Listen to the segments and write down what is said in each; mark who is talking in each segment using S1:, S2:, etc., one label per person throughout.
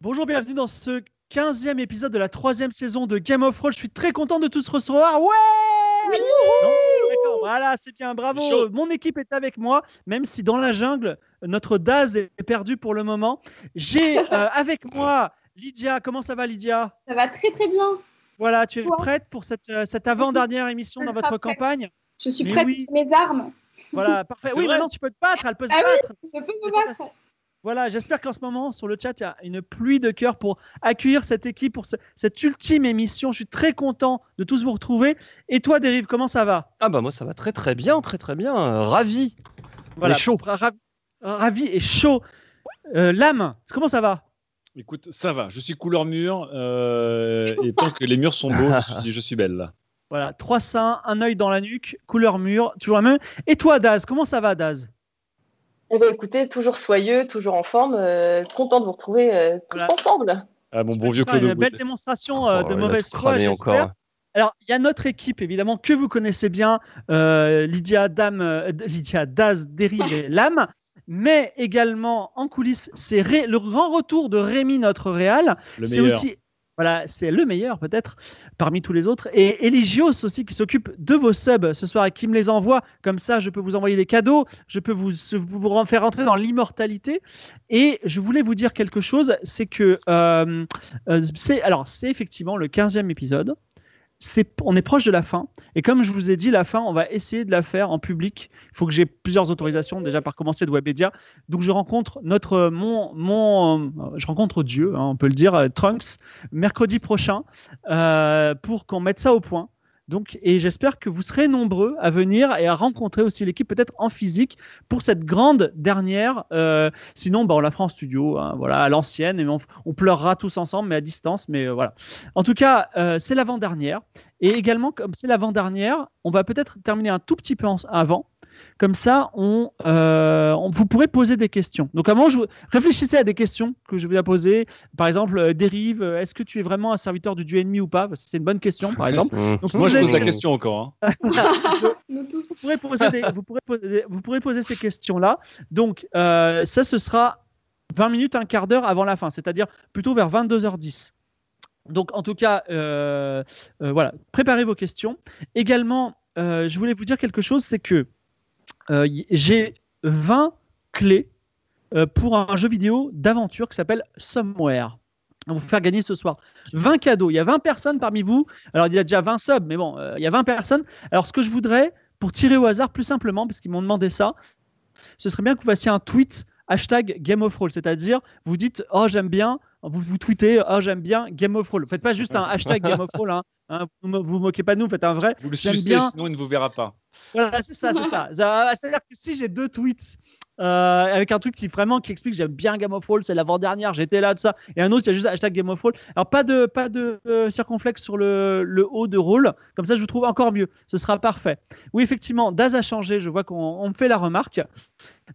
S1: Bonjour, bienvenue dans ce 15e épisode de la troisième saison de Game of Thrones. Je suis très content de tous recevoir. Ouais Non D'accord, Voilà, c'est bien, bravo.
S2: Chaud.
S1: Mon équipe est avec moi, même si dans la jungle, notre Daz est perdu pour le moment. J'ai euh, avec moi Lydia. Comment ça va, Lydia
S3: Ça va très très bien.
S1: Voilà, tu es
S3: Ouais.
S1: prête pour cette, euh, cette avant-dernière émission
S3: Je
S1: dans
S3: serai
S1: votre
S3: prête.
S1: campagne
S3: Je suis
S1: Mais
S3: prête
S1: oui.
S3: j'ai mes armes.
S1: Voilà, parfait.
S2: C'est
S1: Oui,
S2: vrai
S1: maintenant tu peux te battre, elle peut se
S3: Ah oui.
S1: battre.
S3: Je peux
S1: C'est
S3: vous voir.
S1: fantastique. Voilà, j'espère qu'en ce moment, sur le chat, il y a une pluie de cœur pour accueillir cette équipe, pour ce- cette ultime émission. Je suis très content de tous vous retrouver. Et toi, Dérive, comment ça va
S2: Ah bah moi ça va très très bien, très très bien, euh, ravi. Mais chaud.
S1: ra- ra- Ravi et chaud. Euh, Lame, comment ça va
S4: Écoute, ça va, je suis couleur mur, euh, et tant que les murs sont beaux, je suis, je suis belle. là.
S1: Voilà, trois seins, un œil dans la nuque, couleur mûre, toujours la même. Et toi, Daz, comment ça va, Daz
S5: Eh ben, écoutez, toujours soyeux, toujours en forme, euh, content de vous retrouver euh, tous
S1: Voilà.
S5: ensemble.
S4: Ah, mon bon vieux
S1: Putain,
S4: Claude
S1: Une
S4: Wood.
S1: belle démonstration euh,
S2: Oh,
S1: de
S2: il a
S1: mauvaise
S2: tout
S1: foi,
S2: cramé
S1: j'espère.
S2: encore. hein.
S1: Alors, il y a notre équipe, évidemment, que vous connaissez bien, euh, Lydia, Dame, euh, D- Lydia, Daz, Derive et Lame. Mais également, en coulisses, c'est Ré- le grand retour de Rémi, notre Réal.
S4: le
S1: C'est
S4: meilleur.
S1: aussi, voilà, c'est le meilleur peut-être parmi tous les autres. Et Eligios aussi qui s'occupe de vos subs ce soir et qui me les envoie. Comme ça, je peux vous envoyer des cadeaux, je peux vous, se- vous ren- faire rentrer dans l'immortalité. Et je voulais vous dire quelque chose, c'est que euh, euh, c'est alors c'est effectivement le 15e épisode. C'est, on est proche de la fin. Et comme je vous ai dit, la fin, on va essayer de la faire en public. Il faut que j'ai plusieurs autorisations déjà par commencer de Webedia. Donc je rencontre notre euh, mon mon euh, je rencontre Dieu, hein, on peut le dire, euh, Trunks mercredi prochain euh, pour qu'on mette ça au point. Donc et j'espère que vous serez nombreux à venir et à rencontrer aussi l'équipe peut-être en physique pour cette grande dernière. euh, sinon bah, on la fera en studio, hein, voilà à l'ancienne et on, f- on pleurera tous ensemble mais à distance. Mais euh, voilà. En tout cas euh, c'est l'avant dernière et également comme c'est l'avant dernière, on va peut-être terminer un tout petit peu en- avant. Comme ça, on, euh, on- vous pourrez poser des questions. Donc, avant, je vous- réfléchissez à des questions que je vais vous poser. Par exemple, euh, dérive, euh, est-ce que tu es vraiment un serviteur du dieu ennemi ou pas C'est une bonne question, par exemple.
S2: Mmh.
S1: Donc, si
S4: Moi,
S1: vous
S4: je
S1: avez-
S4: pose la question encore. hein.
S3: Nous tous.
S1: vous pourrez poser, des- vous pourrez poser des- vous pourrez poser ces questions-là. Donc, euh, ça, ce sera 20 minutes, un quart d'heure avant la fin, c'est-à-dire plutôt vers 22h10. Donc, en tout cas, euh, euh, voilà, préparez vos questions. Également, euh, je voulais vous dire quelque chose, c'est que euh, y- j'ai 20 clés euh, pour un jeu vidéo d'aventure qui s'appelle Somewhere. On va vous faire gagner ce soir 20 cadeaux. Il y a 20 personnes parmi vous. Alors, il y a déjà 20 subs, mais bon, euh, il y a 20 personnes. Alors, ce que je voudrais, pour tirer au hasard plus simplement, parce qu'ils m'ont demandé ça, ce serait bien que vous fassiez un tweet hashtag Game of Roll, c'est-à-dire vous dites oh j'aime bien, vous vous tweetez oh j'aime bien Game of Roll. Faites pas juste un hashtag Game of Roll, hein, hein, vous mo- vous moquez pas de nous, faites un vrai.
S4: Vous le
S1: J'aime
S4: sucez,
S1: bien.
S4: sinon il ne vous verra pas.
S1: Voilà, c'est ça, c'est ça. Ça- ah, C'est-à-dire que si j'ai deux tweets euh, avec un tweet qui vraiment qui explique j'aime bien Game of Thrones, c'est l'avant-dernière, j'étais là, tout ça, et un autre il y a juste hashtag Game of Thrones. Alors pas de pas de euh, circonflexe sur le, le haut de rôle, comme ça je vous trouve encore mieux. Ce sera parfait. Oui, effectivement, Daz a changé. Je vois qu'on on me fait la remarque.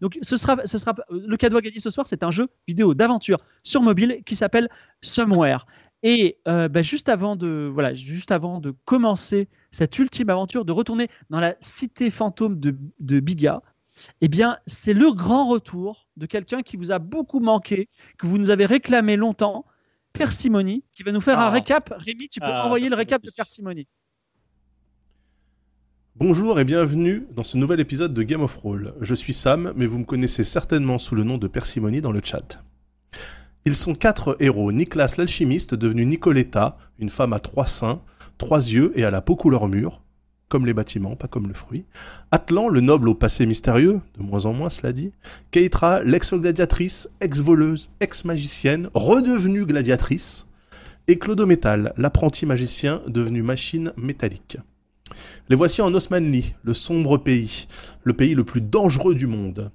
S1: Donc ce sera ce sera le cadeau à gagner ce soir, c'est un jeu vidéo d'aventure sur mobile qui s'appelle Somewhere. Et euh, bah, juste avant de voilà, juste avant de commencer cette ultime aventure de retourner dans la cité fantôme de, de Biga, eh bien, c'est le grand retour de quelqu'un qui vous a beaucoup manqué, que vous nous avez réclamé longtemps, Persimony, qui va nous faire un
S4: Ah.
S1: récap. Rémi, tu peux
S4: Ah,
S1: envoyer le récap de
S4: Persimony.
S1: Persimony.
S6: Bonjour et bienvenue dans ce nouvel épisode de Game of Roll. Je suis Sam, mais vous me connaissez certainement sous le nom de Persimony dans le chat. Ils sont quatre héros, Nicolas l'alchimiste devenu Nicoletta, une femme à trois seins, trois yeux et à la peau couleur mûre, comme les bâtiments, pas comme le fruit, Atlan le noble au passé mystérieux, de moins en moins cela dit, Keitra l'ex-gladiatrice, ex-voleuse, ex-magicienne, redevenue gladiatrice, et Clodométal, l'apprenti magicien devenu machine métallique. Les voici en Osmanli, le sombre pays, le pays le plus dangereux du monde.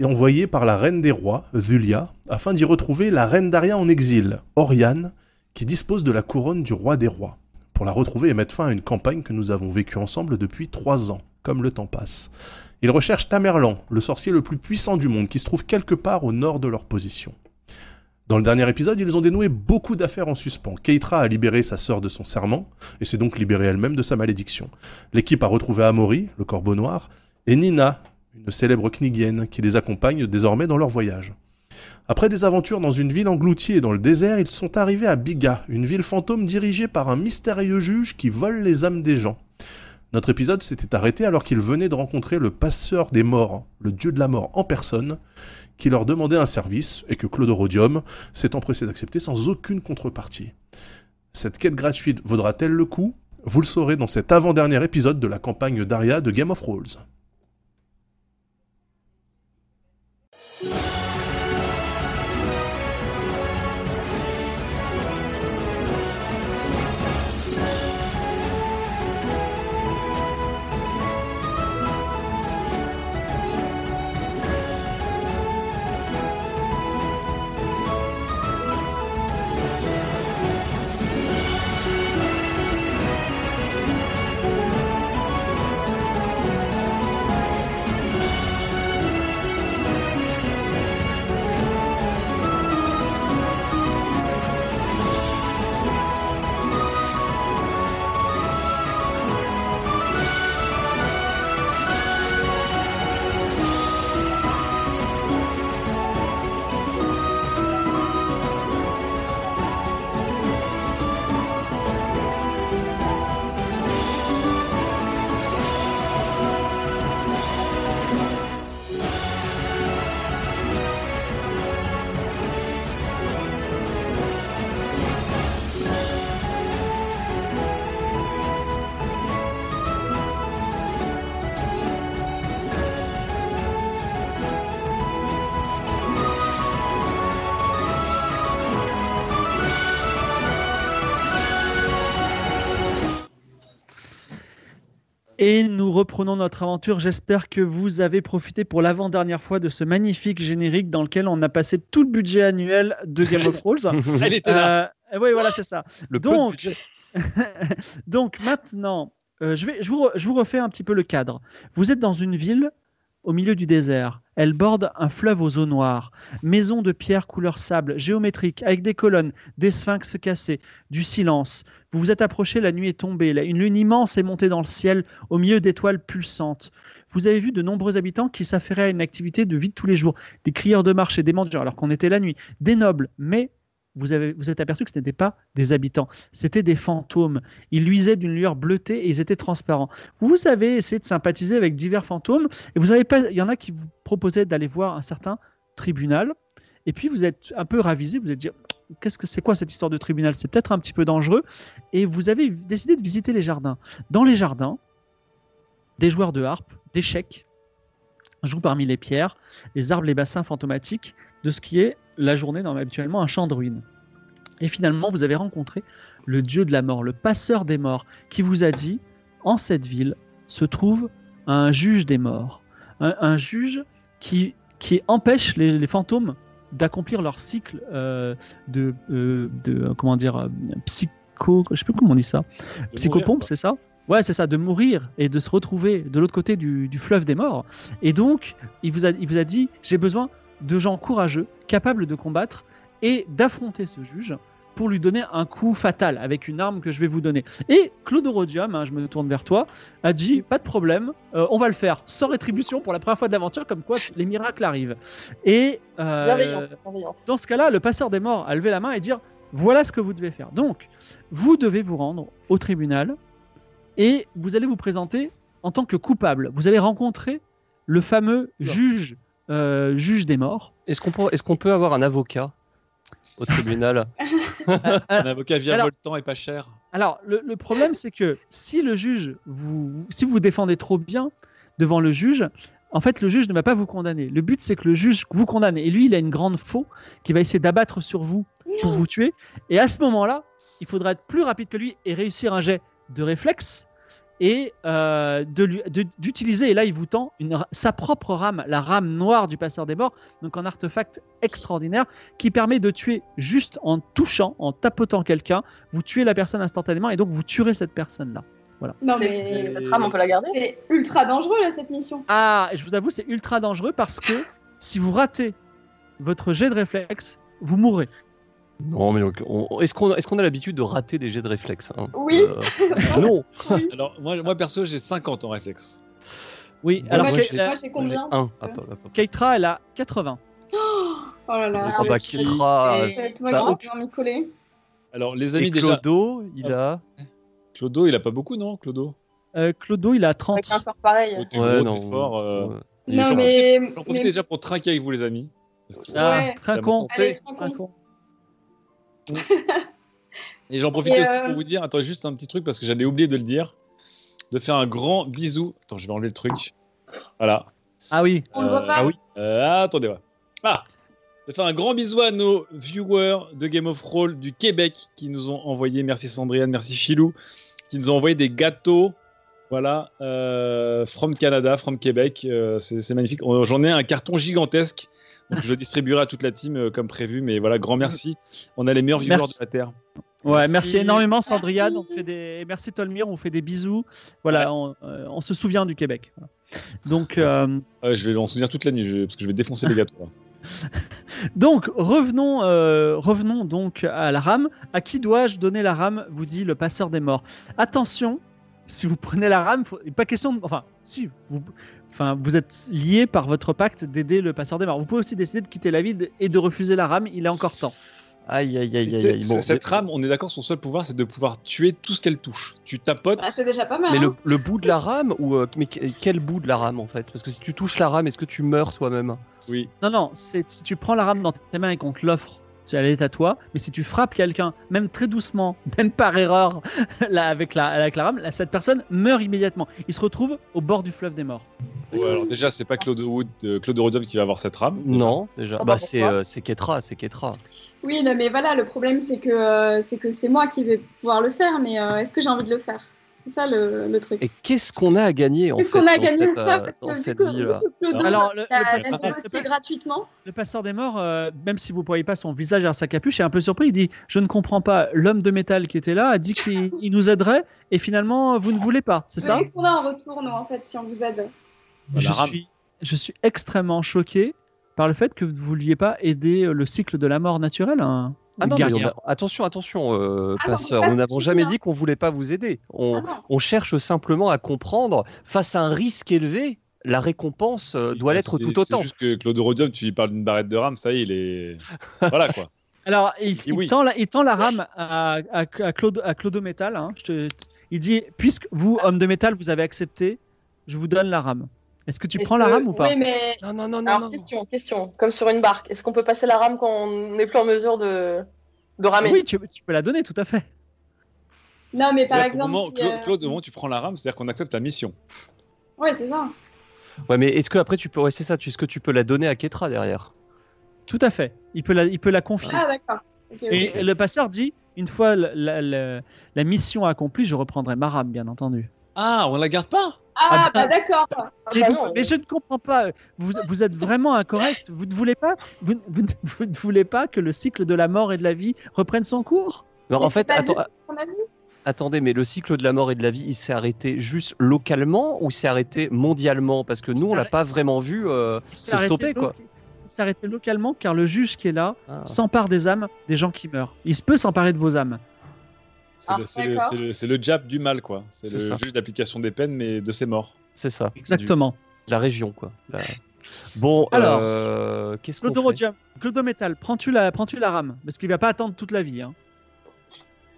S6: et envoyé par la reine des rois, Zulia, afin d'y retrouver la reine d'Aria en exil, Oriane, qui dispose de la couronne du roi des rois, pour la retrouver et mettre fin à une campagne que nous avons vécue ensemble depuis trois ans, comme le temps passe. Ils recherchent Tamerlan, le sorcier le plus puissant du monde, qui se trouve quelque part au nord de leur position. Dans le dernier épisode, ils ont dénoué beaucoup d'affaires en suspens. Keitra a libéré sa sœur de son serment, et s'est donc libérée elle-même de sa malédiction. L'équipe a retrouvé Amaury, le corbeau noir, et Nina, une célèbre knigienne, qui les accompagne désormais dans leur voyage. Après des aventures dans une ville engloutie et dans le désert, ils sont arrivés à Biga, une ville fantôme dirigée par un mystérieux juge qui vole les âmes des gens. Notre épisode s'était arrêté alors qu'ils venaient de rencontrer le passeur des morts, le dieu de la mort en personne, qui leur demandait un service et que Claude Rhodium s'est empressé d'accepter sans aucune contrepartie. Cette quête gratuite vaudra-t-elle le coup Vous le saurez dans cet avant-dernier épisode de la campagne d'Aria de Game of Thrones.
S1: Et nous reprenons notre aventure. J'espère que vous avez profité pour l'avant-dernière fois de ce magnifique générique dans lequel on a passé tout le budget annuel de Game of Thrones.
S4: Elle était là.
S1: Euh, oui, voilà, c'est ça.
S2: Le peu de
S1: donc,
S2: budget.
S1: donc maintenant, euh, je, vais, je, vous, re- je vous refais un petit peu le cadre. Vous êtes dans une ville au milieu du désert. Elle borde un fleuve aux eaux noires. Maisons de pierre couleur sable, géométriques, avec des colonnes, des sphinx cassés, du silence. Vous vous êtes approché, la nuit est tombée. La- Une lune immense est montée dans le ciel, au milieu d'étoiles pulsantes. Vous avez vu de nombreux habitants qui s'affairaient à une activité de vie de tous les jours. Des crieurs de marché, des mendiants, alors qu'on était la nuit. Des nobles, mais... Vous avez, vous êtes aperçu que ce n'étaient pas des habitants, c'était des fantômes. Ils luisaient d'une lueur bleutée et ils étaient transparents. Vous avez essayé de sympathiser avec divers fantômes et vous avez pas, il y en a qui vous proposaient d'aller voir un certain tribunal. Et puis vous êtes un peu ravisé, vous êtes dit qu'est-ce que c'est quoi cette histoire de tribunal C'est peut-être un petit peu dangereux. Et vous avez décidé de visiter les jardins. Dans les jardins, des joueurs de harpe, d'échecs jouent parmi les pierres, les arbres, les bassins fantomatiques de ce qui est la journée dans habituellement un champ de ruines. Et finalement, vous avez rencontré le dieu de la mort, le passeur des morts, qui vous a dit en cette ville se trouve un juge des morts, un, un juge qui, qui empêche les, les fantômes d'accomplir leur cycle euh, de, euh, de euh, comment dire euh, psycho, je sais plus comment on dit ça,
S4: De mourir,
S1: psychopompe, c'est ça Ouais, c'est ça, de mourir et de se retrouver de l'autre côté du, du fleuve des morts. Et donc, il vous a, il vous a dit j'ai besoin de gens courageux, capables de combattre et d'affronter ce juge pour lui donner un coup fatal avec une arme que je vais vous donner. Et Claude Rodium, hein, je me tourne vers toi, a dit pas de problème, euh, on va le faire sans rétribution pour la première fois de l'aventure, comme quoi les miracles arrivent. Et euh,
S5: Bienveillance, bienveillance.
S1: dans ce cas-là, le passeur des morts a levé la main et dire voilà ce que vous devez faire. Donc, vous devez vous rendre au tribunal et vous allez vous présenter en tant que coupable. Vous allez rencontrer le fameux juge, euh, juge des morts.
S2: Est-ce qu'on peut, est-ce qu'on peut avoir un avocat au tribunal
S4: Un avocat
S1: Alors-
S4: virevoltant et pas cher.
S1: Alors, le, le problème, c'est que si le juge, vous, vous- si vous vous défendez trop bien devant le juge, en fait, le juge ne va pas vous condamner. Le but, c'est que le juge vous condamne. Et lui, il a une grande faux qui va essayer d'abattre sur vous pour vous tuer. Et à ce moment-là, il faudra être plus rapide que lui et réussir un jet de réflexe et euh, de lui- de- d'utiliser, et là il vous tend une ra- sa propre rame, la rame noire du passeur des morts, donc un artefact extraordinaire qui permet de tuer juste en touchant, en tapotant quelqu'un, vous tuez la personne instantanément et donc vous tuerez cette personne-là.
S3: Non, mais
S5: C'est- Votre âme, on peut la garder
S3: c'est ultra dangereux là cette mission.
S1: Ah, je vous avoue, c'est ultra dangereux parce que si vous ratez votre jet de réflexe, vous mourrez.
S2: Non, mais donc, on- est-ce qu'on est-ce qu'on a l'habitude de rater des jets de réflexe hein
S5: Oui.
S2: Euh, Non.
S4: Alors, moi, moi perso, j'ai 50 en réflexe.
S1: Oui,
S2: Moi,
S1: alors
S3: moi,
S1: Ke-
S2: j'ai-
S1: euh,
S3: Moi j'ai combien
S2: J'ai un. ah,
S3: parce que-
S2: Hop, hop, hop.
S1: Keitra, elle a 80.
S3: Oh là là. Euh,
S2: Ah bah,
S4: Kiri
S2: Kitra,
S5: Et-
S3: C'est moi
S2: ça-
S3: qui vais bien m'y coller.
S4: Alors, les
S2: et
S4: amis, déjà.
S2: Clodo, il a.
S4: Clodo, il a pas beaucoup, non Clodo
S1: Euh, Clodo, il a 30.
S5: Avec un corps pareil.
S4: T'es
S2: Ouais,
S4: gros,
S2: non.
S4: t'es fort. euh,
S2: Ouais.
S4: et
S3: Non
S4: j'en-
S3: mais.
S4: J'en
S3: mais-
S4: profite déjà pour trinquer avec vous, les amis. Parce que ça-
S1: Ah,
S3: Ouais.
S4: Ça
S1: très
S4: me
S1: con.
S4: semble-
S3: Allez,
S1: Très con.
S4: Et j'en profite
S3: Et,
S4: aussi
S3: euh,
S4: pour vous dire, attends, juste un petit truc parce que j'allais oublier de le dire, de faire un grand bisou. Attends, je vais enlever le truc. Voilà.
S1: Ah oui,
S3: On le voit
S4: Euh,
S3: pas.
S4: ah oui. Euh, attendez, ouais. Ah De faire un grand bisou à nos viewers de Game of Roll du Québec qui nous ont envoyé, merci Sandrine, merci Chilou, qui nous ont envoyé des gâteaux. Voilà, euh, from Canada, from Québec, euh, c'est c'est magnifique. On- J'en ai un carton gigantesque, donc je le distribuerai à toute la team euh, comme prévu. Mais voilà, grand merci. On a les meilleurs viewers
S1: Merci.
S4: de la terre.
S1: ouais, merci,
S2: Merci.
S1: énormément Sandriane,
S3: Merci.
S1: on te fait des et merci Tolmir, on fait des bisous. Voilà, on, euh, on se souvient du Québec. Voilà. Donc, euh,
S4: Ouais, je vais en souvenir toute la nuit je- parce que je vais défoncer les gâteaux. là.
S1: donc revenons, euh, revenons donc à la rame. À qui dois-je donner la rame Vous dit le passeur des morts. Attention, si vous prenez la rame, faut- pas question. de- Enfin, si vous, enfin, vous êtes lié par votre pacte d'aider le passeur des morts. Vous pouvez aussi décider de quitter la ville et de refuser la rame. Il est encore temps.
S2: Aïe, aïe, aïe, aïe.
S4: Peut-être,
S2: aïe.
S4: c-
S2: Bon,
S4: cette
S2: mais-
S4: rame, on est d'accord, son seul pouvoir, c'est de pouvoir tuer tout ce qu'elle touche. Tu tapotes.
S3: Ah, c'est déjà pas mal.
S2: Mais le,
S3: hein.
S2: le bout de la rame ou euh, mais que- quel bout de la rame en fait Parce que si tu touches la rame, est-ce que tu meurs toi-même
S4: oui.
S1: Non, non, c'est si tu prends la rame dans tes mains et qu'on te l'offre, tu- elle est à toi, mais si tu frappes quelqu'un, même très doucement, même par erreur, là, avec, la, avec la rame, là, cette personne meurt immédiatement. Il se retrouve au bord du fleuve des morts.
S4: Ouais, alors déjà, c'est pas Claude Wood, euh, Claude Rodhomme qui va avoir cette rame.
S2: Non, déjà.
S5: Ah bah
S2: bah c'est
S5: pourquoi
S2: euh, c'est Ketra, c'est Ketra.
S3: Oui, non, mais voilà, le problème c'est que euh, c'est que c'est moi qui vais pouvoir le faire, mais euh, est-ce que j'ai envie de le faire C'est ça le, le truc.
S2: Et qu'est-ce qu'on a à gagner en
S3: Qu'est-ce
S2: fait
S3: qu'on a à
S2: dans
S3: gagner
S2: cette,
S3: de ça
S2: euh,
S3: Parce
S2: dans
S3: que
S2: cette
S3: du coup,
S2: vie-là
S3: Clodo,
S1: Alors, le,
S3: la-
S1: le
S3: la
S1: passeur,
S3: donne aussi gratuitement.
S1: le passeur des morts, euh, même si vous ne voyez pas son visage à sa capuche, est un peu surpris. Il dit Je ne comprends pas, l'homme de métal qui était là a dit qu'il il nous aiderait, et finalement, vous ne voulez pas, c'est
S3: Mais
S1: ça
S3: Qu'est-ce qu'on a en retour, nous, en fait, si on vous aide
S4: Voilà,
S1: je,
S4: rame.
S1: suis, je suis extrêmement choqué par le fait que vous ne vouliez pas aider euh, le cycle de la mort naturelle. hein,
S2: Ah non, mais
S1: guerrière.
S2: on a- attention, attention, euh,
S3: Ah non,
S2: passeur.
S3: mais
S2: Nous
S3: pas
S2: n'avons
S3: ce
S2: jamais
S3: qu'il y a.
S2: dit qu'on voulait pas vous aider.
S3: Ah
S2: On,
S3: non.
S2: on cherche simplement à comprendre, face à un risque élevé, la récompense euh, doit l'être
S4: C'est-
S2: tout autant.
S4: C'est juste que Claude Rodium, tu lui parles d'une barrette de rame, ça y est, il est. voilà quoi.
S1: Alors, il,
S4: dit
S1: il
S4: oui.
S1: tend la, il tend la rame à, à, à Claude, à Clodo Métal. hein. Je te- il dit Puisque vous, homme de métal, vous avez accepté, je vous donne la rame. Est-ce que tu
S5: Est-ce
S1: prends la
S5: que-
S1: rame ou pas
S5: oui,
S3: Oui, mais
S2: Non, non, non, non.
S5: Alors,
S2: non.
S5: question, question. Comme sur une barque, est-ce qu'on peut passer la rame quand on n'est plus en mesure de, de ramer
S1: Ah Oui, tu, tu peux la donner, tout à fait.
S3: non, mais par
S4: C'est-à-dire qu'au
S3: exemple,
S4: moment-
S3: si, euh,
S4: Claude, Claude, au moment où tu prends la rame, c'est-à-dire qu'on accepte ta mission.
S3: ouais, c'est ça.
S2: Ouais, mais est-ce que après tu peux, ouais, c'est ça, tu- est-ce que tu peux la donner à Ketra derrière
S1: Tout à fait. Il peut la, il peut la confier.
S3: Ah, d'accord. Ok, ok.
S1: Et le passeur dit Une fois la, la- la- la mission accomplie, je reprendrai ma rame, bien entendu.
S4: Ah, on la garde pas
S3: Ah,
S1: Ah,
S3: bah d'accord.
S5: Ah,
S1: Mais,
S5: bah
S1: vous-
S5: non.
S1: mais je ne comprends pas. Vous, vous êtes vraiment incorrect. Vous ne voulez pas, vous, vous ne- vous ne voulez pas que le cycle de la mort et de la vie reprenne son cours
S2: Non,
S3: Mais
S2: en
S3: c'est
S2: fait,
S3: pas
S2: attends,
S3: du tout ce qu'on a dit.
S2: Attendez, mais le cycle de la mort et de la vie, il s'est arrêté juste localement ou il s'est arrêté mondialement Parce que nous, on l'a
S1: s'arrête-
S2: pas vraiment vu euh, se
S1: S'arrêter
S2: stopper, quoi.
S1: loca- S'arrêter localement car le juge qui est là
S2: Ah.
S1: s'empare des âmes des gens qui meurent. Il se peut s'emparer de vos âmes.
S4: C'est
S5: Ah,
S4: le, c'est le,
S5: d'accord.
S4: c'est le- c'est le jab du mal quoi. C'est
S2: C'est
S4: le
S2: ça.
S4: juge d'application des peines, mais de ses morts.
S2: C'est ça.
S1: Exactement.
S2: Du- la région, quoi. La- Bon,
S1: Alors,
S2: alors, qu'est-ce qu'on
S1: Claude
S2: fait
S1: Rodium, Claude Métal, prends-tu la, prends-tu la rame Parce qu'il va pas attendre toute la vie. hein.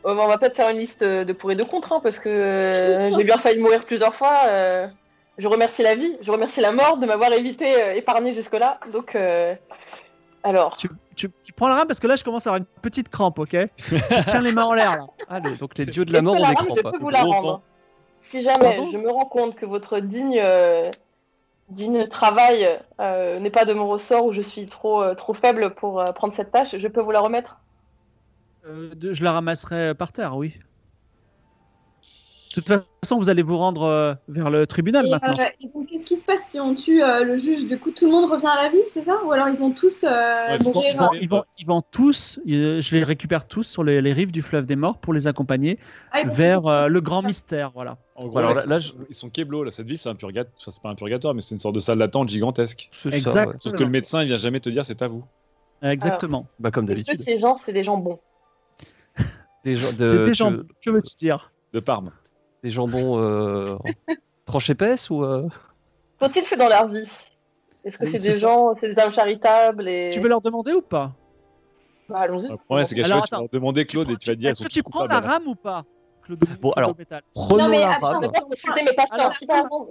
S5: Euh, on va pas te faire une liste de pour et de contre, hein, parce que euh, j'ai bien failli mourir plusieurs fois. euh, je remercie la vie, je remercie la mort de m'avoir évité, euh, épargné jusque-là. Donc, euh, alors,
S1: Tu, tu- tu prends la rame parce que là je commence à avoir une petite crampe, ok Tiens les mains en l'air là.
S2: Ah, le- donc les dieux de la
S5: est-ce
S2: mort,
S5: que
S2: on
S5: la
S2: les
S5: rame,
S2: prend
S5: je
S2: pas.
S5: peux vous la
S4: Gros
S5: rendre.
S4: pan.
S5: si jamais
S1: Pardon
S5: je me rends compte que votre digne, euh, digne travail euh, n'est pas de mon ressort ou je suis trop, euh, trop faible pour euh, prendre cette tâche, je peux vous la remettre
S1: Euh, de- je la ramasserai par terre, oui. toute façon, vous allez vous rendre euh, vers le tribunal
S3: Et,
S1: maintenant.
S3: euh, et donc, qu'est-ce qui se passe si on tue euh, le juge Du coup, tout le monde revient à la vie, c'est ça Ou alors ils vont tous euh,
S4: ils vont-
S3: mourir
S1: Ils vont,
S3: euh,
S1: ils vont- ils vont tous, euh, je les récupère tous sur les, les rives du fleuve des morts pour les accompagner
S3: ah, ils vont-
S1: vers euh, le grand mystère. Voilà.
S4: En gros,
S2: Alors
S4: là,
S2: là- là,
S4: ils sont- ils sont keblo, là, cette vie, c'est un purgatoire, enfin, c'est pas un purgatoire, mais c'est une sorte de salle d'attente gigantesque.
S2: C'est ça,
S1: Exact.
S2: ouais.
S4: Sauf que le médecin, il vient jamais te dire c'est à vous.
S1: Exactement.
S2: Bah, comme
S5: Est-ce que
S2: d'habitude.
S5: ces gens, c'est des gens bons
S2: Des, gens- de-
S1: C'est des gens.
S2: de-
S1: Que veux-tu dire
S4: De Parme.
S2: des jambons euh, tranches épaisses ou euh,
S5: Qu'ont-ils fait dans leur vie Est-ce que
S1: Oui,
S5: c'est
S1: c'est
S5: des
S1: ça.
S5: gens, c'est des âmes charitables et...
S1: Tu veux leur demander ou pas
S5: Bah, Allons-y.
S4: Le problème, c'est qu'à chaque
S1: Alors,
S4: fois, tu vas leur demander Claude et tu vas dire
S1: Est-ce que tu prends la rame ou pas Claude,
S2: Bon,
S1: Claude
S2: alors,
S1: Métal
S2: prenons
S3: Non, mais
S2: la
S3: attends,
S2: rame
S3: attends.
S5: Insultez mes pasteurs,
S1: Alors,
S5: je suis pas avant.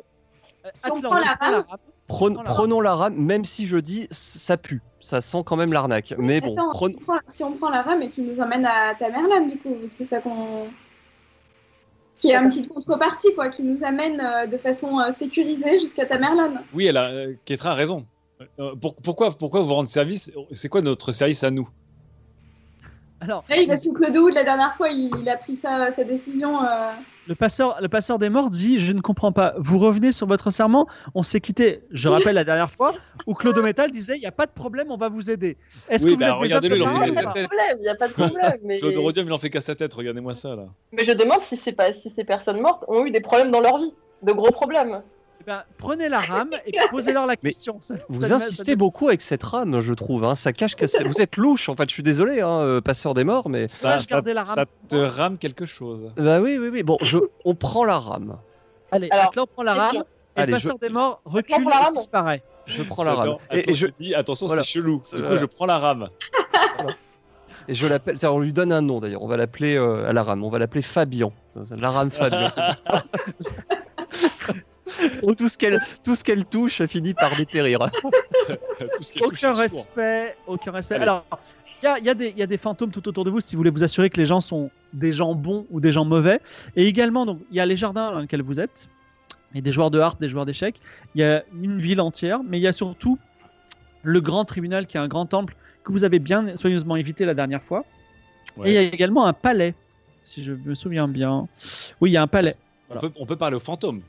S1: Euh,
S3: Si on
S1: Axel,
S3: prend la
S1: tu prends
S3: rame-
S2: Prenons,
S1: Voilà.
S2: prenons la rame, même si je dis ça pue, ça sent quand même l'arnaque. Mais bon,
S3: Attends,
S2: prenons-
S3: si, on prend, si on prend la rame et qu'il nous emmène à Tamerlan, du coup, vu que c'est ça qu'on. Qui est une petite contrepartie, quoi, qui nous amène euh, de façon euh, sécurisée jusqu'à Tamerlan.
S4: Oui, elle a, euh, Kétra a raison. Euh, pour- pourquoi, pourquoi vous rendre service C'est quoi notre service à nous
S1: Alors,
S3: Là, il va sous Clodo, de la dernière fois, il, il a pris sa, sa décision. euh,
S1: le passeur, le passeur des morts dit Je ne comprends pas. Vous revenez sur votre serment. On s'est quitté, je rappelle, la dernière fois, où Claude Métal disait Il n'y a pas de problème, on va vous aider. Est-ce
S4: Oui,
S1: que vous
S4: bah,
S1: êtes déjà
S4: regardez-le, il en
S5: Non,
S4: fait
S1: préparé
S5: il
S1: ou
S4: des
S5: n'y a
S1: pas
S5: pas
S4: têtes.
S5: de problème, il y a pas de problème. Mais,
S4: Claude Rodium, il en fait qu'à sa tête, regardez-moi ça là.
S5: mais je demande si, c'est pas... si ces personnes mortes ont eu des problèmes dans leur vie, de gros problèmes.
S1: Eh ben, Prenez la rame et posez-leur la question. Ça- ça-
S2: vous
S1: ça-
S2: insistez beaucoup avec cette rame, je trouve. hein. Ça cache que c'est- vous êtes louche, en fait. Je suis désolé, hein, euh, passeur des morts, mais
S4: Ça,
S1: je
S4: ça,
S1: gardais la rame.
S4: ça te rame quelque chose.
S2: bah oui, oui, oui. Bon, je... on prend la rame.
S1: Allez,
S5: Alors,
S1: Atlan prend la rame. Et le
S2: Allez,
S1: passeur des morts
S5: prends
S1: recule
S5: pour la
S1: et
S5: rame
S1: disparaît.
S2: Je prends la rame
S4: J'adore.
S2: et,
S4: Attends,
S2: et je,
S4: tu dis, attention,
S2: Voilà.
S4: c'est chelou. Du
S1: Euh,
S4: coup,
S2: Voilà.
S4: je prends la rame.
S2: et je l'appelle. tiens, On lui donne un nom d'ailleurs. On va l'appeler euh, à la rame. On va l'appeler Fabian. La rame Fabian. tout ce qu'elle, tout ce qu'elle touche finit par dépérir.
S4: Tout ce qui touche,
S1: Aucun
S4: c'est sourd.
S1: respect, aucun respect.
S4: Allez.
S1: Alors, il y a, il y a des- il y a des fantômes tout autour de vous si vous voulez vous assurer que les gens sont des gens bons ou des gens mauvais. Et également, donc, il y a les jardins dans lesquels vous êtes, il y a des joueurs de harpe, des joueurs d'échecs, il y a une ville entière, mais il y a surtout le grand tribunal qui est un grand temple que vous avez bien soigneusement évité la dernière fois.
S4: Ouais.
S1: Et il y a également un palais, si je me souviens bien. Oui, il y a un palais.
S4: On peut, on peut parler aux fantômes.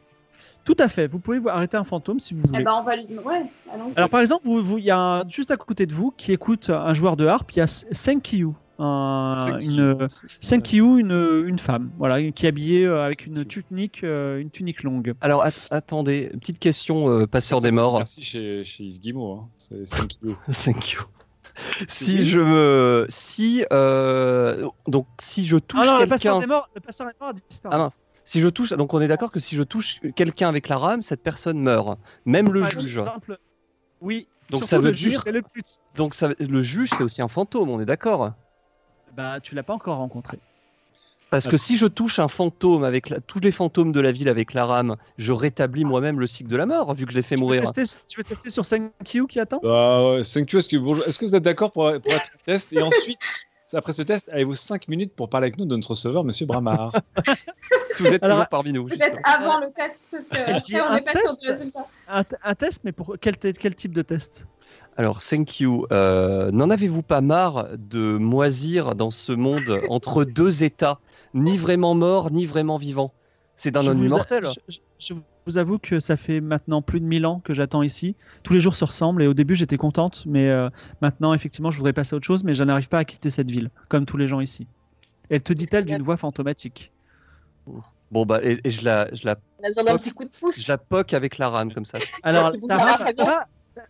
S1: Tout à fait, vous pouvez vous arrêter un fantôme si vous
S3: Eh
S1: voulez.
S3: ben, on va lui. Ouais, allons-y.
S1: Alors par exemple, vous- vous- il y a un- juste à côté de vous qui écoute un joueur de harpe, il y a Senkyu, un,
S4: Senkyu.
S1: une, Senkyu, une, une femme, voilà, qui est habillée euh, avec une
S4: Senkyu.
S1: tunique, euh, une tunique longue.
S2: Alors at- attendez, petite question, euh, passeur des morts.
S4: Merci chez, chez Yves Guimau. hein. C'est c'est un petit peu-
S2: Thank you. Si je me, si euh, donc si je touche
S1: Ah non, le passeur
S2: quelqu'un,
S1: des morts, le passeur des morts a disparu.
S2: Ah mince. si je touche, donc on est d'accord que si je touche quelqu'un avec la rame, cette personne meurt, même le
S1: Par
S2: juge.
S1: exemple, Oui.
S2: Donc
S1: Ah, surtout
S2: ça veut
S1: le juge,
S2: dire,
S1: c'est le but.
S2: donc ça, le juge c'est aussi un fantôme, on est d'accord.
S1: Bah, tu l'as pas encore rencontré.
S2: Parce que
S4: Attends.
S2: si je touche un fantôme avec la- tous les fantômes de la ville avec la rame, je rétablis moi-même le cycle de la mort vu que je l'ai fait
S1: Tu veux,
S2: mourir.
S1: tester, tu veux tester sur Senkyu qui attend
S4: Bah, ouais, Senkyu, est-ce que, bonjour- est-ce que vous êtes d'accord pour, pour être test Et ensuite, après ce test, avez-vous 5 minutes pour parler avec nous de notre receveur, Monsieur Bramard
S2: Si vous êtes
S1: Alors-
S2: toujours parmi nous.
S3: Peut-être
S2: justement.
S3: avant le test, parce que
S1: dit
S3: après, on
S1: un
S3: n'est pas sûr
S1: test
S3: du résultat.
S1: un, t- un test, mais pour quel, t- quel type de test
S2: Alors, thank you. Euh, N'en avez-vous pas marre de moisir dans ce monde entre deux états, ni vraiment mort, ni vraiment vivant C'est d'un
S1: Je
S2: homme
S1: vous a-
S2: immortel.
S1: je- je- je vous avoue que ça fait maintenant plus de 1000 ans que j'attends ici. Tous les jours se ressemblent et au début j'étais contente, mais euh, maintenant effectivement je voudrais passer à autre chose, mais je n'arrive pas à quitter cette ville, comme tous les gens ici. Elle te dit-elle d'une voix fantomatique
S2: Bon, bah, et, et je, la, je, la,
S5: On a besoin d'un petit coup de pouce.
S2: je la poque avec la rame comme ça.
S3: Ah,
S1: Alors
S5: Merci beaucoup,
S1: ta rame,
S5: Sarah, très bien.
S1: pa-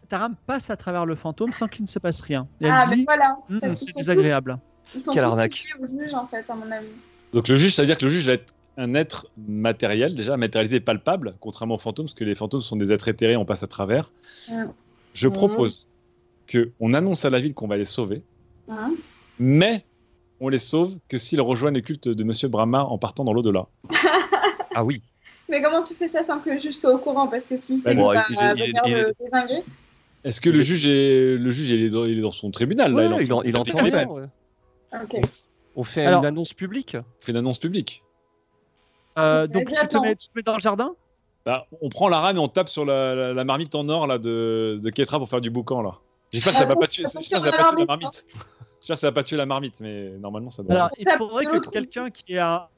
S1: ta rame passe à travers le fantôme sans qu'il ne se passe rien. Et elle
S3: Ah, mais
S1: dit
S3: voilà.
S1: Hum,
S3: parce qu'ils
S1: C'est
S3: sont
S1: désagréable.
S3: Ils sont
S2: Quelle
S3: tous
S2: arnaque.
S3: liés au juge, en fait, à mon avis.
S4: Donc le juge, ça veut dire que le juge va être un être matériel, déjà matérialisé et palpable, contrairement aux fantômes, parce que les fantômes sont des êtres éthérés, on passe à travers.
S3: Mm.
S4: Je
S5: Mm.
S4: propose que on annonce à la ville qu'on va les sauver,
S3: Hein
S4: mais on les sauve que s'ils rejoignent le culte de Monsieur Bramard en partant dans l'au-delà.
S2: Ah oui.
S3: Mais comment tu fais ça sans que le juge soit au courant Parce que s'il sait
S2: Bon,
S3: qu'on va
S2: il est- il est-
S3: venir
S2: il est-
S3: le désinguer.
S4: Est-ce que le
S2: Mais-
S4: juge est le juge il est dans, il est dans son tribunal là,
S2: Ouais, il, en- il entend rien. ouais.
S3: Ok.
S2: On fait
S1: Alors-
S2: une annonce publique.
S4: On fait une annonce publique.
S1: Euh,
S3: Vas-y,
S1: donc tu te,
S3: attends.
S1: mets, tu te mets dans le jardin
S4: Bah, on prend la rame et on tape sur la, la- la marmite en or là de, de Ketra pour faire du boucan là. J'espère que ça va pas tuer,
S3: Attention,
S4: j'espère que ça va
S3: attention,
S4: pas tuer la
S3: la marmite,
S4: marmite. J'espère que ça va pas tuer la marmite, mais normalement ça doit.
S1: Alors il
S3: Tape
S1: faudrait
S3: de
S1: que
S3: l'autre
S1: quelqu'un qui a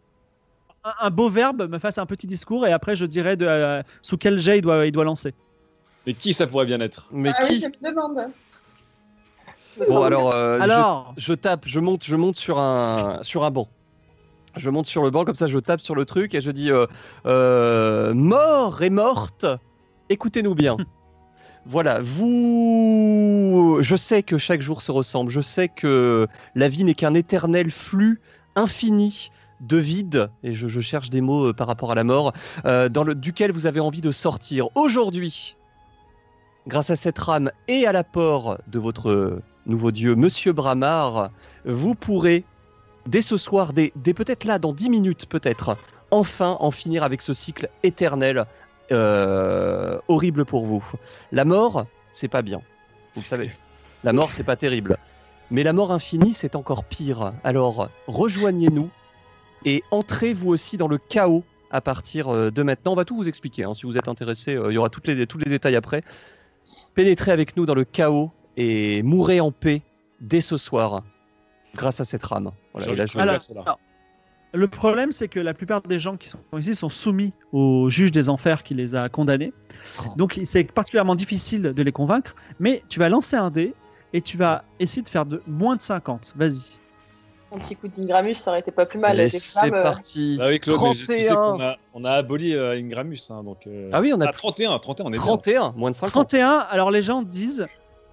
S1: un, un beau verbe, me fasse un petit discours et après je dirai de, euh, sous quel jet il doit, il doit lancer.
S4: Mais qui ça pourrait bien être
S2: Mais
S3: Ah oui,
S2: qui
S3: je me demande.
S2: Bon, alors, euh, je-
S1: Alors,
S2: je, tape, je monte, je monte sur un, sur un banc. Je monte sur le banc, comme ça, je tape sur le truc et je dis euh, euh, Mort et morte, écoutez-nous bien. Voilà, vous. Je sais que chaque jour se ressemble. Je sais que la vie n'est qu'un éternel flux infini de vide, et je, je cherche des mots euh, par rapport à la mort, euh, dans le, duquel vous avez envie de sortir. Aujourd'hui, grâce à cette rame et à l'apport de votre euh, nouveau dieu, Monsieur Bramar, vous pourrez, dès ce soir, dès, dès peut-être là, dans 10 minutes peut-être, enfin en finir avec ce cycle éternel euh, horrible pour vous. La mort, c'est pas bien. Vous le savez. La mort, c'est pas terrible. Mais la mort infinie, c'est encore pire. Alors, rejoignez-nous et entrez vous aussi dans le chaos à partir euh, de maintenant. On va tout vous expliquer. hein. Si vous êtes intéressé, euh, il y aura toutes les, tous les détails après. Pénétrez avec nous dans le chaos et mourrez en paix dès ce soir grâce à cette rame. Voilà,
S4: J'ai
S2: et là,
S4: envie de
S2: je-
S4: trouver
S1: Alors-
S4: grâce, là.
S1: le problème, c'est que la plupart des gens qui sont ici sont soumis au juge des enfers qui les a condamnés. Donc, c'est particulièrement difficile de les convaincre. Mais tu vas lancer un dé et tu vas essayer de faire de moins de 50. Vas-y.
S5: Un petit coup d'Ingramus, ça aurait été pas
S3: Bah,
S5: plus mal.
S2: Allez,
S5: Des
S2: c'est
S5: femmes, euh,
S2: parti.
S4: Bah oui, Claude, mais je- tu sais
S2: 31.
S4: qu'on a, on a aboli euh, Ingramus. hein, donc, euh,
S2: Ah oui, on a
S4: ah, 31, 31, on est 30.
S2: 31, moins de 50.
S1: 31. Alors, les gens disent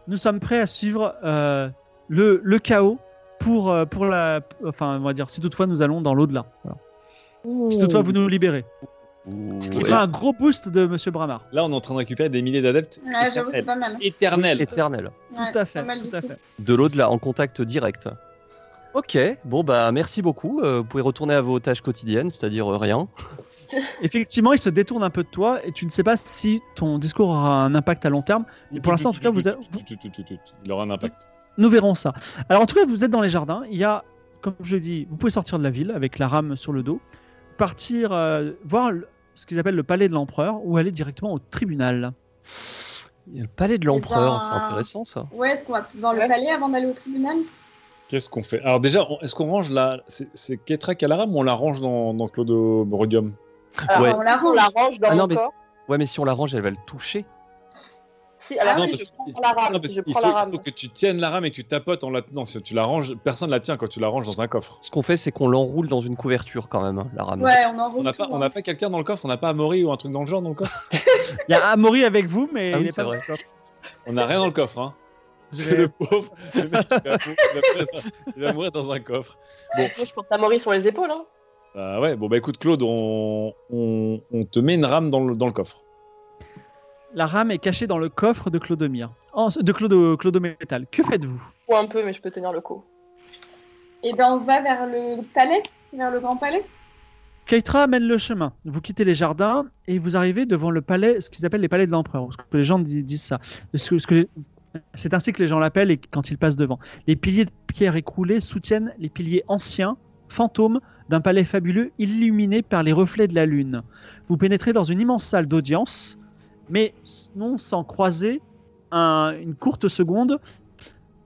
S1: Nous sommes prêts à suivre euh, le, le chaos pour, euh, pour la. Enfin, on va dire, si toutefois nous allons dans l'au-delà. Voilà. Si toutefois vous nous libérez. Oh. Ce qui
S2: Ouais.
S1: fait un gros boost de Monsieur Bramar.
S4: Là, on est en train de récupérer des milliers d'adeptes
S3: Ouais, Ah, j'avoue, c'est pas mal.
S4: éternels.
S2: Éternel.
S3: Ouais,
S1: tout à
S3: pas
S1: fait,
S3: mal du
S1: tout à
S3: tout.
S1: fait.
S2: De l'au-delà, en contact direct. Ok, bon bah merci beaucoup. Euh, vous pouvez retourner à vos tâches quotidiennes, c'est-à-dire euh, rien.
S1: Effectivement, il se détourne un peu de toi et tu ne sais pas si ton discours aura un impact à long terme. Et pour l'instant, en tout cas, vous a- vous-
S4: Il aura un impact.
S1: Nous verrons ça. Alors, en tout cas, vous êtes dans les jardins. Il y a, comme je l'ai dit, vous pouvez sortir de la ville avec la rame sur le dos, partir euh, voir le- ce qu'ils appellent le palais de l'empereur ou aller directement au tribunal.
S2: Il y a le palais de l'empereur,
S3: ben,
S2: c'est intéressant ça.
S3: Ouais, est-ce qu'on va voir le
S5: Ouais.
S3: palais avant d'aller au tribunal
S1: Ah,
S4: Qu'est-ce qu'on fait Alors, déjà, on- est-ce qu'on range la. C'est c'est Ketra Kalaram ou on la range dans, dans Clodo Brodium
S5: alors,
S2: Ouais.
S3: On la
S5: On
S3: range.
S5: la range dans
S2: Ah
S5: mon
S2: non, mais-
S5: corps.
S2: Ouais, mais si on la range, elle va le toucher.
S5: Si, alors
S3: Ah
S4: Non,
S5: si,
S4: parce
S5: je
S4: que-
S5: prends la rame.
S4: non, parce
S5: je
S4: qu'il
S5: prends
S4: faut,
S5: la
S4: il
S5: rame.
S4: faut que tu tiennes la rame et que tu tapotes en la tenant. Si tu la ranges, personne la tient quand tu la ranges dans un coffre.
S2: Ce qu'on fait, c'est qu'on l'enroule dans une couverture quand même, hein, la rame.
S3: Ouais, on en hein.
S4: On
S3: roule.
S4: n'a pas, on n'a pas quelqu'un dans le coffre, on n'a pas Amaury ou un truc dans le genre dans le coffre
S1: Il y a Amaury avec vous, mais
S2: Ah
S1: il
S2: oui,
S1: n'est
S2: c'est
S1: pas
S2: vrai.
S4: On n'a rien dans le coffre, hein. C'est
S1: Mais-
S4: le pauvre. le mec, il, va mourir, il va mourir- il va mourir dans un coffre.
S5: Moi, je porte la Maury sur les épaules. Hein.
S4: Bah ouais, bon bah écoute Claude, on, on- on te met une rame dans le, dans le coffre.
S1: La rame est cachée dans le coffre de Clodomir, En- de Clodo, Clodométal. Que faites-vous
S5: Ou un peu, mais je peux tenir le coup.
S3: Et ben on va vers le palais, vers le grand palais.
S1: Keitra mène le chemin. Vous quittez les jardins et vous arrivez devant le palais, ce qu'ils appellent les palais de l'empereur. Parce que les gens di- disent ça. Parce que- parce que- C'est ainsi que les gens l'appellent et quand ils passent devant. Les piliers de pierre écroulée soutiennent les piliers anciens, fantômes, d'un palais fabuleux illuminé par les reflets de la lune. Vous pénétrez dans une immense salle d'audience, mais s- non sans croiser un- une courte seconde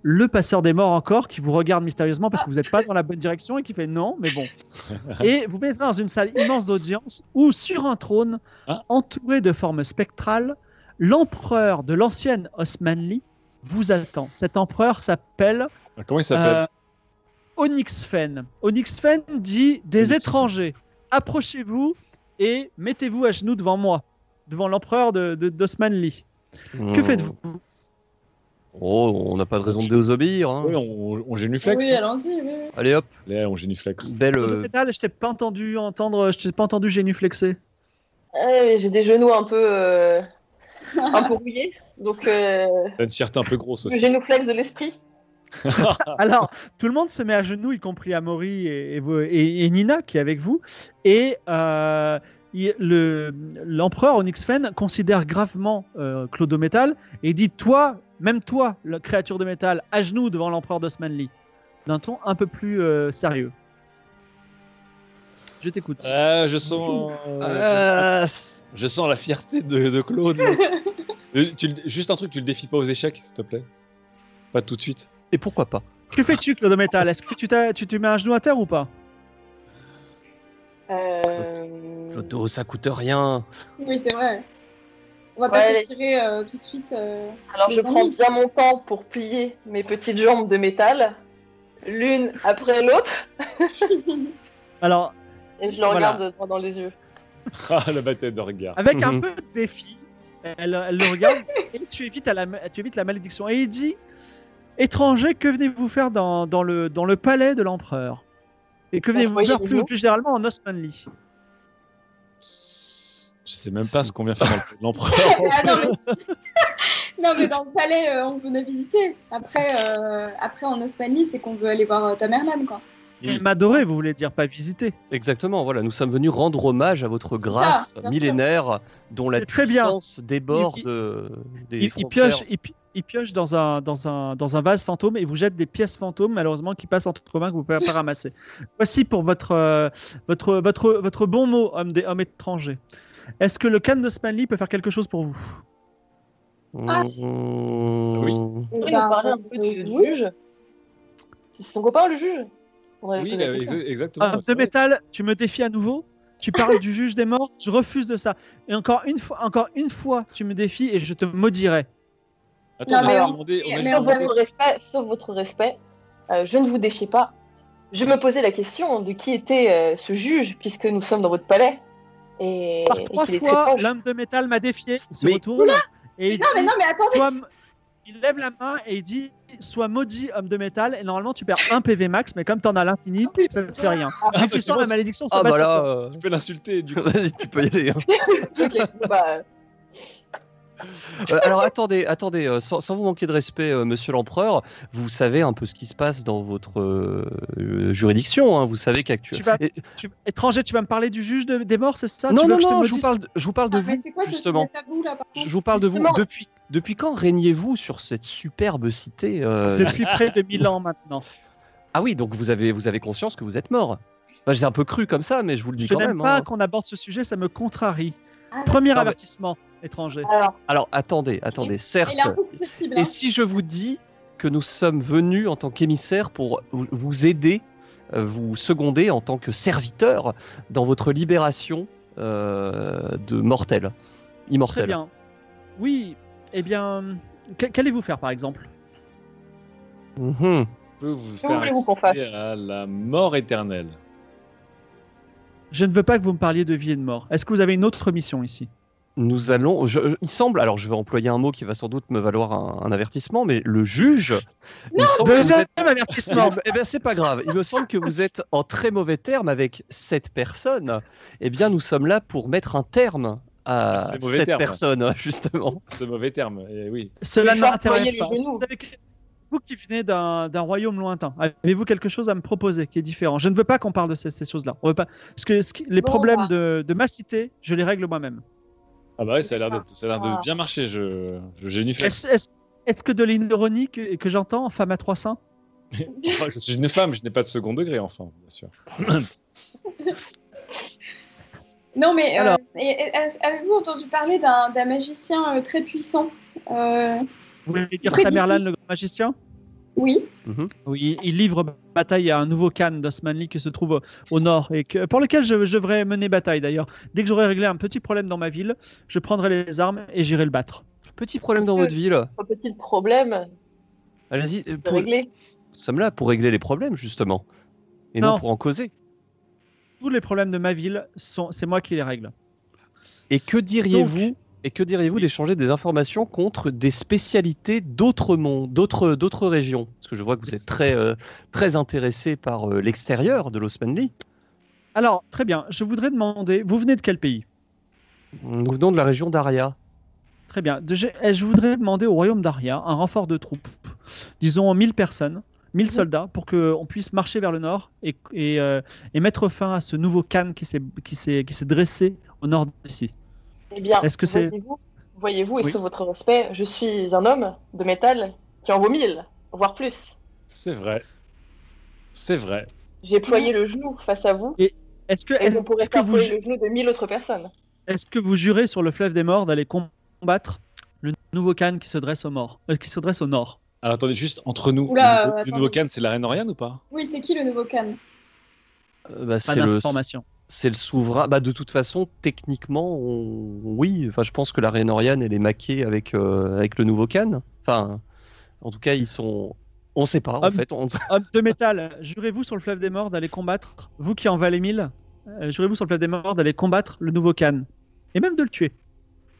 S1: le passeur des morts encore qui vous regarde mystérieusement parce que vous n'êtes pas dans la bonne direction et qui fait non, mais bon. Et vous mettez dans une salle immense d'audience où, sur un trône,
S4: Ah.
S1: entouré de formes spectrales, l'empereur de l'ancienne Osmanli vous attend. Cet empereur s'appelle
S4: Ah, Comment il s'appelle
S1: euh, Onyxphen. Onyxphen dit des
S4: Onyxphen.
S1: étrangers, approchez-vous et mettez-vous à genoux devant moi, devant l'empereur de- de- d'Osmanli. Que
S2: Hmm.
S1: faites-vous
S2: Oh, on n'a pas de raison de désobéir. hein.
S4: Ouais, on, on génuflexe.
S3: oui,
S4: non
S3: allons-y. Oui, oui.
S2: Allez hop,
S4: Allez, on génuflexe.
S2: belle.
S1: Claude
S2: euh,
S1: Pétale, je t'ai pas entendu entendre, je t'ai pas entendu génuflexer.
S5: Euh, J'ai des genoux un peu, euh, un peu rouillés, donc euh,
S4: T'as une fierté un peu grosse
S5: le
S4: aussi.
S5: génouflex de l'esprit.
S1: Alors, tout le monde se met à genoux, y compris Amaury et, et vous- et- et Nina qui est avec vous. Et euh, il- le- l'empereur Onyxphen considère gravement euh, Claude de Métal et dit Toi, même toi, la créature de métal, à genoux devant l'empereur d'Osmanli. D'un ton un peu plus euh, sérieux. Je t'écoute.
S4: Ah, je sens,
S2: euh, c'est-
S4: je sens la fierté de, de Claude. là. Euh, tu le- juste un truc, tu le défies pas aux échecs, s'il te plaît. Pas tout de suite.
S2: Et pourquoi pas
S1: Que fais-tu, Claude de Métal Est-ce que tu, t'as- tu te mets à genoux à terre ou pas
S5: Euh,
S2: cadeau, ça coûte rien.
S3: Oui, c'est vrai. On va
S5: Ouais,
S3: pas
S5: les-
S3: se tirer euh, tout de suite. euh,
S5: Alors je
S3: Les
S5: prends
S3: amis.
S5: bien mon temps pour plier mes petites jambes de métal, l'une après l'autre,
S1: Alors,
S5: et je le
S1: Voilà.
S5: regarde droit dans les yeux.
S4: Ah, la bataille de regard.
S1: avec un
S2: Mhm.
S1: peu de défi, elle, elle le regarde et tu évites, à la, ma- tu évites la malédiction. Et il dit Étranger, que venez-vous faire dans, dans le, dans le palais de l'empereur Et que venez-vous
S5: voyez
S1: faire
S5: les
S1: plus,
S5: gens
S1: plus généralement en Osmanli
S4: Je sais même pas ce qu'on vient faire dans le palais de l'empereur.
S3: Ah non, mais... non, mais dans le palais, euh, on venait visiter. Après, euh, après en Osmanie, c'est qu'on veut aller voir euh, Tamerlan, quoi.
S1: Il m'adorait, vous voulez dire, pas visiter.
S2: Exactement, voilà, nous sommes venus rendre hommage à votre
S3: C'est
S2: grâce
S3: ça, bien
S2: millénaire dont la
S1: C'est très bien.
S2: puissance déborde
S1: Il- il-
S2: euh, des
S1: Il, il
S2: frontières.
S1: pioche, il, pi- il pioche dans, un, dans, un, dans un vase fantôme et vous jette des pièces fantômes, malheureusement, qui passent entre vos mains que vous ne pouvez pas ramasser. Voici pour votre, euh, votre, votre, votre bon mot, homme, des, homme étranger. Est-ce que le Khan d'Osmanli peut faire quelque chose pour vous
S3: Ah.
S2: Mmh.
S5: On
S3: Oui,
S5: peut
S3: bah,
S5: parler un peu du
S3: oui.
S5: juge. C'est son copain le juge On va lui
S4: Oui,
S5: poser la
S4: euh,
S5: question.
S4: exa- exactement.
S1: Homme
S4: c'est
S1: Ah, de
S4: vrai.
S1: métal, tu me défies à nouveau Tu parles du juge des morts Je refuse de ça. Et encore une fois, encore une fois tu me défies et je te maudirai.
S4: Attends,
S5: Non,
S4: on a
S5: mais
S4: juste
S5: on-
S4: demandé. On a
S3: mais
S4: juste
S5: Sauf
S3: on va
S4: demandé
S5: votre
S4: si-
S5: respect, sauf votre respect, euh, je ne vous défie pas. Je me posais la question de qui était euh, ce juge, puisque nous sommes dans votre palais. Et,
S1: Par
S5: Oh. et
S1: trois
S5: qu'il est très
S1: fois,
S5: proche.
S1: l'homme de métal m'a défié. Il se
S2: Mais-
S1: retourne et il
S3: Non, mais
S1: dit-
S3: non, mais attendez.
S1: Sois- il lève la main et il dit Sois maudit, homme de métal. Et normalement, tu perds un PV max, mais comme t'en as l'infini, ça ne te fait rien.
S4: Ah,
S1: Vu que tu sens la malédiction, ça
S2: Ah
S1: va
S2: bah
S1: de
S2: là,
S1: soi.
S2: euh,
S4: Tu peux l'insulter, du coup.
S2: vas-y, tu peux y aller. hein.
S5: Ok, bon, bah, euh,
S2: Euh, Alors attendez, attendez, euh, sans, sans vous manquer de respect, euh, monsieur l'empereur, vous savez un peu ce qui se passe dans votre euh, euh, juridiction. hein. Vous savez
S1: Tu
S2: qu'actuellement.
S1: vas- Tu- étranger, tu vas me parler du juge de- des morts, c'est ça
S2: Non,
S1: tu veux
S2: non,
S1: que je,
S2: non,
S1: te
S2: je vous
S1: maudisse
S2: parle, de- je vous parle de
S3: Ah,
S2: vous,
S3: mais c'est quoi ce
S2: justement.
S3: sujet tabou, là, par
S2: Je
S3: contre
S2: vous parle de vous.
S5: Justement.
S2: Depuis, depuis quand régnez-vous sur cette superbe cité euh,
S1: Depuis près de 1000 ans maintenant.
S2: Ah oui, donc vous avez, vous avez conscience que vous êtes mort. Enfin, J'ai un peu cru comme ça, mais je vous le dis
S1: Je
S2: quand
S1: n'aime
S2: même.
S1: pas
S2: hein.
S1: qu'on aborde ce sujet, ça me contrarie.
S3: Ah,
S1: Premier
S2: non, mais-
S1: avertissement, étranger.
S5: alors,
S2: Alors attendez, attendez, certes.
S3: Il est un peu susceptible.
S2: Et
S3: hein.
S2: si je vous dis que nous sommes venus en tant qu'émissaires pour vous aider, euh, vous seconder en tant que serviteurs dans votre libération euh, de mortels,
S1: Très
S2: immortels.
S1: bien. Oui, eh bien, que- qu'allez-vous faire par exemple
S2: Mhm.
S4: Je peux vous
S5: Que
S4: faire
S5: voulez-vous qu'on
S4: accéder à la mort éternelle.
S1: Je ne veux pas que vous me parliez de vie et de mort. Est-ce que vous avez une autre mission ici
S2: Nous allons, je- il semble, alors je vais employer un mot qui va sans doute me valoir un, un avertissement, mais le juge. il me semble que vous
S1: Deuxième
S2: êtes-
S1: avertissement
S2: Eh bien, c'est pas grave. Il me semble que vous êtes en très mauvais terme avec cette personne. Eh bien, nous sommes là pour mettre un terme à
S4: À ces mauvais
S2: cette
S4: termes.
S2: personne, justement.
S4: Ce mauvais terme, eh oui.
S1: Cela ne
S5: Il faut employer
S1: m'intéresse
S5: les
S1: pas.
S5: genoux.
S1: Vous savez que- Vous qui venez d'un d'un royaume lointain, avez-vous quelque chose à me proposer qui est différent Je ne veux pas qu'on parle de ces, ces choses-là. On veut pas parce que ce qui- les
S3: Bon,
S1: problèmes
S3: bah.
S1: de, de ma cité, je les règle moi-même.
S4: Ah bah ouais, ça a l'air de, ça a l'air de
S5: Ah.
S4: bien marcher, je, je génuflexe.
S1: Est-ce est-ce- est-ce que de l'ironie que, que j'entends, femme à trois seins
S4: Enfin, je suis une femme, je n'ai pas de second degré, enfin, bien sûr.
S3: Non, mais euh,
S1: Alors.
S3: et- et- est- avez-vous entendu parler d'un d'un magicien euh, très puissant euh,
S1: Vous voulez dire
S3: Près
S1: Tamerlan,
S3: d'ici.
S1: le grand magicien
S3: Oui.
S1: Oui, il livre bataille à un nouveau Khan d'Osmanli qui se trouve au, au nord et que, pour lequel je, je devrais mener bataille d'ailleurs. Dès que j'aurai réglé un petit problème dans ma ville, je prendrai les armes et j'irai le battre.
S2: Petit problème dans votre ville.
S5: un petit problème,
S2: Allez-y. euh,
S5: c'est
S2: pour- Nous
S5: réglé.
S2: sommes là pour régler les problèmes, justement. Et non,
S1: Non.
S2: pour en causer.
S1: Tous les problèmes de ma ville, sont, c'est moi qui les règle.
S2: Et que diriez-vous
S1: Donc-
S2: et que diriez-vous d'échanger des informations contre des spécialités d'autres mondes, d'autres d'autres régions Parce que je vois que vous êtes très euh, très intéressé par euh, l'extérieur de l'Osmanli.
S1: Alors, très bien, je voudrais demander, vous venez de quel pays
S2: Nous venons de la région d'Aria.
S1: Très bien. De- je, eh, je voudrais demander au royaume d'Aria un renfort de troupes, disons 1000 personnes, 1000 soldats, pour qu'on puisse marcher vers le nord et, et, euh, et mettre fin à ce nouveau Khan qui s'est- qui s'est qui s'est dressé au nord d'ici.
S5: Eh bien,
S1: Est-ce que c'est-
S5: voyez-vous, voyez-vous, et
S1: Oui.
S5: sauf votre respect, je suis un homme de métal qui en vaut mille, voire plus.
S4: C'est vrai. C'est vrai.
S5: J'ai ployé le genou face à vous,
S1: Est-ce que,
S5: et on pourrait
S1: est-ce que
S5: faire
S1: vous,
S5: ployer
S1: ju-
S5: le genou de mille autres personnes.
S1: est-ce que vous jurez sur le fleuve des morts d'aller combattre le nouveau Khan qui se dresse au, mort, euh, qui se dresse au nord
S4: Alors attendez, juste entre nous,
S3: Oula,
S4: le, nouveau-
S3: euh,
S4: le nouveau
S3: attendez.
S4: Khan, c'est la reine Oriane ou pas
S3: Oui, c'est qui le nouveau Khan
S2: Euh, bah,
S1: Pas
S2: c'est le
S1: d'information.
S2: c'est le souverain. Bah, de toute façon, techniquement, on- oui. Enfin, je pense que la Rénoriane, elle est maquée avec, euh, avec le nouveau Khan. Enfin, en tout cas, ils sont. On sait pas, en
S1: Hum.
S2: fait. On...
S1: Homme de métal, jurez-vous sur le fleuve des morts d'aller combattre, vous qui en valez mille, euh, jurez-vous sur le fleuve des morts d'aller combattre le nouveau Khan. Et même de le tuer.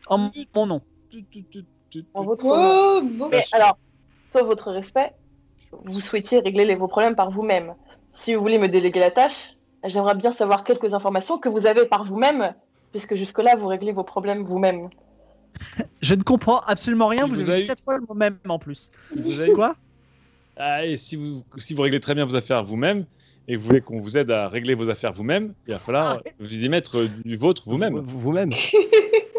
S1: En mon nom.
S4: Tu, tu, tu, tu, tu.
S5: En votre nom.
S3: Oh, bon.
S5: Mais alors, sauf votre respect, vous souhaitiez régler les- vos problèmes par vous-même. Si vous voulez me déléguer la tâche, j'aimerais bien savoir quelques informations que vous avez par vous-même, puisque jusque-là, vous réglez vos problèmes vous-même.
S1: Je ne comprends absolument rien,
S4: Il
S1: vous,
S4: vous a
S1: avez
S4: eu.
S1: dit quatre fois le mot même en plus.
S4: Vous avez-
S1: Quoi
S4: Ah, et si vous, si vous réglez très bien vos affaires vous-même et que vous voulez qu'on vous aide à régler vos affaires vous-même, il va
S3: Ah,
S4: falloir vous y mettre du vôtre vous-même.
S2: Vous-même.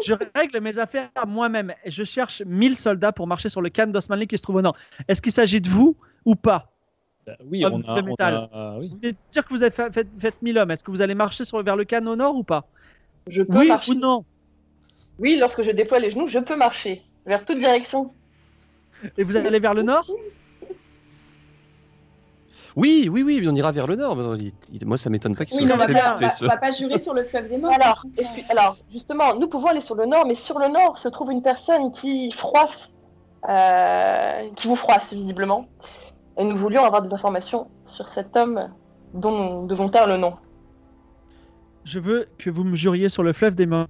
S1: Je règle mes affaires moi-même. et Je cherche 1000 soldats pour marcher sur le Khan d'Osmanli qui se trouve au nord. Est-ce qu'il s'agit de vous ou pas
S4: Bah Oui,
S1: Homme
S4: on a,
S1: de
S4: on
S1: métal.
S4: a- ah, oui.
S1: Vous venez de dire que vous avez fait, fait- faites 1000 hommes. Est-ce que vous allez marcher sur, vers le Khan au nord ou pas
S5: Je peux
S1: Oui
S5: marcher.
S1: ou non
S5: Oui, lorsque je déploie les genoux, je peux marcher vers toute direction.
S1: Et vous allez vers le nord
S2: Oui, oui, oui, on ira vers le nord. mais il- il- Moi, ça m'étonne pas qu'ils
S3: Oui,
S2: soient
S3: mais bah, on va,
S2: jetés
S3: pas, on
S2: jetés
S3: va-
S2: sur-
S3: on va pas jurer sur le fleuve des morts.
S5: Alors, et je suis- alors, justement, nous pouvons aller sur le nord, mais sur le nord se trouve une personne qui froisse, euh, qui vous froisse visiblement. Et nous voulions avoir des informations sur cet homme dont nous devons taire le nom.
S1: Je veux que vous me juriez sur le fleuve des morts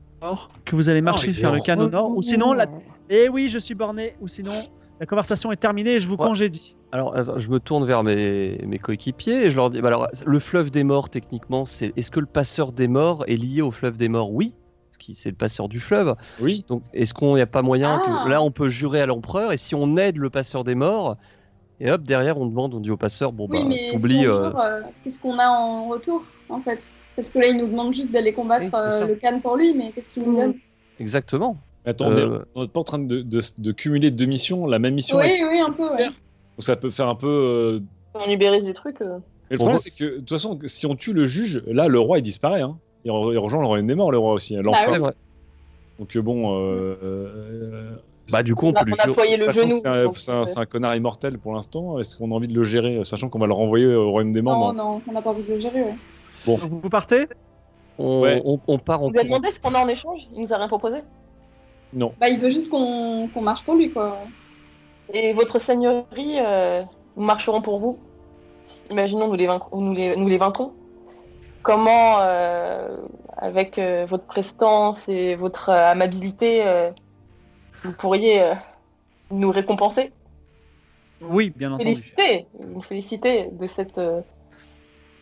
S1: que vous allez marcher
S2: Oh, il est
S1: vers le Khan au nord. Ou sinon, la... eh oui, je suis borné. Ou sinon, la conversation est terminée et je vous
S2: Ouais.
S1: congédie.
S2: Alors, attends, je me tourne vers mes, mes coéquipiers et je leur dis bah alors, le fleuve des morts, techniquement, c'est est-ce que le passeur des morts est lié au fleuve des morts Oui, parce qu'il c'est le passeur du fleuve.
S4: Oui.
S2: Donc, est-ce qu'on n'y a pas moyen
S3: Ah.
S2: que là, on peut jurer à l'empereur et si on aide le passeur des morts et hop derrière, on demande, on dit au passeur bon
S3: Oui,
S2: bah,
S3: mais
S2: t'oublies,
S3: si on
S2: euh,
S3: jure, euh, qu'est-ce qu'on a en retour, en fait Parce que là, il nous demande juste d'aller combattre
S2: Oui, c'est
S3: euh,
S2: ça.
S3: le Khan pour lui, mais qu'est-ce qu'il nous donne
S2: exactement.
S4: Mais Attends, on est-
S2: Euh,
S4: on n'est pas en train de, de- de cumuler deux missions, la même mission. est-
S3: Oui, oui, un peu, ouais.
S4: Donc ça peut faire un peu. euh,
S5: On libérise des trucs. euh.
S4: Mais le
S2: Pour
S4: problème,
S2: vous-
S4: c'est que de toute façon, si on tue le juge, là, le roi, il disparaît. hein. Il, re- il rejoint le royaume des morts, le roi aussi. hein, l'empereur.
S3: Ah oui.
S2: C'est vrai.
S4: Donc euh, bon. euh, euh,
S2: Bah du coup, on
S5: Là,
S2: peut lui
S5: on a
S2: jurer.
S5: ployé le
S4: sachant
S5: genou.
S4: que C'est un,
S5: donc,
S4: c'est un-
S5: euh,
S4: c'est un connard immortel pour l'instant. Est-ce qu'on a envie de le gérer, euh, sachant qu'on va le renvoyer au royaume des morts
S3: Non,
S4: mais-
S3: non, on n'a pas envie de le gérer, ouais.
S1: Donc, vous partez
S2: On,
S4: Ouais.
S2: on- on part en
S5: On lui a
S2: courant.
S5: demandé ce qu'on a en échange, il nous a rien proposé.
S4: non.
S3: Bah, il veut juste qu'on qu'on marche pour lui, quoi.
S5: Et votre seigneurie, euh, nous marcherons pour vous. Imaginons nous les, vainc- nous les, nous les vaincons. Comment, euh, avec euh, votre prestance et votre euh, amabilité, euh, vous pourriez euh, nous récompenser
S1: Oui, bien entendu.
S5: Féliciter, nous féliciter de cette. euh,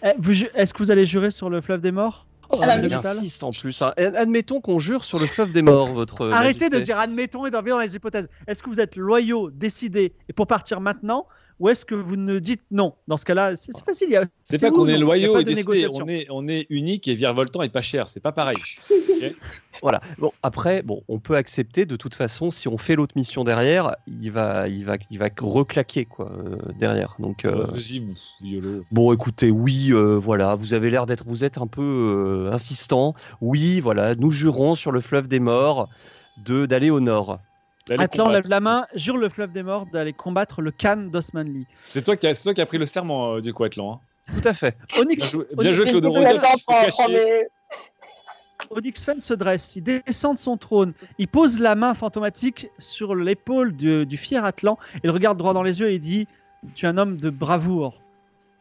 S1: Eh, vous ju- Est-ce que vous allez jurer sur le fleuve des morts
S3: À la
S1: Homme de
S2: Il
S3: maison.
S1: métal
S2: insiste en plus. hein. Admettons qu'on jure sur le fleuve des morts, votre. euh,
S1: Arrêtez de
S2: majesté.
S1: dire admettons et d'en venir dans les hypothèses. Est-ce que vous êtes loyaux, décidés et pour partir maintenant ou est-ce que vous ne dites non Dans ce cas-là, c'est c'est facile. il y a-
S4: C'est pas
S1: oui
S4: qu'on
S1: ou non, il
S4: est
S1: y a
S4: loyaux
S1: pas
S4: et
S1: de
S4: décidé,
S1: négociation.
S4: on est, on est unique et virevoltant et pas cher, c'est pas pareil.
S2: Voilà. Bon, après, bon, on peut accepter. De toute façon, si on fait l'autre mission derrière, il va, il va, il va reclaquer quoi euh, derrière. Donc, euh,
S4: Vas-y, pff, YOLO.
S2: bon, écoutez, oui, euh, voilà, vous avez l'air d'être, vous êtes un peu euh, insistant. Oui, voilà, nous jurons sur le fleuve des morts de d'aller au nord.
S4: Allez,
S1: Atlan
S4: combattre.
S1: lève la main, jure le fleuve des morts d'aller combattre le Khan d'Osmanli.
S4: C'est toi, qui as- c'est toi qui as pris le serment euh, du coup, Atlan. hein.
S2: Tout à fait.
S4: Bien
S1: Onyx,
S4: joué, bien joué
S1: Onyx-
S4: Claude
S5: Attends,
S4: Rodin, qui s'est
S5: prends- prends
S4: caché.
S5: mes-
S1: Onyxfen se dresse, il descend de son trône, il pose la main fantomatique sur l'épaule de- du fier Atlan, et le regarde droit dans les yeux et dit Tu es un homme de bravoure.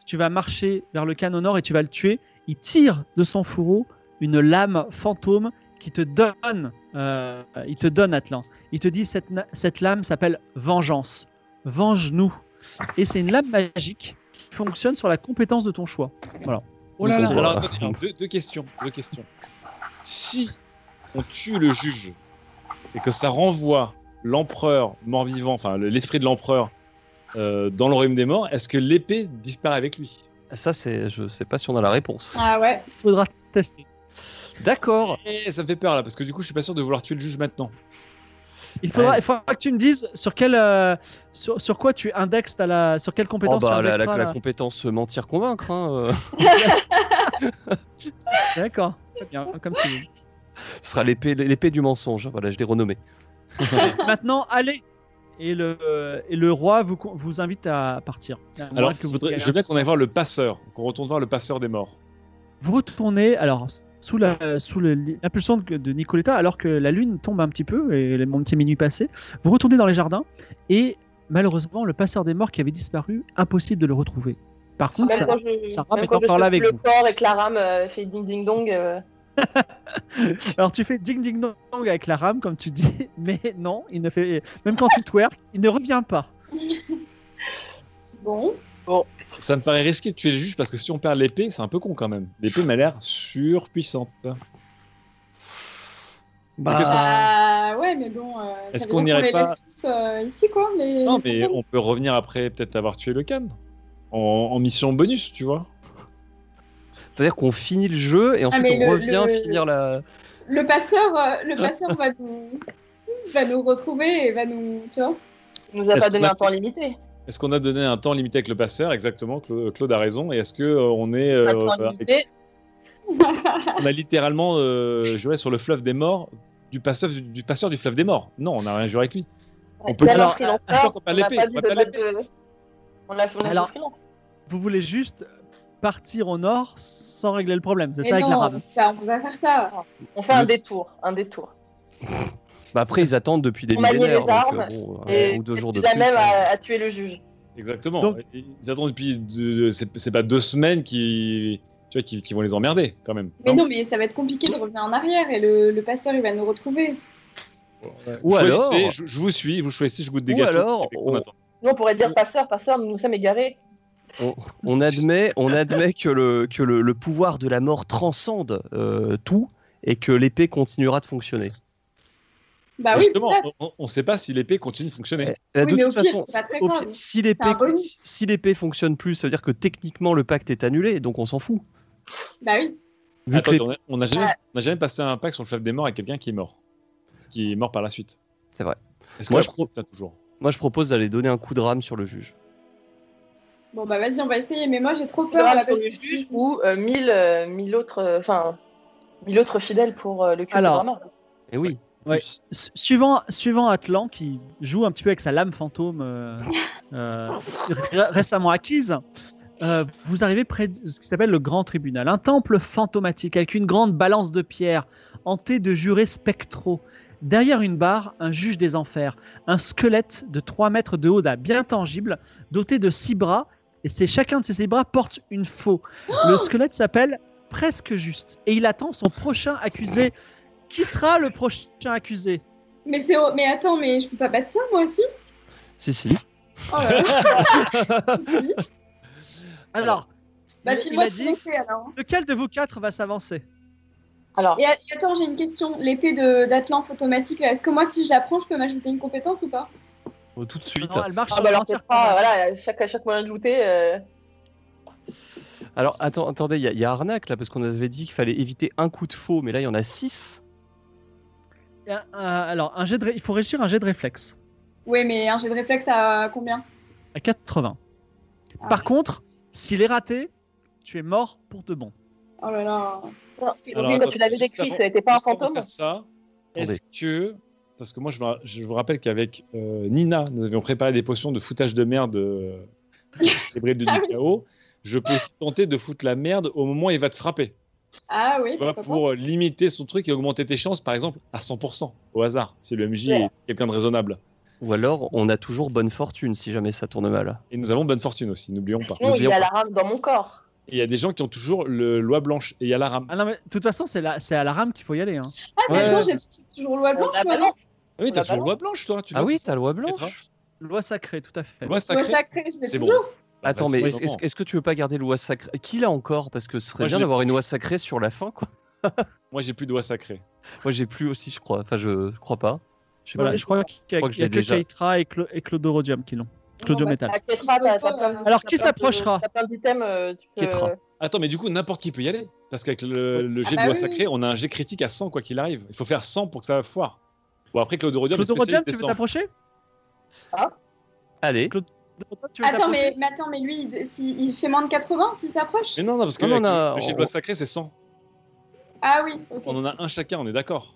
S1: Tu vas marcher vers le Khan au nord et tu vas le tuer. Il tire de son fourreau une lame fantôme qui te donne, euh, il te donne Atlan. Il te dit Cette, na- cette lame s'appelle Vengeance. Venge-nous. Et c'est une lame magique qui fonctionne sur la compétence de ton choix. Voilà.
S4: Oh là là.
S2: Donc,
S4: Alors
S2: voilà.
S4: attendez, alors, deux, deux questions, deux questions. Si on tue le juge et que ça renvoie l'empereur mort-vivant, enfin le- l'esprit de l'empereur euh, dans le royaume des morts, est-ce que l'épée disparaît avec lui
S2: Ça, c'est, je sais pas si on a la réponse.
S3: Ah ouais.
S1: Il faudra tester.
S2: D'accord.
S4: Eh, Ça me fait peur là, parce que du coup je suis pas sûr de vouloir tuer le juge maintenant.
S1: Il faudra,
S2: Ouais.
S1: il faudra que tu me dises sur quel, euh, sur, sur quoi tu indexes ta la, sur quelle
S2: Oh,
S1: compétence
S2: bah,
S1: tu
S2: la, la-
S1: indexeras,
S2: la
S1: là.
S2: compétence euh, mentir convaincre. hein, euh,
S1: D'accord. Très bien, comme tu veux.
S2: ce sera l'épée, l'épée du mensonge. Voilà, je l'ai renommée.
S1: Maintenant, allez. Et le, et le roi vous, con- vous invite à partir. À moins
S4: Alors
S1: que
S4: je
S1: vous
S4: voudrais-
S1: ayez
S4: je veux bien
S1: un-
S4: qu'on aille voir le passeur, qu'on retourne voir le passeur des morts.
S1: Vous retournez. Alors, sous la sous le- l'impulsion de, de Nicoletta, alors que la lune tombe un petit peu et le- mon petit minuit passé, vous retournez dans les jardins et malheureusement le passeur des morts qui avait disparu, impossible de le retrouver. Par contre,
S5: Même
S1: ça,
S5: quand je-
S1: Sarah
S5: même
S1: est
S5: quand je
S1: encore là
S5: souffle
S1: avec
S5: le
S1: vous.
S5: corps et que la rame euh, fait ding ding dong. euh,
S1: alors tu fais ding ding dong avec la rame comme tu dis, mais non, il ne fait même quand tu twerk, il ne revient pas.
S3: Bon.
S4: Ça me paraît risqué de tuer le juge parce que si on perd l'épée, c'est un peu con quand même. L'épée m'a l'air surpuissante.
S2: Bah,
S4: qu'est-ce qu'on-
S3: Bah, ouais, mais bon. euh,
S4: Est-ce
S3: ça veut
S4: qu'on
S3: dire
S4: irait
S3: les
S4: pas-
S3: laisse tous euh, ici, quoi les-
S4: Non,
S3: les
S4: mais on peut revenir après peut-être avoir tué le can. En, en mission bonus, tu vois.
S2: c'est-à-dire qu'on finit le jeu et ensuite
S3: Ah, mais
S2: on
S3: le-
S2: revient
S3: le-
S2: finir la.
S3: Le passeur, euh, le passeur va nous va nous retrouver et va nous, tu vois.
S5: Il nous a
S4: Est-ce
S5: pas
S4: qu'on
S5: donné
S4: a
S5: un temps limité.
S4: Est-ce qu'on a donné un temps limité avec le passeur Exactement, Cla- Claude a raison. Et est-ce que euh, on est,
S5: Pas
S4: euh,
S5: de
S1: bah,
S5: temps
S4: avec-
S5: limité.
S4: on a littéralement euh, joué sur le fleuve des morts du passeur du, du passeur du fleuve des morts Non, on n'a rien joué avec lui. on peut
S5: Il y a
S4: dire-
S5: un freelancer,
S4: alors qu'on
S5: on
S4: parle
S5: euh, n'a
S4: l'épée, on
S5: pas dit
S4: va
S5: de
S4: pas
S5: date de- on l'a fait on a fait
S1: Alors-
S5: freelance.
S1: Vous voulez juste partir au nord sans régler le problème, c'est
S3: Mais
S1: ça avec la
S3: non,
S1: rame.
S3: ça, on peut pas faire ça.
S5: On fait un
S2: Le-
S5: détour, un détour.
S2: Bah, après, ils attendent depuis des
S5: On maniait
S2: millénaires.
S5: les
S2: donc,
S5: armes,
S2: euh, bon, un
S5: Et
S2: ou deux
S5: c'est
S2: jours de
S5: la
S2: plus.
S5: même
S2: euh,
S5: à, à tuer le juge.
S4: Exactement.
S1: Donc-
S4: Ils attendent depuis. deux- C'est c'est pas deux semaines qui. Tu vois, qui, qui vont les emmerder quand même.
S3: Mais non, mais ça va être compliqué de revenir en arrière et le, le passeur il va nous retrouver.
S2: Ou alors,
S4: Choisissez, je, je vous suis, vous choisissez, je goûte des
S2: Ou
S4: gâteaux.
S2: alors,
S4: Et puis, on
S2: on-
S4: attend.
S5: Nous, on pourrait dire passeur, passeur, nous nous sommes égarés.
S3: euh,
S2: on admet, on admet que, le, que le, le pouvoir de la mort transcende euh, tout et que l'épée continuera de fonctionner.
S3: Bah oui, c'est
S4: Justement,
S3: ça.
S4: on- on ne sait pas si l'épée continue de
S2: Euh,
S4: fonctionner.
S3: Oui,
S2: de
S3: mais
S2: toute
S3: au pire,
S2: façon,
S3: c'est pas très
S2: au
S3: grave.
S2: pire, si
S3: C'est
S2: l'épée
S3: un bonus.
S2: si, si l'épée fonctionne plus, ça veut dire que techniquement le pacte est annulé, donc on s'en fout.
S3: Bah oui.
S2: Vu
S4: Attends,
S2: que l'épée-
S4: on a- on n'a jamais,
S5: Ouais.
S4: on n'a jamais passé un pacte sur le fleuve des morts à quelqu'un qui est mort, qui est mort par la suite.
S2: C'est vrai.
S4: Est-ce que
S2: Moi,
S4: moi,
S2: je
S4: je trouve ça toujours
S2: Moi, je propose d'aller donner un coup de rame sur le juge.
S3: Bon bah vas-y, on va essayer. Mais moi j'ai trop peur.
S5: Faudra
S3: là,
S5: pour
S3: parce
S5: le
S3: que
S5: juge
S3: si-
S5: ou euh, mille, euh, mille autres, euh, enfin, mille autres fidèles pour euh, le culte
S1: Alors,
S5: de la mort.
S2: Et Eh oui.
S1: Ouais.
S2: plus.
S1: Su- Suivant, suivant Atlan qui joue un petit peu avec sa lame fantôme euh, euh, ré- récemment acquise, euh, vous arrivez près de ce qui s'appelle le grand tribunal, un temple fantomatique avec une grande balance de pierre hanté de jurés spectraux. Derrière une barre, un juge des enfers, un squelette de 3 mètres de haut, d'un bien tangible, doté de 6 bras, et c'est chacun de ces six bras porte une faux. Le squelette s'appelle Presque Juste, et il attend son prochain accusé. Qui sera le prochain accusé
S3: Mais c'est mais attends, mais je peux pas battre ça moi aussi.
S2: Si, si.
S3: Oh là là. Si.
S1: Alors,
S3: Bah
S1: il, il
S3: file-moi
S1: a
S3: ton
S1: dit
S3: épée alors.
S1: lequel de vous quatre va s'avancer
S5: Alors,
S3: Et, a- et attends, j'ai une question. L'épée de d'Atlan automatique. Est-ce que moi si je la prends, je peux m'ajouter une compétence ou pas
S2: Oh, Tout de suite.
S1: Non, Elle marche
S5: ah,
S1: sur
S5: bah,
S1: le
S5: alors,
S1: mentir.
S5: peut-être pas, voilà, chaque, chaque moyen de looter. euh,
S2: Alors, attends, attendez, il y, a- il y a arnaque là, parce qu'on avait dit qu'il fallait éviter un coup de faux, mais là, il y en a six.
S1: Et un- un- alors, un jet de ré- il faut réussir un jet de réflexe
S3: Oui, mais un jet de réflexe à combien
S1: à 80. Par contre, s'il est raté, tu es mort pour de bon.
S3: Oh là là.
S5: non,
S3: C'est
S4: Alors,
S5: oui,
S4: attends,
S5: quand tu l'avais
S4: juste
S5: décrit,
S4: avant-
S5: ça n'était pas un
S4: Juste avant de
S5: fantôme.
S4: faire ça,
S2: Attendez.
S4: est-ce que. Parce que moi, je, me- je vous rappelle qu'avec euh, Nina, nous avions préparé des potions de foutage de merde euh, pour célébrer le dieu
S3: Ah
S4: du
S3: oui.
S4: chaos. Je peux aussi tenter de foutre la merde au moment où il va te frapper.
S3: Ah oui.
S4: Tu vois,
S3: pourquoi pas.
S4: pour euh, limiter son truc et augmenter tes chances, par exemple, à 100%, au hasard, si le MJ
S5: Ouais.
S4: est quelqu'un de raisonnable.
S2: Ou alors, on a toujours bonne fortune si jamais ça tourne mal.
S4: Et nous avons bonne fortune aussi, n'oublions pas.
S5: Sinon, il y
S2: N'oublions
S5: a la rame dans mon corps.
S4: Et il y a des gens qui ont toujours le loi blanche et il y a la rame.
S1: Ah non, mais de toute façon, c'est la- c'est à la rame qu'il faut y aller. hein.
S3: Ah mais
S4: Ouais.
S3: attends, j'ai j'ai toujours loi
S5: On
S3: blanche.
S5: la
S3: moi, non
S5: balance.
S4: Ah oui,
S5: on
S4: t'as
S5: la
S4: toujours
S5: balance.
S4: loi blanche, toi. Tu
S2: Ah
S4: vois,
S2: oui,
S4: c'est-
S2: t'as loi
S4: Petra
S2: blanche.
S1: Loi sacrée, tout à fait.
S4: loi
S3: Loi
S4: sacrée.
S3: sacrée, je l'ai
S4: C'est bon.
S3: toujours.
S4: Bah,
S2: Attends,
S4: bah,
S2: mais
S4: c'est
S2: est-ce
S4: bon.
S2: est-ce que tu veux pas garder loi sacrée Qui l'a encore Parce que ce serait
S4: Moi, je
S2: bien
S4: l'ai.
S2: d'avoir une loi sacrée sur la fin, quoi.
S4: Moi, j'ai plus de doigts sacrés.
S2: Moi, j'ai plus aussi, je crois. Enfin, je crois pas. Je sais
S1: Voilà,
S2: pas.
S1: je crois qu'il y a,
S2: crois que je
S1: il y a
S2: l'ai
S1: que
S2: déjà.
S1: Keitra et, Clo- et Clodorodium qui l'ont. Claudio
S3: Bon, bah,
S1: Métal.
S5: Ah, Ketra, t'as- t'as plein de-
S3: Alors,
S5: t'as
S1: qui
S5: plein de-
S1: s'approchera
S5: T'as plein d'items. euh, tu peux-
S2: Ketra.
S4: Attends, mais du coup, n'importe qui peut y aller. Parce qu'avec le, le jet
S3: bah
S4: de loi
S3: oui.
S4: sacrée, on a un jet critique à 100, quoi qu'il arrive. Il faut faire 100 pour que ça foire. Bon, après, Claude Rodium,
S1: Clodorodium, tu veux t'approcher
S2: Allez.
S1: Clodorodium, tu veux
S3: Attends, mais,
S1: t'approcher
S3: mais attends, mais lui, il, s'il- il fait moins de 80 s'il s'approche
S4: Mais non, non, parce que
S2: Non,
S4: avec
S2: on a-
S4: le le jet de loi sacrée, c'est 100.
S3: Ah oui, ok.
S4: On en a un chacun, on est d'accord.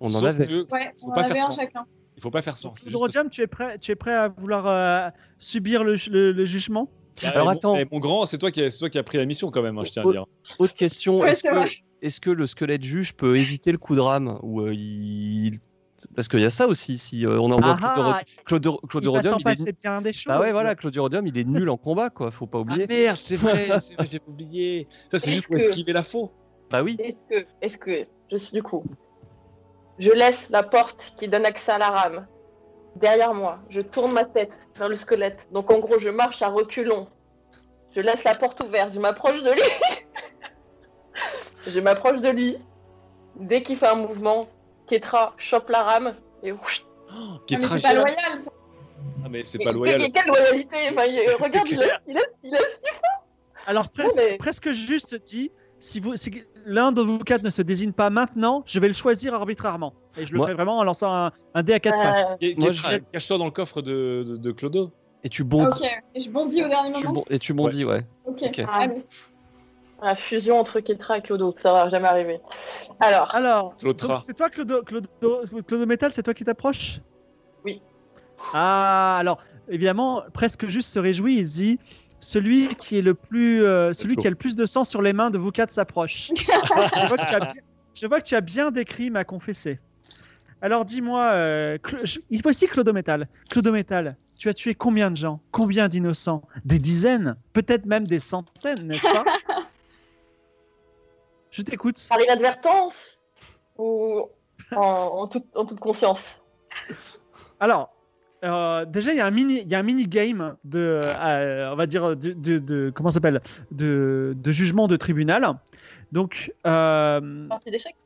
S2: On en
S4: Sauf
S2: avait.
S4: que
S3: Ouais,
S4: faut
S3: on en
S4: pas faire
S3: avait un
S4: 100.
S3: chacun.
S4: Il faut pas faire 100. c'est juste
S1: Clodorodium, tu es prêt, tu es prêt à vouloir euh, subir le ju- le- le jugement
S4: ça.
S2: Alors,
S4: Eh, mon-
S2: attends.
S4: eh, Mon grand, c'est toi, qui as- c'est toi qui as pris la mission quand même, hein, je tiens à
S2: Oh,
S4: dire.
S2: Autre question.
S3: Ouais,
S2: est-ce
S3: c'est
S2: que
S3: vrai.
S2: est-ce que le squelette juge peut éviter le coup de rame ou euh, il... Parce qu'il y a ça aussi, si euh, on
S1: Ah
S2: envoie Claude,
S1: ah,
S2: Ro- Claude, Ro- Claude
S1: il va
S2: Rodium,
S1: s'en
S2: il est...
S1: passer bien des choses.
S2: Bah ouais, voilà, Claude Rodium, il est nul en combat, quoi, faut pas
S4: Ah
S2: oublier.
S4: merde, c'est vrai, c'est vrai, j'ai oublié. Ça, c'est juste pour
S5: Est-ce que-
S4: esquiver la faux.
S2: Bah oui,
S5: Est-ce que, est-ce que, je suis du coup, je laisse la porte qui donne accès à la rame derrière moi. Je tourne ma tête vers le squelette. Donc en gros, je marche à reculons. Je laisse la porte ouverte. Je m'approche de lui. je m'approche de lui. Dès qu'il fait un mouvement, Ketra chope la rame et.
S4: hein, Qui est
S3: Ah, mais
S4: trash.
S3: c'est pas loyal, ça.
S4: Ah, mais c'est
S5: Mais-
S4: pas loyal.
S5: mais Quelle loyalité Enfin, il-
S4: C'est
S5: Regarde, il laisse,
S4: clair.
S5: il laisse, il laisse.
S1: Alors pres-
S5: Non, mais-
S1: presque juste dit, si, vous, si l'un de vous quatre ne se désigne pas maintenant, je vais le choisir arbitrairement. Et je le
S2: Moi-
S1: ferai vraiment en lançant un, un dé à quatre
S5: Euh,
S1: faces.
S4: Qui est- qui
S2: Moi,
S4: est
S2: je-
S4: trash. Cache-toi dans le coffre de, de, de Clodo.
S2: et tu
S3: Ah,
S2: bondis.
S3: Ok, et je bondis au dernier
S2: Tu
S3: moment.
S2: bon- Et tu bondis, ouais.
S3: Ok,
S2: ok.
S3: allez.
S5: Ah, fusion entre Ketra et Clodo, ça va jamais arriver. Alors,
S1: Alors,
S4: C'est l'autre
S1: donc,
S4: rat.
S1: c'est toi, Clodo, Clodo, Clodo Metal, c'est toi qui t'approches
S5: Oui.
S1: Ah, alors, évidemment, presque juste se réjouit, il dit celui qui est le plus, euh, celui
S4: go.
S1: qui a le plus de sang sur les mains de vous quatre s'approche. je, vois que tu as bien, je vois que tu as bien décrit ma confessée. Alors dis-moi, euh, Clo- je- il- voici Clodométal. Clodométal, tu as tué combien de gens Combien d'innocents Des dizaines Peut-être même des centaines, n'est-ce pas Je t'écoute.
S5: par inadvertance ou en, en toute, en toute conscience
S1: Alors, euh, déjà, il y a un mini, il y a un mini game de, euh, on va dire, de, de- de- comment ça s'appelle, de, de jugement de tribunal. Donc, euh,
S5: Partie d'échec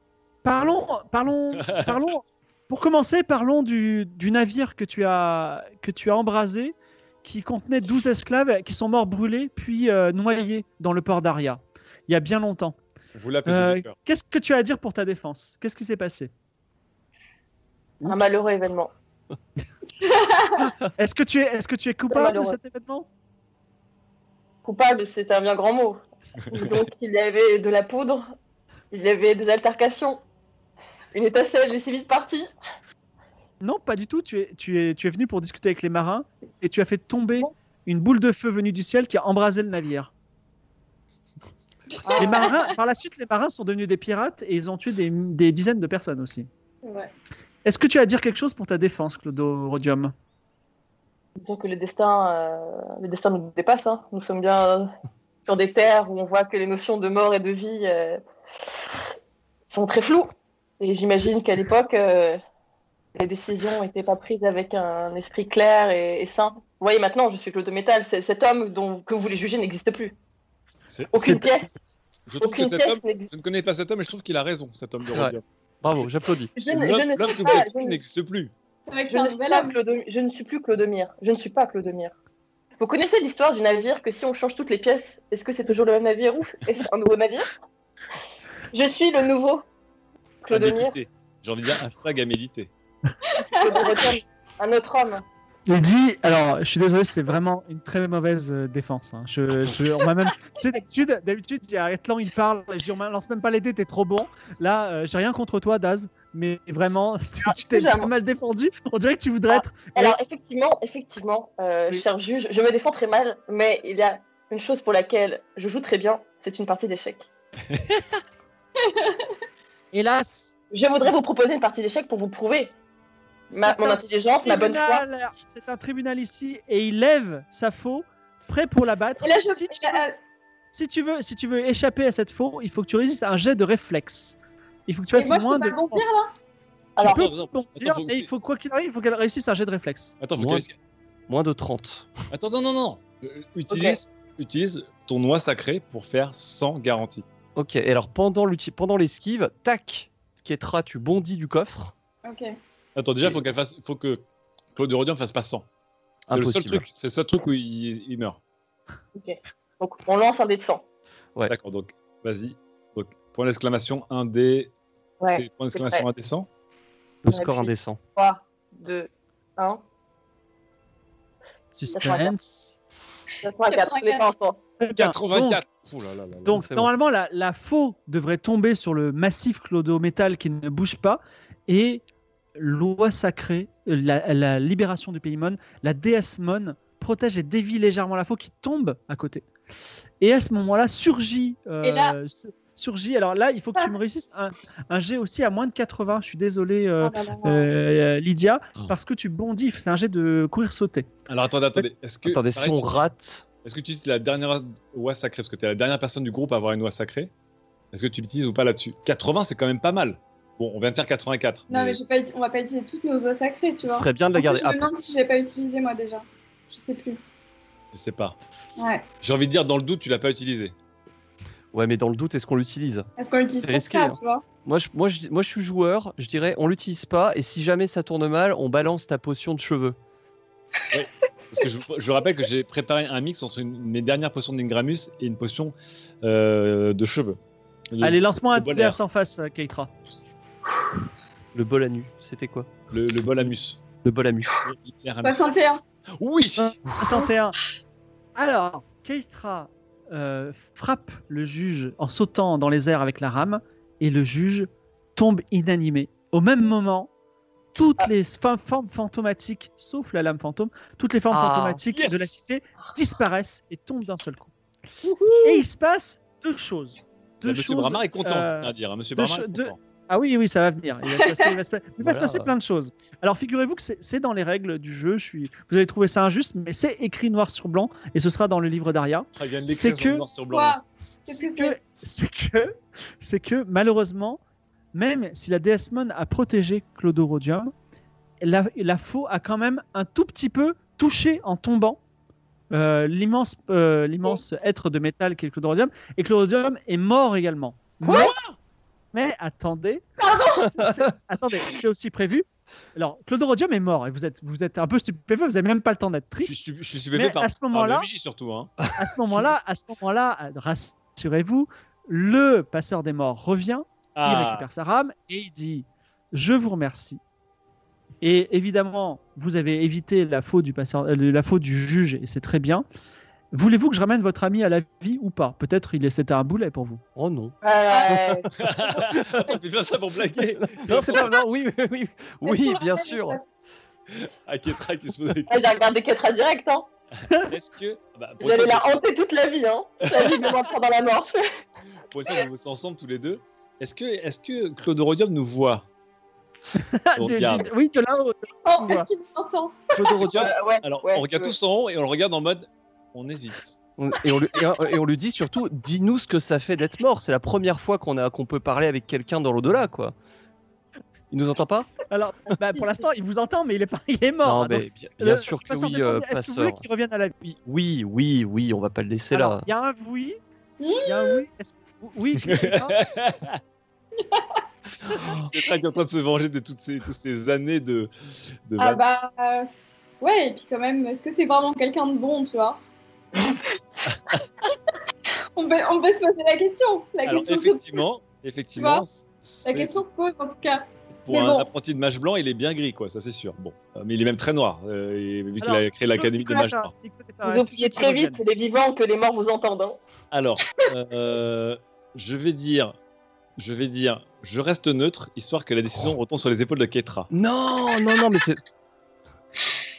S1: parlons, parlons, parlons. Pour commencer, parlons du, du navire que tu as que tu as embrasé, qui contenait 12 esclaves qui sont morts brûlés puis euh, noyés dans le port d'Aria. Il y a bien longtemps.
S4: Vous l'appelez
S1: Euh,
S4: Joker.
S1: Qu'est-ce que tu as à dire pour ta défense Qu'est-ce qui s'est passé
S5: Un malheureux événement.
S1: Est-ce que tu es, est-ce que tu es coupable de
S5: malheureux.
S1: cet événement
S5: Coupable, c'est un bien grand mot. Donc il y avait de la poudre, il y avait des altercations, une étincelle est si vite partie.
S1: Non, pas du tout. Tu es, tu, es, tu es venu pour discuter avec les marins et tu as fait tomber
S5: Bon.
S1: une boule de feu venue du ciel qui a embrasé le navire.
S5: Ah.
S1: Les marins, par la suite, les marins sont devenus des pirates et ils ont tué des, des dizaines de personnes aussi.
S3: Ouais.
S1: Est-ce que tu as à dire quelque chose pour ta défense, Clodo Rodium
S5: Disons que le destin, euh, le destin nous dépasse. hein. Nous sommes bien euh, sur des terres où on voit que les notions de mort et de vie euh, sont très floues. Et j'imagine qu'à l'époque, euh, les décisions n'étaient pas prises avec un esprit clair et, et sain. Vous voyez, maintenant, je suis Claude de Métal. c'est- Cet homme dont, que vous voulez juger n'existe plus.
S4: C'est-
S5: Aucune
S4: c'est-
S5: pièce,
S4: Je trouve que
S5: aucune
S4: cet homme,
S5: pièce n'existe.
S4: je ne connais pas cet homme, mais je trouve qu'il a raison, cet homme de
S2: Ouais.
S4: Rodium.
S2: Bravo, j'applaudis.
S5: Je, ne- je
S4: L'homme
S5: ne
S4: l'homme que
S5: suis
S4: vous
S5: pas,
S4: avez
S5: je
S4: tué
S5: ne-
S4: n'existe plus.
S3: C'est vrai que
S5: je
S3: c'est
S5: ne
S3: un
S5: suis
S3: nouvel
S5: pas
S3: homme.
S5: Clodomir- je ne suis plus Clodomir. Je ne suis pas Clodomir. Vous connaissez l'histoire du navire que si on change toutes les pièces, est-ce que c'est toujours le même navire ou est-ce un nouveau navire Je suis le nouveau
S4: À
S5: Clodomir,
S4: méditer. J'ai envie de dire hashtag à méditer.
S5: Clodomir, un autre homme.
S1: Il dit, alors je suis désolé, c'est vraiment une très mauvaise euh, défense. hein. Je, je- on m'a même, tu sais, d'habitude, d'habitude, il y a Atlan, il parle, je dis, on m'a- lance même pas les dés, t'es trop bon. Là, euh, j'ai rien contre toi, Daz, mais vraiment, tu t'es
S5: excusez-moi.
S1: mal défendu. On dirait que tu voudrais être.
S5: Alors effectivement, effectivement, euh, cher juge, je me défends très mal, mais il y a une chose pour laquelle je joue très bien, c'est une partie d'échecs.
S1: Hélas,
S5: Je voudrais vous proposer une partie d'échecs pour vous prouver ma-
S1: C'est
S5: mon
S1: un
S5: intelligence, ma bonne foi.
S1: tribunal, c'est un tribunal ici et il lève sa faux, prêt pour la battre.
S3: Et là, je... euh,
S1: si, tu
S3: et là,
S1: veux, si tu veux, si tu veux échapper à cette faux, il faut que tu résistes à un jet de réflexe. Il faut que tu
S3: Et
S1: fasses
S3: moi, je
S1: moins
S3: peux
S1: de.
S3: pas bondir,
S1: là.
S5: Alors,
S1: peux
S4: attends, attends,
S1: bondir,
S4: faut que-
S1: mais il faut quoi qu'il arrive, il faut qu'elle réussisse un jet de réflexe.
S4: Attends, faut
S2: Moi-
S4: qu'il-
S2: Moins de 30.
S4: Attends, non, non, non. Euh, Utilise, utilise ton noix sacrée pour faire sans garantie.
S2: Ok, et alors pendant l'uti- pendant l'esquive, tac, Ketra, tu bondis du coffre.
S3: euh, Ok.
S4: Attends, déjà, faut qu'elle fasse, faut que Claude Rodion fasse pas 100. C'est le seul
S2: Impossible.
S4: truc, c'est le seul truc où il, il meurt.
S5: donc on lance un dé de sang.
S2: Ouais.
S4: D'accord, donc vas-y. Donc, point d'exclamation, un dé.
S5: Ouais.
S4: c'est point d'exclamation, un dé 100.
S2: Le
S5: Ouais,
S2: score
S5: puis-
S2: indécent.
S5: 3, 2, 1.
S1: Suspense.
S5: 84, on n'est pas ensemble.
S1: Très Eh bien.
S4: 84. Ouh là là là là.
S1: Donc,
S2: C'est
S1: donc,
S2: bon.
S1: normalement, la, la faux devrait tomber sur le massif clodo métal qui ne bouge pas et loi sacrée, euh, la, la libération du pays Mon, la déesse Mon protège et dévie légèrement la faux qui tombe à côté. Et à ce moment-là surgit euh,
S3: Et là- Ah.
S1: su- surgit. Alors là, il faut que tu me réussisses un, un jet aussi à moins de 80. Je suis désolé, euh,
S3: Ah, bah, bah, bah.
S1: euh, Lydia,
S4: Ah.
S1: parce que tu bondis. C'est un jet de courir-sauter.
S4: Alors attendez, attendez. Est-ce que,
S2: Attendez, si
S4: pareil,
S2: on
S4: tu-
S2: rate.
S4: Est-ce que tu utilises la dernière oie sacrée Parce que t'es la dernière personne du groupe à avoir une oie sacrée. Est-ce que tu l'utilises ou pas là-dessus 80, c'est quand même pas mal. Bon, on vient de faire 84.
S3: Non,
S4: mais-
S3: mais j'ai pas, uti- on va pas utiliser toutes nos oies sacrées, tu
S2: Ce
S3: vois.
S2: serait bien de
S3: En
S2: la
S3: plus,
S2: garder.
S3: je
S2: Ah,
S3: me demande si je l'ai pas utilisé moi déjà. Je sais plus.
S4: Je sais pas.
S3: Ouais.
S4: J'ai envie de dire, dans le doute, tu l'as pas utilisé.
S2: ouais, mais dans le doute, est-ce qu'on l'utilise
S3: Est-ce qu'on l'utilise
S2: C'est
S3: pour
S2: risqué,
S3: ça,
S2: hein.
S3: tu vois
S2: moi je, moi, je, moi, je suis joueur. Je dirais, on l'utilise pas. Et si jamais ça tourne mal, on balance ta potion de cheveux.
S4: Parce que je, je rappelle que j'ai préparé un mix entre une- mes dernières potions d'Ingramus et une potion euh, de cheveux. Le-
S1: Allez, lance-moi un
S4: bon
S1: dé à
S4: air.
S1: 100 faces, euh, Keitra.
S2: Le bol à nu, c'était quoi
S4: Le, le bol amus.
S2: Le bol à mu.
S4: L'air amus.
S3: 61.
S4: Oui Ah,
S1: 61. Alors, Keitra euh, frappe le juge en sautant dans les airs avec la rame et le juge tombe inanimé. Au même moment, toutes les fa- formes fantomatiques, sauf la lame fantôme, toutes les formes
S2: Ah,
S1: fantomatiques
S4: yes.
S1: de la cité disparaissent et tombent d'un seul coup. Et il se passe deux choses. Deux
S4: Monsieur
S1: choses.
S4: Bramar est content,
S1: euh,
S4: c'est à dire. hein. Monsieur
S1: deux
S4: Bramar est
S1: cho- deux-
S4: content.
S1: Ah oui, oui, ça va venir. Il va se passer, il va se, pa- il va se
S2: Voilà.
S1: passer plein de choses. Alors figurez-vous que c'est- c'est dans les règles du jeu. Je suis... Vous allez trouver ça injuste, mais c'est écrit noir sur blanc et ce sera dans le livre d'Aria.
S4: Ah, il vient de
S1: c'est
S4: l'écrire
S1: que-
S4: sur noir sur blanc.
S3: Quoi
S4: là.
S1: C'est
S3: Qu'est-ce que
S1: que, c'est que, c'est que malheureusement, même si la déesse Mon a protégé Clodorodium, la, la faux a quand même un tout petit peu touché en tombant euh, l'immense, euh, l'immense être de métal qu'est Clodorodium, et Clodorodium est mort également.
S5: Quoi
S1: mais, mais attendez, C'est- c'est- attendez, c'est aussi prévu. Alors, Clodorodium est mort et vous êtes, vous êtes un peu stupéfié, vous n'avez même pas le temps d'être
S4: Je
S1: triste.
S4: suis, je suis stupéfait
S1: Mais
S4: par,
S1: à ce
S4: par
S1: moment-là-
S4: le MJ surtout. Hein.
S1: À ce moment-là, à ce moment-là, euh, rassurez-vous, le passeur des morts revient il
S4: Ah,
S1: récupère sa rame et il dit Je vous remercie. Et évidemment, vous avez évité la faute du, passeur, euh, la faute du juge et c'est très bien. Voulez-vous que je ramène votre ami à la vie ou pas Peut-être il est- c'était un boulet pour vous.
S2: Oh non.
S5: Ouais,
S4: on peut faire ça pour blaguer.
S2: Non, c'est pas. Non, oui, oui, oui. Oui,
S3: Est-ce qu'on
S2: bien
S3: rappelle
S2: sûr.
S3: les
S4: Ah, Ketra qui se pose la
S5: ouais, J'ai regardé Ketra direct, hein.
S4: question. Est-ce que. Ah bah, pour, une
S5: J'allais
S4: fois,
S5: la hanter toute la vie, hein. La vie de m'entendre dans la manche.
S4: pour une fois, vous êtes ensemble tous les deux. Est-ce que, est que Claude Rodium nous voit On
S1: De-
S4: regarde.
S1: de- oui, euh, de là-haut.
S3: Oh,
S1: Voilà.
S3: est-ce qu'il m'entend
S4: Clodorodium,
S5: Euh, ouais,
S4: alors
S5: ouais,
S4: on regarde
S5: ouais.
S4: tous en haut et on le regarde en mode on hésite.
S2: On- Et on, lui, et on- et on lui dit surtout, dis-nous ce que ça fait d'être mort. C'est la première fois qu'on a qu'on peut parler avec quelqu'un dans l'au-delà, quoi. Il nous entend pas
S1: Alors, bah, pour l'instant, il vous entend, mais il est, pas, il est mort. hein,
S2: Non, mais
S1: Donc,
S2: bi- bien
S1: le
S2: sûr que
S1: passeur
S2: oui,
S1: des morts
S2: euh,
S1: dit, Est-ce que vous
S2: passeur.
S1: voulez qu'il revienne à la vie
S2: Oui, oui, oui, oui, on va pas le laisser
S1: Alors,
S2: là.
S1: Il y a un oui. Il y a un oui. Est-ce- Oui, Christophe,
S4: Ketra qui est en train de se venger de toutes ces, toutes ces années de. de
S3: Ah
S4: vannes.
S3: bah. euh, Ouais, et puis quand même, est-ce que c'est vraiment quelqu'un de bon, tu vois on, peut, on peut se poser la question. La
S4: Alors
S3: question, se-
S4: effectivement, effectivement,
S3: la
S4: c'est-
S3: question se pose en tout cas.
S4: pour
S3: mais
S4: un
S3: bon.
S4: apprenti de mage blanc, il est bien gris, quoi, ça c'est sûr. Bon, Euh, mais il est même très noir, euh, et- vu qu'il
S1: Alors,
S4: a créé l'académie des mages
S1: Nicolas,
S4: noirs.
S1: Nicolas,
S5: Vous
S1: euh, est-ce que
S5: oubliez
S1: tu
S5: très
S1: reviennes
S5: vite les vivants que les morts vous entendent. hein.
S4: Alors, euh, je vais dire, je vais dire, je reste neutre, histoire que la décision retombe sur les épaules de Ketra.
S2: Non, non, non, mais c'est.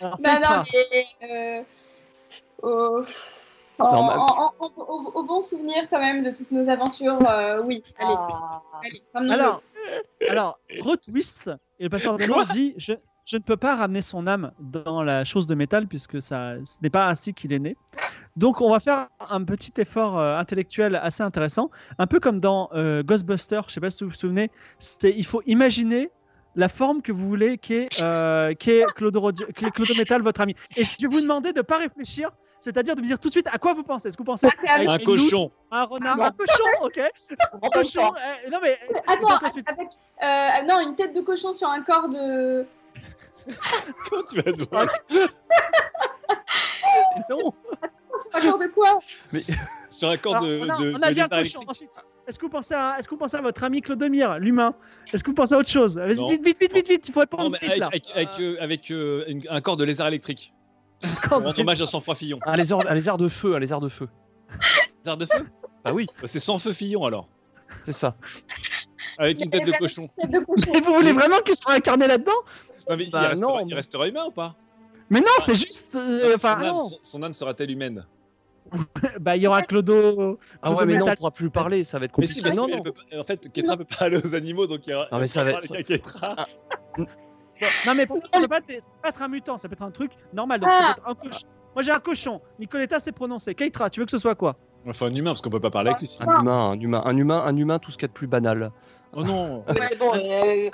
S1: Alors,
S3: Non,
S1: Petra,
S3: non, mais. euh, oh, au- en-
S2: Normal.
S3: en- en- en- au, au oh, bon souvenir quand même de toutes nos aventures, euh, oui. Allez,
S5: Ah.
S3: allez, comme nous.
S1: Alors, alors retwist, et le passeur des morts dit je, je ne peux pas ramener son âme dans la chose de métal puisque ça, ce n'est pas ainsi qu'il est né. Donc, on va faire un petit effort euh, intellectuel assez intéressant, un peu comme dans euh, Ghostbusters. Je ne sais pas si vous vous souvenez, c'était il faut imaginer la forme que vous voulez qu'est euh, qu'est Clodorodi- qu'est Clodométal, votre ami. Et je vais vous demander de ne pas réfléchir. C'est-à-dire de me dire tout de suite à quoi vous pensez. Est-ce que vous pensez
S3: Ah, c'est avec-
S1: à
S4: Un
S1: une
S4: cochon.
S1: loutre, Un renard, un cochon, ok
S5: On entend
S1: Cochon,
S5: pas.
S1: euh, non mais.
S3: Attends,
S1: donc ensuite-
S3: avec, euh, non, une tête de cochon sur un corps de.
S4: tu vas devoir-
S2: Non
S3: oh, C'est un corps de quoi
S4: sur un corps
S1: Alors,
S4: de,
S1: on a,
S4: de-
S1: on a
S4: de
S1: dit un
S4: lézard
S1: cochon.
S4: électrique.
S1: Ensuite, est-ce que vous pensez à, est-ce que vous pensez à votre ami Clodomir, l'humain Est-ce que vous pensez à autre chose Vas-y,
S4: Non.
S1: dites vite, vite, vite, vite. Il faut répondre
S4: Non, mais
S1: vite
S4: avec,
S1: là.
S4: avec- avec, euh, avec, euh, une- un corps de lézard électrique.
S1: Quand-
S4: On rend hommage à sang froid Fillon.
S2: un lézard, un lézard de feu, un lézard de feu.
S4: Lézard de feu
S2: Bah oui,
S4: Bah, C'est sans feu Fillon alors.
S2: c'est ça.
S4: Avec une tête de cochon.
S3: Tête de cochon.
S1: Mais vous voulez vraiment qu'il soit incarné là-dedans
S4: Non, mais il,
S2: Bah,
S4: restera,
S2: non,
S4: il
S2: mais-
S4: restera humain ou pas
S1: Mais non, c'est juste. euh,
S4: Son
S1: enfin,
S4: âme-
S1: non.
S4: son- son âme sera-t-elle humaine
S1: Bah, il y aura Clodo.
S2: Ah
S1: Clodo
S2: ouais, mais non, on
S1: Metal.
S2: pourra plus parler, ça va être
S4: Mais
S2: compliqué.
S4: si,
S1: Bah
S4: parce
S2: non,
S4: qu'elle
S2: non.
S4: peut pas- en fait, Ketra peut pas aller aux animaux, donc il y a.
S2: Non, mais ça va être-
S4: il y a Ketra.
S1: Non, Ah. mais pour- ça peut pas, être- ça peut pas être un mutant, ça peut être un truc normal. Donc, ça peut être un cochon. Moi, j'ai un cochon. Nicoletta s'est prononcé. Keitra, tu veux que ce soit quoi
S4: Enfin, un humain, parce qu'on peut pas parler avec lui. sinon.
S2: Un humain, un humain, un humain, un humain, tout ce qu'il y a de plus banal.
S4: Oh non
S5: Mais bon, euh,
S1: Un humain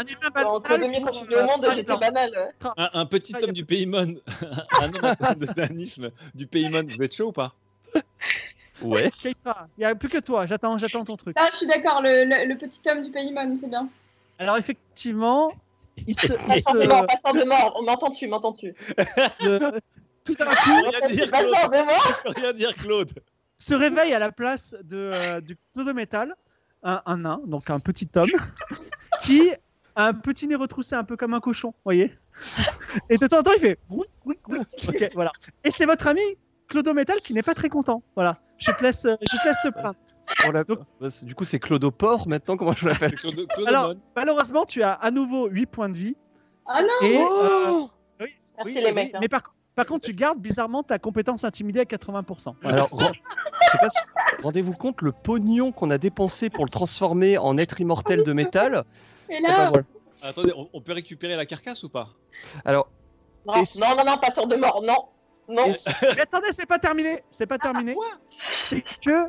S5: entre deux quand je suis venue au monde,
S1: euh,
S5: j'étais banal.
S4: un, un petit
S1: Ah, y a
S4: homme du Paymon, un homme atteint de nanisme du Paymon, vous êtes chaud ou pas
S2: Ouais.
S1: Keitra, il n'y a plus que toi. J'attends, j'attends ton truc.
S3: Ah, je suis d'accord, le, le- le petit homme du Paymon, c'est bien.
S1: Alors, effectivement, il se. il
S5: Passant de
S1: se-
S5: mort, passant de mort, on m'entend-tu, m'entends-tu
S1: le- tout d'un
S4: Je
S1: coup,
S4: peux rien dire, Claude
S5: Passant de mort
S4: Je peux rien dire, Claude
S1: se réveille à la place de, euh, du clodo métal un, un nain, donc un petit homme, qui a un petit nez retroussé un peu comme un cochon, vous voyez Et de temps en temps, il fait grouic, grouic, grouic. Ok, voilà. Et c'est votre ami Clodo Métal qui n'est pas très content. Voilà. Je te laisse, euh, je te laisse te plaindre.
S2: On l'a-
S1: Donc-
S2: bah, c'est- du coup, c'est Clodoport maintenant, comment je l'appelle
S4: Claude, Claude
S1: Alors-
S4: Aumont.
S1: Malheureusement, tu as à nouveau 8 points de vie.
S3: Ah non
S1: Et, euh,
S2: Oh
S1: oui,
S5: Merci les mecs, hein.
S1: Mais par, par contre, tu gardes bizarrement ta compétence intimidée à 80%. Voilà.
S2: Alors, ren- je sais pas si- rendez-vous compte le pognon qu'on a dépensé pour le transformer en être immortel de métal.
S3: Et
S2: Eh ben,
S3: là,
S2: voilà.
S4: Attendez, on, on peut récupérer la carcasse ou pas
S2: Alors,
S5: Non,
S2: Et si-
S5: non, non, non, passant de mort, non. Non,
S2: est-ce-
S1: Mais attendez, c'est pas terminé. C'est pas terminé. C'est que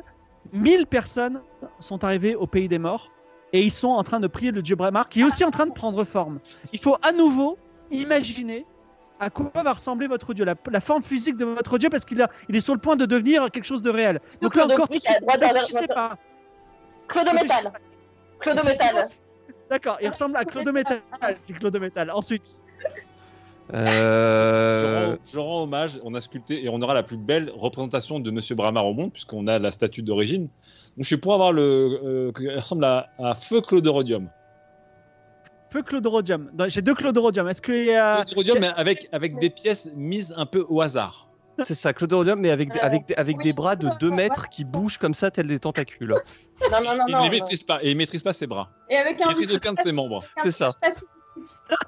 S1: 1000 personnes sont arrivées au pays des morts et ils sont en train de prier le dieu Brahmar qui est aussi en train de prendre forme. Il faut à nouveau imaginer à quoi va ressembler votre dieu, la, la forme physique de votre dieu parce qu'il a- il est sur le point de devenir quelque chose de réel. Donc là
S5: Claude
S1: encore, tout
S5: Bruit,
S1: de suite,
S5: à droite, à
S1: ne
S5: droite,
S1: réfléchissez
S5: à
S1: pas.
S5: Clodo
S1: Ne
S5: Métal,
S1: réfléchissez
S5: Clodo
S1: pas.
S5: Métal.
S1: D'accord, il ressemble à Claude Métal. C'est Claude Métal. Ensuite,
S4: je,
S2: euh,
S4: rends, je rends hommage, on a sculpté et on aura la plus belle représentation de Monsieur Bramar au monde, puisqu'on a la statue d'origine. Donc je suis pour avoir le. Euh, elle ressemble à, à Feu Claude Rhodium.
S1: feu Claude Rhodium. Non, J'ai deux Claude Rhodium. Est-ce qu'il y a.
S4: Claude Rhodium, mais avec, avec des pièces mises un peu au hasard.
S2: c'est ça, Clodorodium, mais avec, des- avec, des- avec
S3: oui.
S2: des bras de 2 mètres qui bougent comme ça, tels des tentacules.
S5: Non, non,
S1: Ah
S5: non,
S4: il
S5: non.
S4: ne maîtrise pas, et il maîtrise pas ses bras.
S3: et avec
S4: Il
S3: un
S4: maîtrise aucun de ses membres.
S2: C'est ça.
S3: pacifique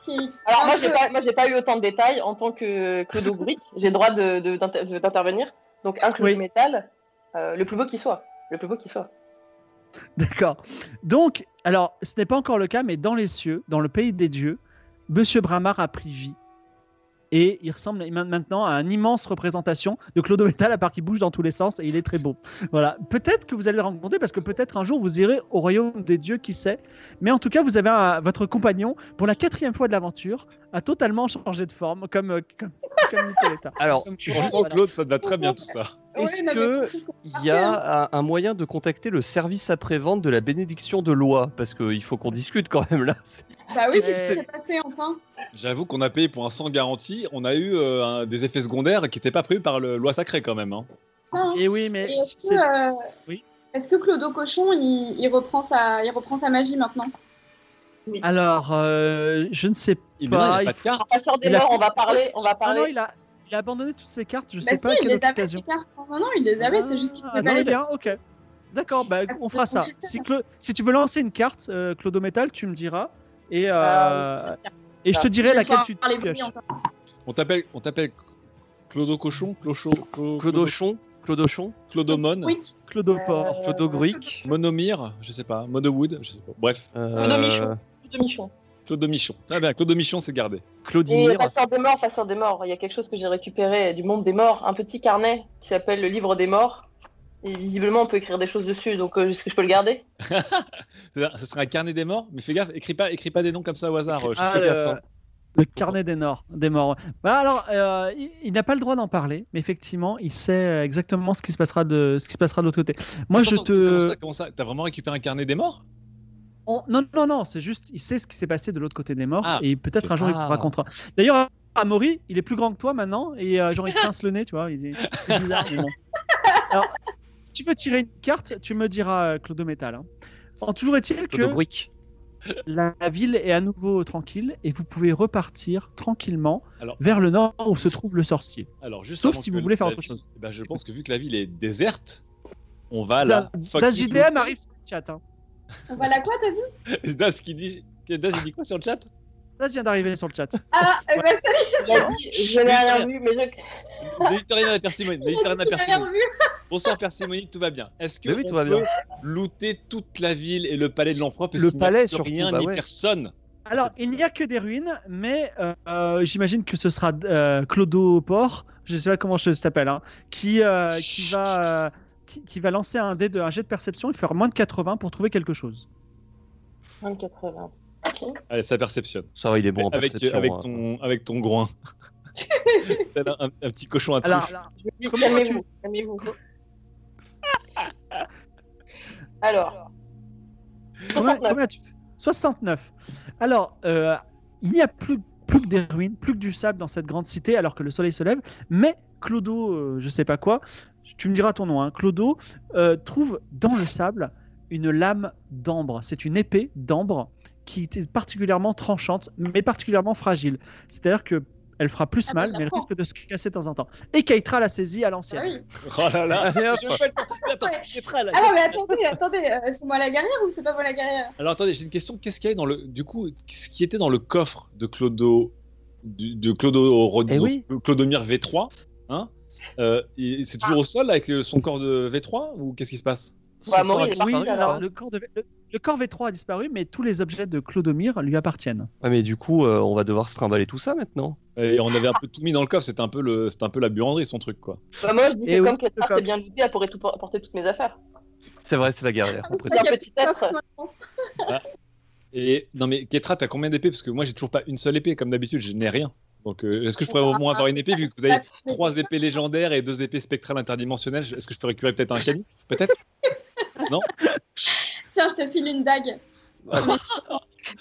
S3: qui-
S5: Alors moi j'ai pas moi j'ai pas eu autant de détails en tant que Clodo Brick, j'ai droit de de- d'inter- de- d'intervenir. Donc un Clodo
S1: Oui.
S5: métal, euh, le plus beau qui soit, le plus beau qui soit.
S1: D'accord. Donc, alors, ce n'est pas encore le cas, mais dans les cieux, dans le pays des dieux, Monsieur Bramar a pris vie. Et il ressemble ma- maintenant à une immense représentation de Clodo Métal, à part qu'il bouge dans tous les sens et il est très beau. Voilà. Peut-être que vous allez le rencontrer parce que peut-être un jour vous irez au royaume des dieux, qui sait. Mais en tout cas, vous avez un- votre compagnon, pour la quatrième fois de l'aventure, a totalement changé de forme, comme, euh, comme, comme Nicoletta.
S2: Alors,
S1: Comme-
S4: Franchement,
S1: voilà.
S4: Claude, ça te va très bien tout ça.
S3: Ouais,
S2: est-ce
S3: non, mais-
S2: que il y a un, un moyen de contacter le service après-vente de la bénédiction de loi Parce qu'il faut qu'on discute quand même là. C'est-
S3: Bah oui,
S1: Qu'est-ce
S3: c'est
S1: que
S3: ce
S1: c'est
S3: qui s'est passé enfin.
S4: J'avoue qu'on a payé pour un sans garantie, on a eu euh, un- des effets secondaires qui n'étaient pas prévus par le loi sacrée quand même. hein.
S3: Ça, hein.
S1: Et oui, mais
S3: Et est-ce
S1: c'est-
S3: que, euh,
S1: oui.
S3: est-ce que Clodo Cochon, il, il reprend sa, il reprend sa magie maintenant
S1: alors, euh, je ne sais pas.
S4: Il mais non, il
S1: il
S4: n'y a pas de carte.
S5: En passant des
S1: Il a-
S5: morts, on va parler, on va
S1: Ah non,
S5: parler.
S1: il a, il a abandonné toutes ses cartes, je
S3: Bah
S1: sais
S3: si,
S1: pas à
S3: il
S1: quelle
S3: les
S1: autre
S3: avait, ces
S1: occasion.
S3: cartes. Non, non, il les avait, c'est juste qu'il
S1: Ah,
S3: pouvait
S1: non,
S3: pas les
S1: bien,
S3: activer.
S1: ok. D'accord, bah,
S3: Ah,
S1: on fera ça.
S3: c'est ça.
S1: Si, Clo- si tu veux lancer une carte, euh, Clodo Metal, tu me diras. Et, euh,
S5: Ah,
S1: et je te dirai
S5: vais
S1: laquelle
S5: voir
S1: tu tu
S5: les bruits
S1: pioches.
S5: encore.
S4: On t'appelle, on t'appelle Clodo Cochon, Clocho, Clo-
S2: Clodochon, Clodochon,
S4: Clodomon,
S3: Oui,
S5: Euh,
S1: Clodoport.
S2: Clodogruic,
S4: Monomir, je sais pas, Monowood, je sais pas. Bref,
S2: euh,
S5: Clodomichon. Clodo Michon.
S4: Clodomichon. Très bien, Clodomichon, c'est gardé.
S5: Et
S2: Clodimir.
S5: passeur des morts, passeur des morts. Il y a quelque chose que j'ai récupéré du monde des morts, un petit carnet qui s'appelle le livre des morts. Et visiblement, on peut écrire des choses dessus, donc euh, est-ce que je peux le garder
S4: C'est- Ce serait un carnet des morts, mais fais gaffe, écris pas, écris pas des noms comme ça au hasard. euh, je
S1: Ah,
S4: fais gaffe,
S1: le,
S4: hein.
S1: le carnet des, Nord- des morts. Bah, alors, euh, il, il n'a pas le droit d'en parler, mais effectivement, il sait exactement ce qui se passera de, ce qui se passera de l'autre côté. Moi,
S4: Attends,
S1: je
S4: attends, Comment
S1: te.
S4: ça, comment ça T'as vraiment récupéré un carnet des morts
S1: On- Non, non, non, c'est juste, il sait ce qui s'est passé de l'autre côté des morts
S4: Ah.
S1: et peut-être un jour il
S2: Ah.
S1: vous racontera. D'ailleurs, Amaury, il est plus grand que toi maintenant et euh, genre il te pince le nez, tu vois. Il est c'est bizarre, mais bon. Alors, si tu veux tirer une carte, tu me diras, euh, Clodo Métal. hein. En toujours est-il que
S2: Clodogruic.
S1: la ville est à nouveau tranquille et vous pouvez repartir tranquillement
S4: Alors-
S1: vers le nord où se trouve le sorcier.
S4: Alors, juste
S1: Sauf
S4: avant
S1: si
S4: que
S1: vous voulez faire
S4: la
S1: autre
S4: ville-
S1: chose.
S4: ben, je pense que vu que la ville est déserte, on va à
S1: Da-
S4: la.
S1: Das JDM arrive sur le chat. hein.
S3: on va la quoi, t'as dit
S4: Das qui dit, Das il dit quoi sur le chat
S1: Das vient d'arriver sur le chat.
S3: Ah, eh ben, ça,
S5: Il a dit, Je n'ai rien vu, mais je...
S4: L'éditorial à la persimmone.
S3: il a dit
S4: L'éditorial à la
S3: qu'il a rien
S4: persimmone.
S3: vu.
S4: Bonsoir Persimony, tout va bien. Est-ce que
S2: Mais oui,
S4: on
S2: tout va
S4: peut
S2: bien.
S4: looter toute la ville et le palais de l'empereur parce
S2: Le
S4: qu'il n'y a
S2: palais,
S4: plus
S2: surtout,
S4: rien
S2: bah
S4: ni
S2: ouais.
S4: personne
S1: Alors, il n'y a que des ruines, mais euh, euh, j'imagine que ce sera euh, Clodo Port, je sais pas comment je t'appelle, hein, qui, euh, qui, va, euh, qui, qui va lancer un, dé de, un jet de perception et faire moins de 80 pour trouver quelque chose.
S5: 24
S4: Allez, ça perceptionne.
S2: Ça va, il est bon en
S4: avec, euh,
S2: perception.
S4: avec,
S2: hein.
S4: ton, avec ton groin. Tel un, un petit cochon à
S1: Alors,
S4: truffe.
S5: Calmez-vous, calmez-vous. Alors.
S1: combien-
S5: 69.
S1: combien tu fais 69. Alors, euh, il n'y a plus, plus que des ruines, plus que du sable dans cette grande cité alors que le soleil se lève, mais Clodo, euh, je sais pas quoi, tu me diras ton nom, hein, Clodo, euh, trouve dans le sable une lame d'ambre. C'est une épée d'ambre qui était particulièrement tranchante, mais particulièrement fragile. C'est-à-dire que elle fera plus
S3: Ah,
S1: mal,
S3: bah,
S1: mais elle
S3: j'apprends.
S1: risque de se casser de temps en temps. Et Keitra la saisit à l'ancienne.
S3: Ah oui.
S4: Oh là là
S2: Allez, hop.
S4: Je veux pas le participer, attends, c'est très là.
S3: Ah non, mais attendez, attendez, euh, c'est moi la guerrière ou c'est pas moi la guerrière
S4: Alors attendez, j'ai une question. Qu'est-ce qu'il y avait dans le, du coup, ce qui était dans le coffre de Clodo, du- de Clodo Rod-
S2: Eh oui.
S4: Clodomir V3, hein Euh, et C'est toujours au sol avec le- son corps de V3 ou qu'est-ce qui se passe
S2: Son
S5: Bah,
S2: corps
S5: Maury,
S2: a
S5: il est
S1: Oui,
S2: disparu,
S5: parti,
S2: là.
S1: alors, le, corps de- le- le corps V3 a disparu, mais tous les objets de Clodomir lui appartiennent.
S2: Ouais, mais du coup, euh, on va devoir se trimballer tout ça maintenant.
S4: Et on avait un peu tout mis dans le coffre. C'était un peu le, c'était un peu la buanderie son truc quoi.
S5: Bah, moi, je dis
S1: Et
S5: que
S1: oui,
S5: comme Ketra
S1: comme-
S5: s'est bien looté, elle pourrait tout por- porter toutes mes affaires.
S2: C'est vrai, c'est la guerrière. après tout.
S5: un petit être.
S4: Et non mais Ketra, t'as combien d'épées Parce que moi j'ai toujours pas une seule épée comme d'habitude. Je n'ai rien. Donc euh, est-ce que je pourrais au moins avoir une épée vu que vous
S3: Bah,
S4: avez trois épées légendaires et deux épées spectrales interdimensionnelles Je- Est-ce que je peux récupérer peut-être un canon Peut-être.
S3: Tiens, je te file une dague.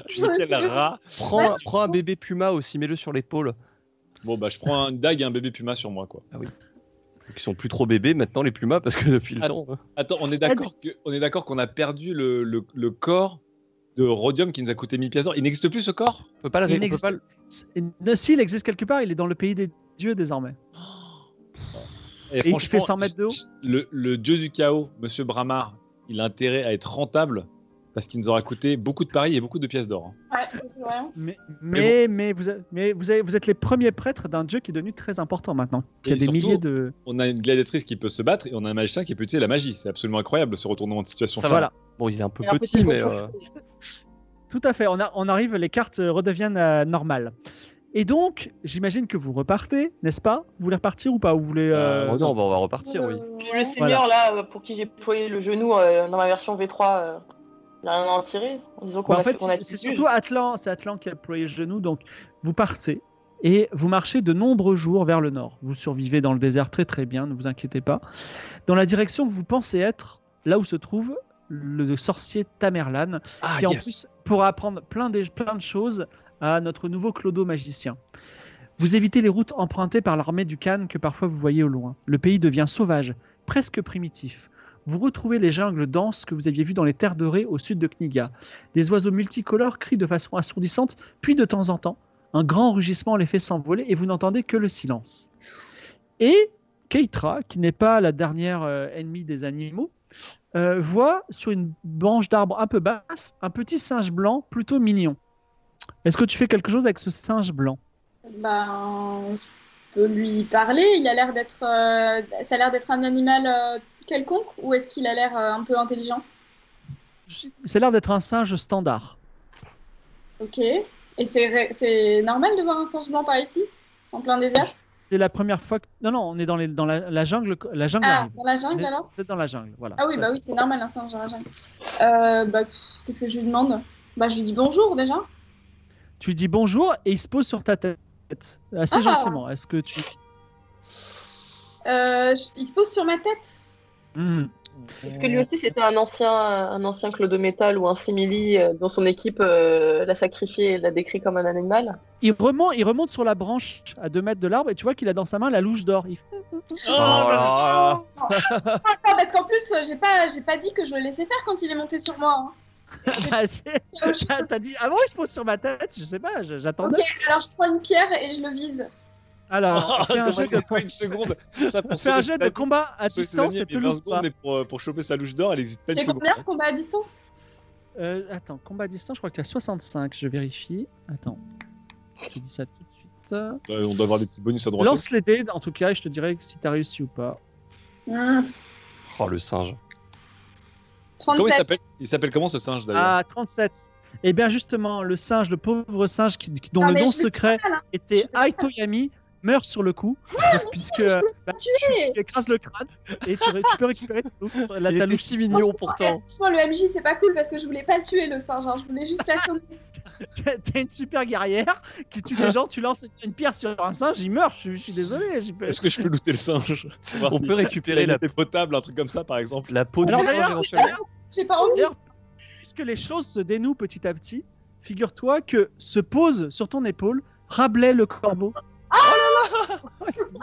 S4: Je sais qu'elle rat.
S2: Prends, prends un bébé puma aussi, mets-le sur l'épaule.
S4: Bon bah je prends une dague et un bébé puma sur moi quoi.
S2: Ils sont plus trop bébés maintenant, les pumas, parce que depuis le
S4: Ah.
S2: temps. euh,
S4: Attends, on est d'accord que, on est d'accord qu'on a perdu le, le- le corps de Rhodium qui nous a coûté 1000 pièces d'or. Il n'existe plus ce corps
S2: On peut pas le ré-
S1: Il
S2: on peut pas le-
S1: C'est- ne- S'il existe quelque part, il est dans le pays des dieux désormais. il
S4: franchement,
S1: fait 100 mètres de haut
S4: Le, le dieu du chaos, Monsieur Bramar, il a intérêt à être rentable parce qu'il nous aura coûté beaucoup de paris et beaucoup de pièces d'or. hein.
S3: Ouais, ça, c'est vrai.
S1: Mais, mais, mais vous, a- mais vous, avez- vous êtes les premiers prêtres d'un dieu qui est devenu très important maintenant. Il y a
S4: Et
S1: des
S4: surtout-
S1: milliers de.
S4: On a une gladiatrice qui peut se battre et on a un magicien qui peut utiliser la magie. C'est absolument incroyable ce retournement de situation.
S2: Ça va là. Bon, il est un peu
S5: Et après,
S2: petit,
S5: tout
S2: mais.
S5: le monde
S2: euh,
S5: s'en fout.
S1: Tout à fait, on, a- on arrive, les cartes euh, redeviennent euh, normales. Et donc, j'imagine que vous repartez, n'est-ce pas Vous voulez repartir ou pas Vous voulez. euh,
S2: oh non, bah, on va repartir, oui.
S3: Euh,
S5: Puis le seigneur, là, euh, pour qui j'ai ployé le genou euh, dans ma version V3, euh, il a rien à en tirer. En disant qu'on
S1: Bah, en
S5: a
S1: fait,
S5: qu'on a
S1: c'est
S5: tué le
S1: surtout Atlan, c'est Atlan qui a ployé le genou. Donc, vous partez et vous marchez de nombreux jours vers le nord. Vous survivez dans le désert très très bien, ne vous inquiétez pas. Dans la direction que vous pensez être, là où se trouve le sorcier Tamerlan,
S4: Ah,
S1: qui en
S4: yes.
S1: plus pourra apprendre plein de, plein de choses à notre nouveau Clodo magicien. Vous évitez les routes empruntées par l'armée du Khan que parfois vous voyez au loin. Le pays devient sauvage, presque primitif. Vous retrouvez les jungles denses que vous aviez vues dans les terres dorées au sud de Kniga. Des oiseaux multicolores crient de façon assourdissante, puis de temps en temps, un grand rugissement les fait s'envoler et vous n'entendez que le silence. Et Keitra, qui n'est pas la dernière euh, ennemie des animaux, euh, voit sur une branche d'arbre un peu basse un petit singe blanc plutôt mignon. Est-ce que tu fais quelque chose avec ce singe blanc
S3: Ben, je peux lui parler. Il a l'air d'être, euh, ça a l'air d'être un animal euh, quelconque ou est-ce qu'il a l'air euh, un peu intelligent
S1: C'est l'air d'être un singe standard.
S3: Ok. Et c'est, ré- c'est normal de voir un singe blanc par ici, en plein désert
S1: C'est la première fois que... Non, non, on est dans, les, dans la, la jungle. La jungle
S3: Ah,
S1: arrive.
S3: dans la
S1: Vous
S3: jungle
S1: êtes-
S3: alors
S1: vous êtes dans la jungle, voilà.
S3: Ah oui, bah oui, c'est normal un singe dans la jungle. Euh, bah, pff, qu'est-ce que je lui demande Bah, je lui dis bonjour déjà.
S1: Tu lui dis bonjour et il se pose sur ta tête. Assez
S3: Ah.
S1: gentiment. Est-ce que tu...
S3: Euh, je- il se pose sur ma tête.
S1: Hmm.
S5: genou. Est-ce que lui aussi, c'était un ancien, un ancien Clodométal ou un Simili euh, dont son équipe euh, l'a sacrifié et l'a décrit comme un animal
S1: Il, remonte, il remonte sur la branche à 2 mètres de l'arbre et tu vois qu'il a dans sa main la louche d'or. Il fait-
S4: Oh là là.
S3: Ah, parce qu'en plus, euh, j'ai pas, j'ai pas dit que je le laissais faire quand il est monté sur moi. hein.
S1: Bah, c'est- T'as dit, ah bon, il se pose sur ma tête Je sais pas, je- j'attendais.
S3: Ok, alors je prends une pierre et je le vise.
S1: Alors, fais un
S4: Comment
S1: jet
S4: ça
S1: de,
S4: prend une seconde. Ça pour
S1: fais un
S4: sauver
S1: jet
S4: sa
S1: de
S4: vie,
S1: combat à
S4: sauver sa
S1: distance,
S4: vie,
S1: c'est
S4: il y a 20
S1: Toulouse.
S4: secondes, mais pour, euh, pour choper sa louche d'or, elle existe pas une
S3: J'ai
S4: seconde. hein.
S3: combien de combats à distance
S1: Euh, attends, combat à distance, je crois que tu as 65, je vérifie. Attends, je te dis ça tout de suite.
S4: Ouais, on doit avoir des petits bonus à droite.
S1: Lance les dés, en tout cas, et je te dirai si tu as réussi ou pas.
S3: Hmm.
S2: Oh, le singe.
S4: Comment il
S3: 37.
S4: s'appelle Il s'appelle comment ce singe d'ailleurs
S1: Ah, 37. Eh bien, justement, le singe, le pauvre singe qui- qui- dont
S3: Ah,
S1: le
S3: mais
S1: nom
S3: je l'ai
S1: secret
S3: pas, là.
S1: était Aito Yami meurt sur le coup, puisque
S3: je l'ai
S1: bah, tu,
S3: tué.
S1: tu écrases le crâne et tu, ré- tu peux récupérer ta loupe- la
S2: Il
S1: ta
S2: était
S1: loupe.
S2: si mignon pourtant.
S3: Franchement, le MJ, c'est pas cool parce que je voulais pas le tuer, le singe. hein. Je voulais juste l'assommer.
S1: T'as t'as une super guerrière qui tue des gens, tu lances une pierre sur un singe, il meurt. Je, je suis désolé. j'y peux-
S4: Est-ce que je peux looter le singe Voir
S2: On
S4: si
S2: peut
S4: il a
S2: récupérer
S4: une
S2: la,
S4: idée potable, un truc comme ça par exemple.
S2: la peau du
S1: Alors,
S2: singe
S1: d'ailleurs,
S2: éventuellement.
S3: J'ai pas envie.
S1: D'ailleurs, puisque les choses se dénouent petit à petit, figure-toi que se pose sur ton épaule Rabelais le corbeau.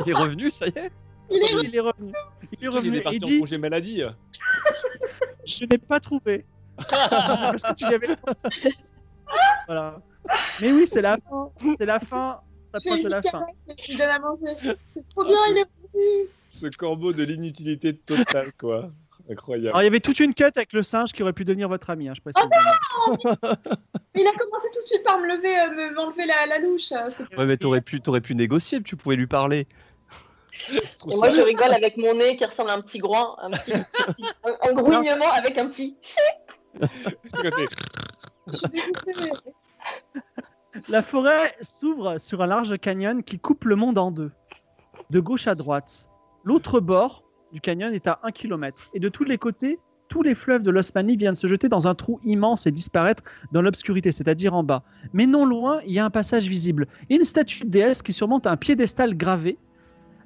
S2: Il est revenu, ça y est.
S3: Il est
S1: Il est revenu. Il est
S4: Il
S1: revenu
S4: est
S1: et
S4: parti en
S1: dit
S4: congé maladie.
S1: Je n'ai pas trouvé. Je sais pas ce que tu y avais. Voilà. Mais oui, c'est la fin. C'est la fin. Ça
S3: Je fais
S1: approche
S3: une
S1: de la
S3: petite
S1: fin.
S3: carotte et je lui donne à manger. C'est trop bien, il est revenu.
S4: Ce corbeau de l'inutilité totale quoi. Incroyable.
S1: Alors, il y avait toute une cut avec le singe qui aurait pu devenir votre ami, hein, je précise.
S3: Ah, Mais il a commencé tout de suite par me lever, euh, me- m'enlever la, la louche. euh, c'est-
S2: Ouais, mais t'aurais pu, t'aurais pu négocier, tu pouvais lui parler.
S4: Je trouve
S5: Et moi,
S4: ça-
S5: je rigole avec mon nez qui ressemble à un petit groin, un petit. un- un grognement avec un petit.
S3: Je suis dégoûtée.
S1: La forêt s'ouvre sur un large canyon qui coupe le monde en deux, de gauche à droite. L'autre bord du canyon est à 1 km, et de tous les côtés, tous les fleuves de l'Osmanie viennent se jeter dans un trou immense et disparaître dans l'obscurité, c'est-à-dire en bas. Mais non loin, il y a un passage visible, et une statue de déesse qui surmonte un piédestal gravé,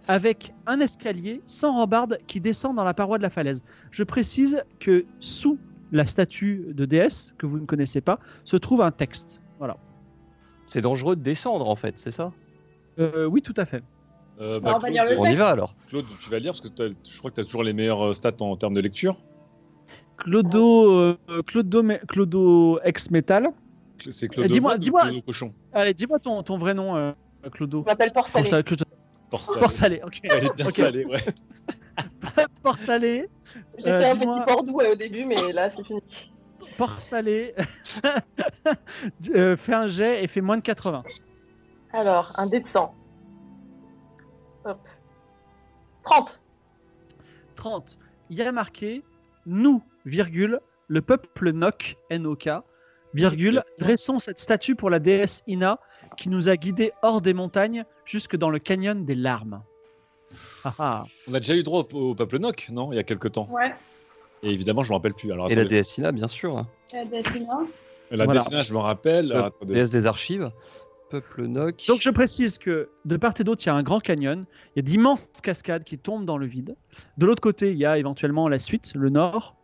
S1: avec un escalier sans rambarde qui descend dans la paroi de la falaise. Je précise que sous la statue de déesse, que vous ne connaissez pas, se trouve un texte. Voilà.
S2: C'est dangereux de descendre en fait, c'est ça
S1: Euh, oui, tout à fait.
S4: Euh,
S3: On va lire le
S4: Claude,
S2: On y va alors.
S4: Claude, tu vas lire parce que t'as- je crois que tu as toujours les meilleurs euh, stats en termes de lecture.
S1: Clodo, euh, Clodo, me- Clodo ex metal.
S4: C'est Claude.
S1: Dis-moi-
S4: Claude ou
S1: dis-moi.
S4: Claude Cochon.
S1: Allez, dis-moi ton, ton vrai nom, euh, Clodo.
S5: Je m'appelle Porcelé.
S1: Porcelé. Clodo-
S4: Porcel.
S1: Porcelé, ok.
S4: Elle est bien
S1: Ok.
S4: salée, ouais.
S1: Porcelé,
S5: J'ai
S1: Euh,
S5: fait un
S1: dis-moi.
S5: petit bordou euh, au début, mais là, c'est fini.
S1: Porcelé. Euh, fais un jet et fais moins de 80.
S5: Alors, un dé de 100. Hop. 30.
S1: 30. Il y a marqué Nous, virgule, le peuple Nok, N-O-K, virgule, dressons cette statue pour la déesse Ina qui nous a guidés hors des montagnes jusque dans le canyon des larmes. Ah ah.
S4: On a déjà eu droit au, au peuple Noc, non Il y a quelques temps.
S3: Ouais,
S4: Et évidemment, je me rappelle plus. Alors,
S2: Et la
S4: attendez.
S2: déesse Ina, bien sûr. hein.
S3: la Dacina.
S4: la
S1: Voilà.
S4: DSNA, je me rappelle. Alors, attendez.
S2: Déesse des archives. Peuple Noc.
S1: Donc je précise que de part et d'autre, il y a un grand canyon, il y a d'immenses cascades qui tombent dans le vide. De l'autre côté, il y a éventuellement la suite, le nord.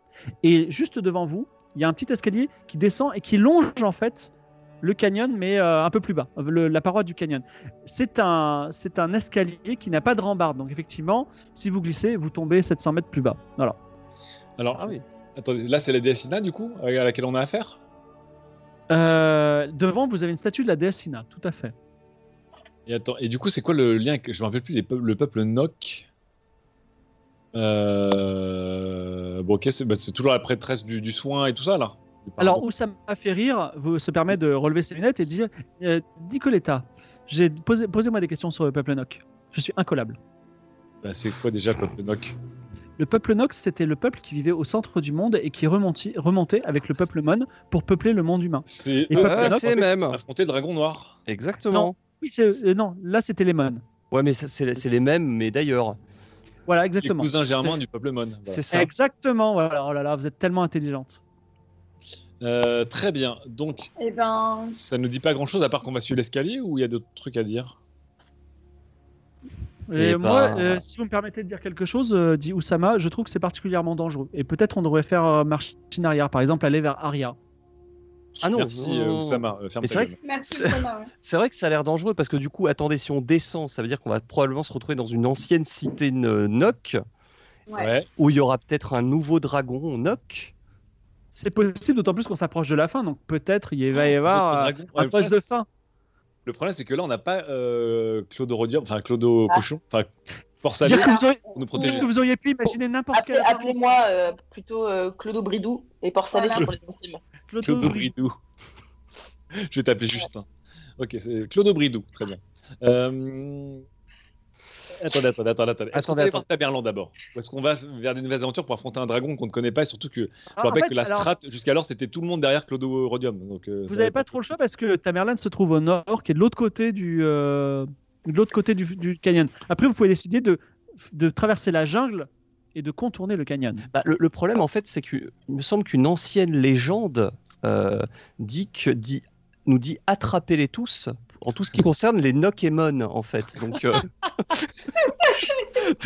S1: Et juste devant vous, il y a un petit escalier qui descend et qui longe en fait le canyon, mais euh, un peu plus bas, le- la paroi du canyon. C'est un, c'est un escalier qui n'a pas de rambarde. Donc effectivement, si vous glissez, vous tombez 700 mètres plus bas. Voilà.
S4: Alors,
S2: Ah oui.
S4: attendez, là, c'est la DSNA, du coup, à laquelle on a affaire
S1: Euh, devant, vous avez une statue de la déesse Sina, tout à fait.
S4: Et attends, et du coup, c'est quoi le lien que je me rappelle plus les peuples- le peuple Noc Euh, Bon, ok, c'est bah, c'est toujours la prêtresse du, du soin et tout ça là.
S1: Alors, où ça m'a fait rire, vous, se permet de relever ses lunettes et de dire euh, Nicoletta, j'ai posé, posez-moi des questions sur le peuple Noc. Je suis incollable.
S4: Bah, c'est quoi déjà peuple Noc
S1: Le peuple Noc, c'était le peuple qui vivait au centre du monde et qui remontait, remontait avec le peuple Mon pour peupler le monde humain.
S4: C'est
S1: Les peuples
S4: Ah,
S1: Noc,
S4: c'est
S2: en fait,
S4: même affronter le dragon noir.
S2: Exactement.
S1: Oui, c'est, euh, non, là c'était les Mon.
S2: Ouais, mais ça, c'est c'est les mêmes, mais d'ailleurs.
S1: Voilà,
S4: Les
S1: exactement.
S4: cousins germains du peuple Mon.
S2: C'est ça.
S1: Exactement, voilà. Oh là là, vous êtes tellement intelligente.
S4: Euh, très bien. Donc,
S3: Et ben,
S4: ça ne dit pas grand chose à part qu'on va suivre l'escalier ou il y a d'autres trucs à dire
S1: Et,
S2: Eh
S1: moi,
S2: ben.
S1: euh, si vous me permettez de dire quelque chose, euh, dit Oussama, je trouve que c'est particulièrement dangereux. Et peut-être on devrait faire euh, marche en arrière, par exemple, aller vers Aria.
S2: Ah non,
S4: Merci,
S2: non,
S4: euh,
S2: non, non.
S4: Oussama. euh, ferme
S2: Mais
S4: ta
S2: c'est vrai
S4: gueule.
S3: merci,
S2: C'est-
S3: Thomas. ouais.
S2: C'est vrai que ça a l'air dangereux parce que du coup, attendez, si on descend, ça veut dire qu'on va probablement se retrouver dans une ancienne cité euh, Noc
S3: Ouais.
S4: Ouais.
S2: où il y aura peut-être un nouveau dragon Noc.
S1: C'est possible, d'autant plus qu'on s'approche de la fin, donc peut-être il va y
S4: D'autres
S1: avoir euh,
S4: dragons. Ouais,
S1: un
S4: le problème,
S1: poste de fin.
S4: Le problème, c'est que là, on n'a pas euh, Claude Rodium, enfin Claude au Cochon, enfin Porcelain
S1: Dire que, vous auriez,
S4: pour nous
S1: dire
S4: protéger.
S1: que vous auriez pu imaginer n'importe
S5: Appelez-
S1: quel.
S5: Appelez-moi euh, plutôt euh, Clodo Bridou et Porcelé
S3: Voilà.
S5: pour les intimes.
S1: Claude
S4: Claude
S1: Aubry.
S4: Bridou. Je vais t'appeler Justin. Ok, c'est Claude Bridou, très bien. Euh, Attendez, attendez, attendez. attendez. Est-ce qu'on
S2: Attendez,
S4: va aller
S2: attendez.
S4: voir Tamerlan d'abord Ou est-ce qu'on va vers des nouvelles aventures pour affronter un dragon qu'on ne connaît pas et surtout que je
S1: Ah, en
S4: rappelle
S1: fait,
S4: que la
S1: alors,
S4: strat jusqu'alors c'était tout le monde derrière Clodo Rhodium. Donc, euh, ça
S1: Vous
S4: va
S1: n'avez
S4: être-
S1: pas trop le choix parce que Tamerlan se trouve au nord, qui est de l'autre côté du, euh, de l'autre côté du, du canyon. Après, vous pouvez décider de, de traverser la jungle et de contourner le canyon.
S2: Bah, le, le problème, en fait, c'est qu'il me semble qu'une ancienne légende euh, dit que, dit, nous dit attrapez-les tous en tout ce qui concerne les Nokémon, en fait. Donc, euh,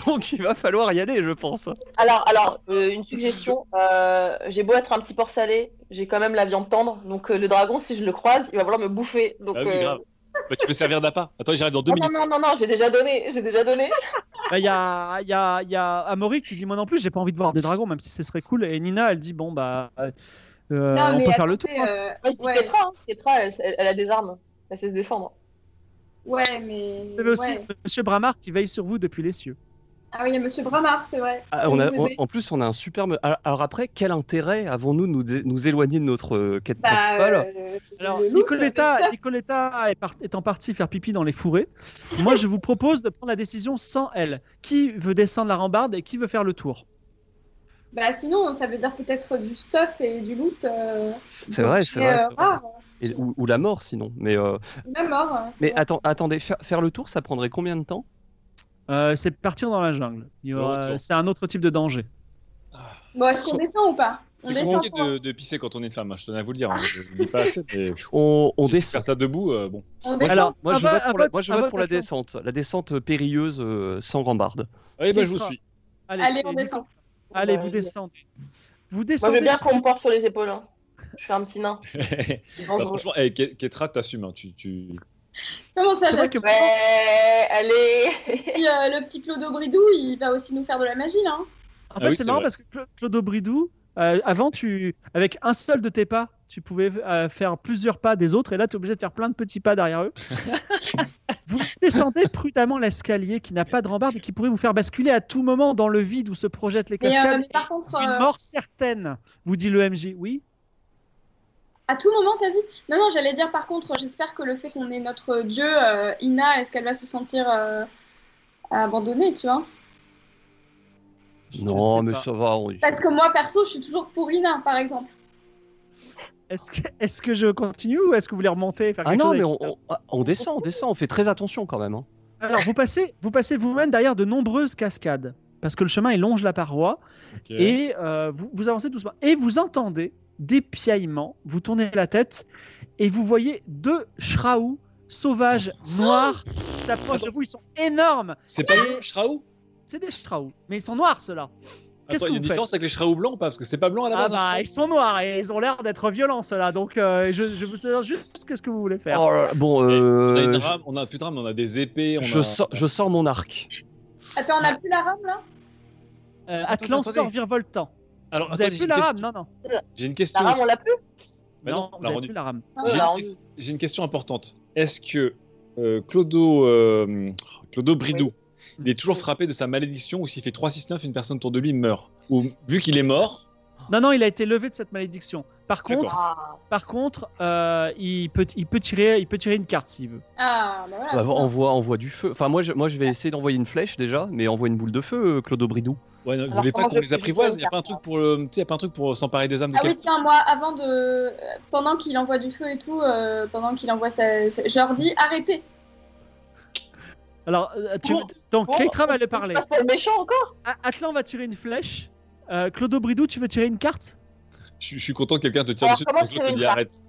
S2: Donc il va falloir y aller, je pense.
S5: Alors, alors euh, une suggestion. euh, j'ai beau être un petit porc salé, j'ai quand même la viande tendre. Donc, euh, le dragon, si je le croise, il va vouloir me bouffer. Donc,
S4: Ah oui,
S5: euh,
S4: grave. Bah, tu peux servir d'appât. Attends, j'arrive dans deux
S5: non,
S4: minutes.
S5: Ah, non, non, non, non, j'ai déjà donné. J'ai déjà donné.
S1: Bah, Il y, a, il y, a, il y a Amaury qui dit Moi non plus, j'ai pas envie de voir des dragons, même si ce serait cool. Et Nina, elle dit Bon, bah, euh, on peut faire le tour.
S3: attendez,
S1: hein.
S3: euh,
S5: Ouais, c'est
S3: Ouais.
S5: Petra, hein. Petra, elle, elle- elle a des armes. Elle sait se défendre.
S3: Ouais, mais.
S1: Vous avez aussi
S3: ouais.
S1: Monsieur Bramar qui veille sur vous depuis les cieux.
S3: Ah oui, il y a Monsieur Bramard, c'est vrai.
S2: Ah, on a-
S3: Vous
S2: on-
S3: aidez.
S2: en plus, on a un superbe. Alors, alors après, quel intérêt avons-nous de nous, é- nous éloigner de notre euh, quête
S1: Ah,
S2: principale
S3: Bah, euh,
S1: Alors,
S3: le look,
S1: Nicoletta, Nicoletta est, par- est en partie faire pipi dans les fourrés. Moi, je vous propose de prendre la décision sans elle. Qui veut descendre la rambarde et qui veut faire le tour
S3: Bah sinon, ça veut dire peut-être du stuff et du loot. euh,
S2: C'est vrai,
S3: qui
S2: c'est
S3: est,
S2: vrai.
S3: euh,
S2: c'est vrai.
S3: rare,
S2: Et- ou, ou la mort, sinon. Mais, euh,
S3: même mort. hein, c'est
S2: mais
S3: vrai.
S2: attends, attendez, faire, faire le tour, ça prendrait combien de temps
S1: Euh, C'est partir dans la jungle. Il y aura-
S4: Retour.
S1: C'est un autre type de danger.
S3: Bon, est-ce
S2: Son-
S3: qu'on descend ou pas On
S4: C'est souvent
S3: descend.
S4: compliqué de, de pisser quand on est femme, hein, je tenais à vous le dire. hein. Je ne dis pas assez, mais
S2: On, on
S4: on
S2: descend.
S4: faire ça debout, euh, bon.
S3: On
S2: Moi,
S3: descend.
S2: je-
S1: Alors,
S2: moi, je
S1: un
S2: vote
S1: vote-
S2: pour, la,
S1: un
S2: moi, je
S1: vote-
S2: vote pour la
S1: un vote
S2: descente, la descente périlleuse euh, sans rambarde.
S4: Allez, bah,
S1: Il
S4: je vous
S1: sera.
S4: suis.
S3: Allez, on
S1: et-
S3: descend.
S1: Allez,
S5: Ouais.
S1: vous descendez. Vous
S5: Moi, je
S1: descendez.
S5: veux bien qu'on me porte sur les épaules. hein. Je suis un petit nain. C'est
S4: Bah,
S5: dangereux.
S4: franchement, eh, Ke- Ketra, t'assumes. hein, Tu, tu...
S3: Comment ça,
S1: C'est vrai
S3: Jasper
S1: que-
S5: Ouais, allez.
S3: Si, euh, le petit Clodo Bridou, il va aussi nous faire de la magie, là. hein.
S1: En
S4: Ah
S1: fait,
S4: oui,
S1: c'est
S4: c'est
S1: marrant
S4: vrai.
S1: parce que Cla- Clodo Bridou, euh, avant, tu, avec un seul de tes pas, tu pouvais euh, faire plusieurs pas des autres, et là, tu es obligé de faire plein de petits pas derrière eux. vous descendez prudemment l'escalier qui n'a pas de rambarde et qui pourrait vous faire basculer à tout moment dans le vide où se projettent les
S3: Mais, euh,
S1: cascades.
S3: mais par contre,
S1: Une
S3: euh,
S1: mort certaine, vous dit le MJ. Oui,
S3: à tout moment, t'as dit Non, non, j'allais dire par contre, j'espère que le fait qu'on ait notre dieu, euh, Ina, est-ce qu'elle va se sentir euh, abandonnée, tu vois
S2: Non,
S1: sais
S2: mais
S1: pas.
S2: ça va. on-
S3: Parce que moi, perso, je suis toujours pour Ina, par exemple.
S1: est-ce que, est-ce que je continue ou est-ce que vous voulez remonter et faire
S2: Ah
S1: quelque
S2: non,
S1: chose
S2: mais
S1: avec-
S2: on, on- ah, on descend, on descend, on fait très attention quand même. hein.
S1: Alors, vous passez vous passez vous-même derrière de nombreuses cascades, parce que le chemin, il longe la paroi.
S4: Ok.
S1: Et euh, vous, vous avancez doucement. Et vous entendez des piaillements. Vous tournez la tête et vous voyez deux shraous sauvages noirs qui s'approchent de vous. Ils sont énormes.
S4: C'est pas le Shraou
S1: C'est des shraous, mais ils sont noirs ceux-là. Qu'est-ce
S4: Attends,
S1: que
S4: il y a une
S1: vous faites
S4: différence avec les Shraou blancs ou pas Parce que c'est pas blanc à la
S1: Ah
S4: base. un
S1: bah
S4: Shraou.
S1: ils sont noirs et ils ont l'air d'être violents ceux-là. Donc euh, je, je vous demande juste qu'est-ce que vous voulez faire.
S2: Oh là là, bon,
S4: On a,
S2: euh,
S4: une
S2: je-
S4: rame, on a plus de rame, on a des épées. On
S2: je,
S4: a...
S2: sors, je sors mon arc.
S3: Attends, on a plus la rame, là
S1: Euh,
S4: attendez,
S1: Atlan
S4: attendez.
S1: sort virevoltant.
S4: Alors,
S1: Vous
S4: attends,
S1: avez
S4: j'ai
S1: plus
S4: une
S1: la
S4: question-
S1: rame Non non.
S4: J'ai une question.
S5: La rame, on l'a plus
S4: Bah non, on
S1: vous
S4: l'a
S1: avez
S4: rendu.
S1: plus la rame.
S3: Ah,
S4: J'ai
S3: voilà.
S4: une,
S5: Alors,
S4: ques- j'ai une question importante. Est-ce que euh, Clodo, euh, Clodo Bridou, il est toujours frappé de sa malédiction ou s'il fait 3-6-9, une personne autour de lui meurt Ou vu qu'il est mort,
S1: Non non, il a été levé de cette malédiction. Par
S4: D'accord.
S1: contre,
S5: Ah,
S1: par contre, euh, il peut il peut tirer il peut tirer une carte s'il veut.
S3: Ah, bah voilà.
S2: Bah, envoie, envoie du feu. Enfin, moi je, moi, je vais essayer d'envoyer une flèche déjà, mais envoie une boule de feu, euh, Clodo Bridou.
S4: ouais, non, vous
S5: Alors,
S4: voulez pas
S5: comment
S4: qu'on
S5: je
S4: les
S5: fais
S4: apprivoise Il
S5: vite
S4: n'y a pas un truc pour, le- tu sais, y a pas un truc pour s'emparer des âmes de
S3: Ah oui,
S4: quelqu'un
S3: tiens, moi, avant de. euh, Pendant qu'il envoie du feu et tout, euh, pendant qu'il envoie sa. sa- Je leur dis arrêtez
S1: Alors, euh, tu-
S5: Bon,
S1: donc
S5: bon,
S1: Keitra va le
S5: on
S1: parler.
S5: passe pour le méchant encore
S1: A- Atlan va tirer une flèche. Euh, Clodo Bridou, tu veux tirer une carte
S4: je, je suis content que quelqu'un te tire
S5: Alors,
S4: dessus
S5: comment
S4: parce que
S5: je
S4: l'autre te
S5: fais
S4: dit
S5: ça
S4: arrête.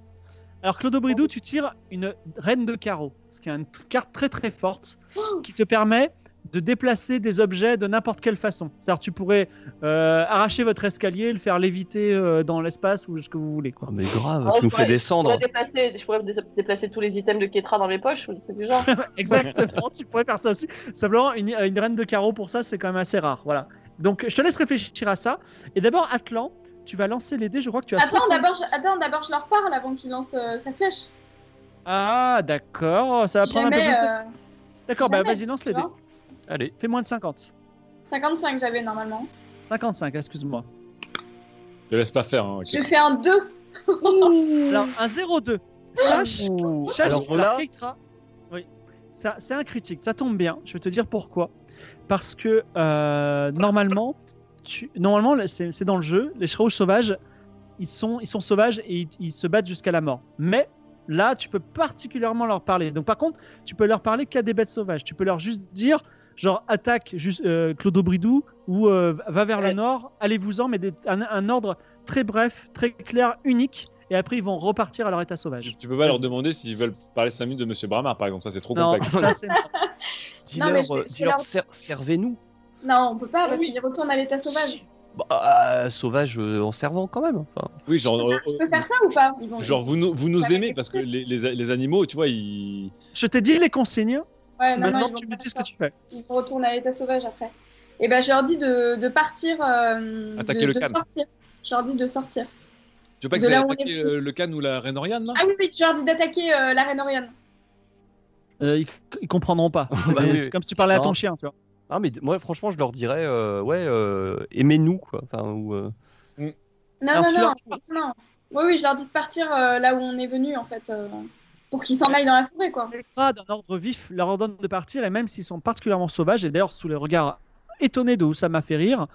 S1: Alors Clodo Bridou, tu tires une reine de carreau, ce qui est une t- carte très très forte qui te permet de déplacer des objets de n'importe quelle façon. C'est-à-dire tu pourrais euh, arracher votre escalier, le faire léviter euh, dans l'espace ou ce que vous voulez.
S2: Ah,
S1: Quoi.
S2: mais grave,
S5: Ouais,
S2: tu nous fais
S5: je pourrais- je
S2: descendre.
S5: pourrais, déplacer, je pourrais dé- déplacer tous les items de Ketra dans mes poches ou des trucs du genre.
S1: Exactement, tu pourrais faire ça aussi. Simplement, une, euh, une reine de carreau pour ça, c'est quand même assez rare. Voilà. Donc je te laisse réfléchir à ça. Et d'abord, Atlan, tu vas lancer les dés. Je crois que tu as
S3: Attends,
S1: 60.
S3: d'abord, je... Attends, d'abord, je leur parle avant qu'il lance euh, sa flèche.
S1: Ah, d'accord, ça va prendre un peu
S3: Jamais,
S1: plus. de-
S3: euh,
S1: D'accord, bah
S3: jamais,
S1: vas-y, lance
S3: tu
S1: les dés.
S3: vois.
S2: Allez,
S1: Fais moins de 50.
S3: 55 j'avais normalement.
S1: 55, excuse-moi.
S4: Te laisse pas faire. hein, ok.
S3: Je fais un 2. Mmh.
S1: Alors, un 0-2. Sache, sache
S2: Alors
S1: que
S2: là-
S1: Keitra- oui, ça- c'est un critique, ça tombe bien. Je vais te dire pourquoi. parce que euh, normalement, tu, normalement là, c'est c'est dans le jeu, les chevaux sauvages, ils sont, ils sont sauvages et ils, ils se battent jusqu'à la mort. Mais là, tu peux particulièrement leur parler. Donc par contre, tu peux leur parler qu'à des bêtes sauvages. Tu peux leur juste dire, genre attaque juste euh, Clodo Bridou ou euh, va vers
S2: Eh.
S5: Ouais.
S1: le nord, allez-vous-en, mais des- un, un ordre très bref, très clair, unique. Et après, ils vont repartir à leur état sauvage.
S4: Tu, tu peux pas leur demander s'ils veulent parler 5 minutes de Monsieur Bramar, par exemple. Ça, c'est trop
S1: Non,
S4: complexe.
S1: ça c'est
S3: Non, mais
S2: Dealer,
S3: je vais-
S2: euh,
S3: je vais
S2: dealer,
S3: leur-
S2: ser- servez-nous.
S3: Non, on peut
S1: Ah
S3: pas, parce
S2: Oui.
S3: qu'il retourne à l'état sauvage.
S2: Bah, euh, sauvage euh, en servant quand même. Enfin,
S4: Oui, genre, euh,
S3: Je peux faire ça ou pas Ils vont-
S4: genre vous, nous- vous nous
S3: Ça va
S4: aimez
S3: être-
S4: parce que les, les- les animaux, tu vois, ils.
S1: Je t'ai dit les consignes,
S3: Ouais, Ah, non, non,
S1: maintenant
S3: ils vont
S1: tu
S3: pas
S1: me dis ce que
S3: faire
S1: tu fais.
S3: ça. Ils vont retourner à l'état sauvage après. Et ben, je leur dis de, de partir. euh,
S4: Attaquer
S3: de,
S4: le
S3: de
S4: canne.
S3: sortir. Je leur dis de sortir.
S4: Tu veux pas
S3: De
S4: qu'ils aient
S3: là où on est
S4: attaqué
S3: fou.
S4: euh, le Cannes ou la Reine Oriane, là
S3: Ah oui, oui, je leur dis d'attaquer euh, la reine Orion.
S1: Euh, ils, ils comprendront pas.
S2: Bah
S1: Et
S2: oui,
S1: c'est
S2: oui.
S1: comme si tu parlais à
S2: Non.
S1: ton chien, tu vois.
S2: ah, mais d- moi, franchement, je leur dirais, euh, ouais, euh, aimez-nous, quoi. Enfin, ou, euh,
S3: Non,
S1: Alors,
S3: non,
S1: tu
S3: non,
S1: leur-
S3: non. Oui, oui, je leur dis de partir euh, là où on est venu, en fait, euh, pour qu'ils s'en aillent dans la forêt, quoi.
S1: Pas d'un ordre vif, leur ordonne de partir, et même s'ils sont particulièrement sauvages, et d'ailleurs sous les regards étonnés de où ça m'a fait rire,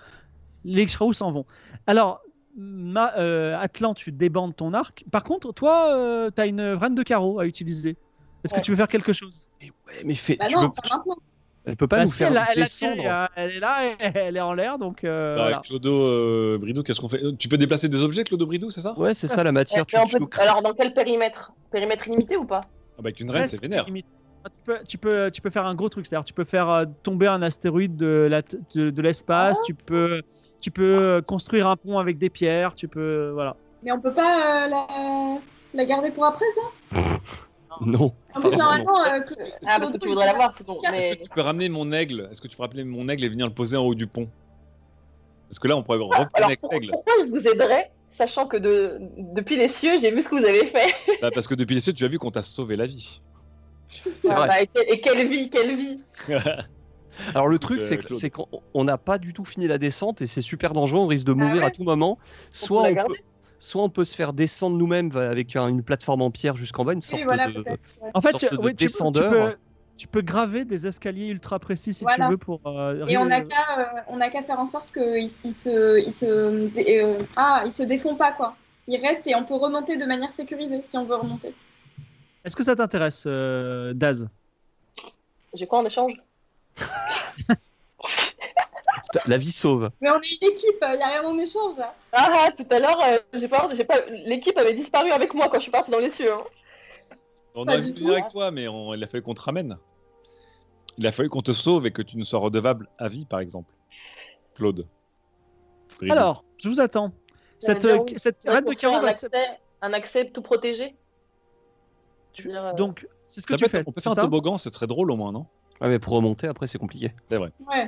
S1: les Shrao s'en vont. Alors, ma, euh, Atlan, tu débandes ton arc. Par contre, toi, euh, t'as une reine de carreau à utiliser. Est-ce
S5: Ouais.
S1: que tu veux faire quelque chose
S2: mais ouais, mais fais,
S3: Bah
S2: tu
S3: non,
S2: peux-
S3: pas maintenant.
S2: elle peut pas
S1: Bah
S2: nous
S1: si,
S2: faire
S1: elle, a- elle a tiré,
S2: descendre.
S1: hein. Elle est là, et elle est en l'air, donc euh,
S4: Bah,
S1: voilà.
S4: Clodo euh, Bridou, qu'est-ce qu'on fait Euh, Tu peux déplacer des objets, Clodo Bridou, c'est ça
S2: Ouais, c'est ça la matière. Tu,
S5: Mais on
S2: tu
S5: peut-
S2: nous crées-
S5: Alors, dans quel périmètre Périmètre illimité ou pas
S4: Ah, bah, avec une reine, c'est
S1: Presque
S4: vénère.
S1: limite. Ah, Tu peux, tu, peux, tu peux faire un gros truc, c'est-à-dire tu peux faire euh, tomber un astéroïde de la t- de, de l'espace,
S5: Ah.
S1: tu peux, tu peux euh, construire un pont avec des pierres, tu peux... Voilà.
S3: Mais on peut pas euh, la... la garder pour après, ça
S2: Non.
S3: En plus,
S2: Pardon,
S3: normalement, euh, que-
S5: Ah, parce que tu voudrais l'avoir, c'est bon.
S3: Est-ce
S5: Mais...
S4: Est-ce que tu peux ramener mon aigle Est-ce que tu peux rappeler mon aigle et venir le poser en haut du pont Parce que là, on pourrait
S5: Alors,
S4: reconnecter
S5: pour-
S4: l'aigle.
S5: pourquoi je vous aiderais, sachant que de... depuis les cieux, j'ai vu ce que vous avez fait
S4: Bah, parce que depuis les cieux, tu as vu qu'on t'a sauvé la vie.
S2: C'est
S5: Ah,
S2: vrai.
S5: bah, et, que- et quelle vie, quelle vie
S2: Alors le
S4: Écoute,
S2: truc,
S4: euh,
S2: c'est que-
S4: Claude.
S2: c'est qu'on on n'a pas du tout fini la descente et c'est super dangereux. On risque de mourir
S5: ouais.
S2: à tout moment. Soit
S5: la
S2: on,
S5: garder.
S2: peut, soit on peut se faire descendre nous-mêmes va- avec un- une plateforme en pierre jusqu'en bas, une sorte
S3: Oui, voilà,
S2: de.
S3: peut-être. ouais.
S1: En fait,
S2: sorte
S1: tu, oui,
S2: de
S1: tu peux- tu
S2: descendeur.
S1: peux, tu peux graver des escaliers ultra précis si
S3: Voilà.
S1: tu veux pour... euh,
S3: Et on n'a
S1: ré-
S3: qu'à euh, on n'a qu'à faire en sorte qu'ils ils se, ils se, dé- euh, ah, ils se défont pas, quoi. Ils restent et on peut remonter de manière sécurisée, si on veut remonter.
S1: Est-ce que ça t'intéresse, euh, Daz
S5: J'ai quoi en échange
S2: Putain, La vie sauve.
S3: Mais on est une équipe, il n'y a rien en échange, là.
S5: Ah, ah, tout à l'heure, euh, j'ai pas, j'ai pas... l'équipe avait disparu avec moi quand je suis partie dans les cieux. hein.
S4: On
S3: Pas
S4: aurait
S3: du
S4: vu
S3: tout,
S4: venir avec toi, mais on- il a fallu qu'on te ramène. Il a fallu qu'on te sauve et que tu nous sois redevable à vie, par exemple. Claude. Bridou.
S1: Alors, je vous attends.
S5: Ça veut
S1: Cette,
S5: dire
S1: euh,
S5: oui.
S1: cette
S5: Ouais,
S1: reine
S5: pour
S1: de
S5: faire
S1: carreau...
S5: un
S1: va se-
S5: accès, un accès tout protégé.
S1: Tu-
S5: Je veux dire, euh,
S1: Donc, c'est ce que
S4: Ça
S1: tu
S4: peut être-
S1: fais.
S4: on peut
S1: c'est
S4: faire un
S1: ça
S4: toboggan, ce serait drôle au moins, non
S2: Ouais, Ah, mais pour remonter après, c'est compliqué.
S3: Ouais.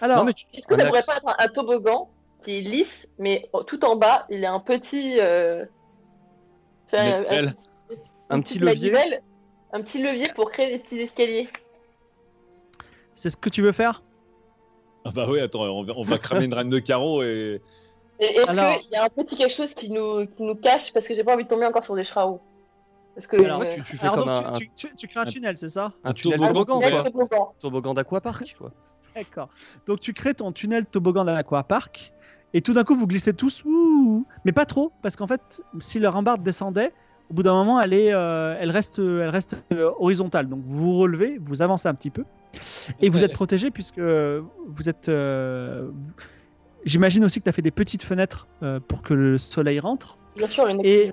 S1: Alors,
S2: Non, mais tu-
S5: Est-ce que
S2: un
S5: ça pourrait
S2: axe.
S5: pas être un toboggan qui est lisse, mais tout en bas, il a un petit. euh, tu vois,
S4: Une
S5: un-
S4: manivelle.
S5: un
S2: Un petit
S5: petit
S2: levier.
S5: manivelle, Un petit levier pour créer des petits escaliers.
S1: c'est ce que tu veux faire
S4: Ah bah oui, attends, on va, on va cramer une reine de carreau et.
S5: Et Est-ce
S1: Alors-
S5: qu'il y a un petit quelque chose qui nous, qui nous cache Parce que j'ai pas envie de tomber encore sur des shraous. Parce que.
S1: Alors,
S5: euh,
S2: Ouais, tu, tu fais
S1: Alors
S2: comme
S1: donc,
S2: un,
S1: tu, tu- tu- tu crées un tunnel, c'est ça
S2: un tunnel
S4: toboggan
S2: toboggan,
S5: c'est
S4: ouvert.
S5: un
S2: quoi.
S5: toboggan.
S2: Toboggan d'aquapark, quoi.
S1: D'accord. Donc tu crées ton tunnel toboggan dans l'aquapark et tout d'un coup vous glissez tous, ouh, mais pas trop parce qu'en fait si leur rambarde descendait, au bout d'un moment elle est, euh, elle reste, elle reste euh, horizontale. Donc vous vous relevez, vous avancez un petit peu et vous êtes protégé puisque euh, vous êtes. euh, vous- J'imagine aussi que tu as fait des petites fenêtres euh, pour que le soleil rentre.
S5: Bien sûr, le nec-
S1: Et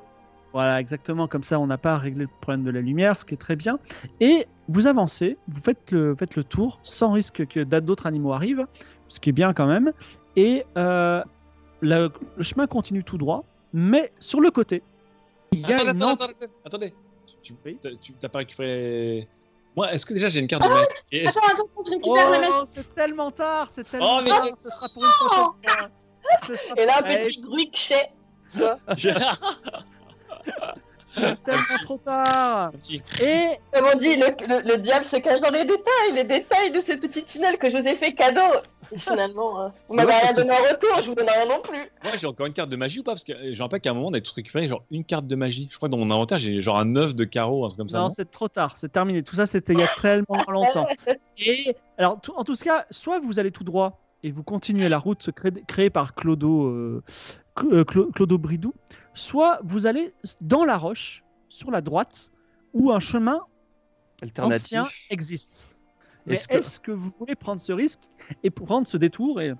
S1: voilà, exactement comme ça, on n'a pas réglé le problème de la lumière, ce qui est très bien. Et vous avancez, vous faites le, faites le tour sans risque que d'a- d'autres animaux arrivent, ce qui est bien quand même. Et euh, la- le chemin continue tout droit, mais sur le côté, il y a
S4: Attendez,
S1: une enf-
S4: attendez, attendez, attendez. Tu
S1: Oui. Ah
S4: t'as- tu- t'as pas récupéré. Moi, est-ce que déjà j'ai une carte de magie Et est-ce-
S3: Attends, attends, je récupère la magie.
S1: Oh, c'est tellement tard, c'est tellement
S4: Oh, mais
S1: tard,
S4: non.
S1: ce sera pour une prochaine fois. Ce sera
S5: et là, un
S1: pour-
S5: petit bruit que j'ai.
S4: j'ai-
S1: C'est tellement trop tard.
S4: Petit-
S1: Et
S5: Comme on dit, le, le- le diable se cache dans les détails, les détails de ce petit tunnel que je vous ai fait cadeau. Et finalement, euh, vous
S4: C'est
S5: m'avez
S4: vrai,
S5: rien
S4: parce que
S5: donné en retour, je vous donne rien non plus.
S4: Moi, j'ai encore une carte de magie ou pas Parce que euh, j'ai un pas qu'à un moment, on a tous récupéré genre une carte de magie. Je crois que dans mon inventaire, j'ai genre un 9 de carreau, un truc comme ça.
S1: Non, c'est trop tard, c'est terminé. Tout ça, c'était il y a tellement longtemps. Et alors, tout- en tout cas, soit vous allez tout droit et vous continuez la route cré- créée par Clodo, euh, Cl- euh, Clo- Clodo Bridou, soit vous allez dans la roche, sur la droite, où un chemin ancien
S2: Alternatif.
S1: existe. Mais
S2: Est-ce
S1: est-ce
S2: que-
S1: que... vous voulez prendre ce risque et pour prendre ce détour et...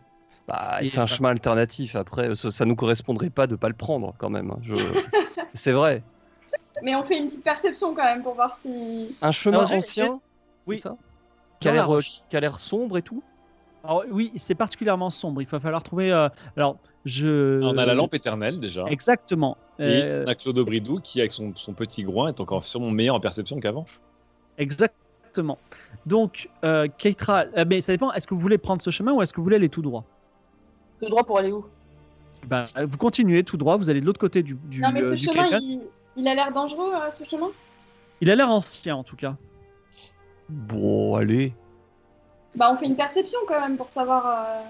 S2: Bah,
S1: Et
S2: c'est un
S1: bah-
S2: chemin alternatif. Après, ça, ça nous correspondrait pas de pas le prendre quand même. hein. Je- c'est vrai.
S3: Mais on fait une petite perception quand même pour voir si.
S2: Un chemin
S1: Alors, j'ai-
S2: ancien.
S1: oui.
S2: c'est ça qui a
S1: Dans la
S2: l'air, euh,
S1: roche.
S2: qui a l'air sombre et tout.
S1: Alors, oui, c'est particulièrement sombre. Il va falloir trouver. euh, Alors, je.
S4: Ah, On a la lampe éternelle déjà.
S1: Exactement.
S4: Et
S1: Euh,
S4: on a Claude Bridou qui, avec son, son petit groin, est encore sûrement meilleur en perception qu'avant.
S1: Exactement. Donc, euh, Keitra, euh, mais ça dépend, est-ce que vous voulez prendre ce chemin ou est-ce que vous voulez aller tout droit
S5: Le droit pour aller où
S1: Ben, euh, Vous continuez tout droit, vous allez de l'autre côté du, du,
S3: Non, mais
S1: euh,
S3: ce
S1: du
S3: chemin,
S1: Clayton.
S3: il, il a l'air dangereux, euh, ce chemin
S1: Il a l'air ancien en tout cas.
S2: Bon, allez.
S3: Bah, on fait une perception quand même pour savoir. euh,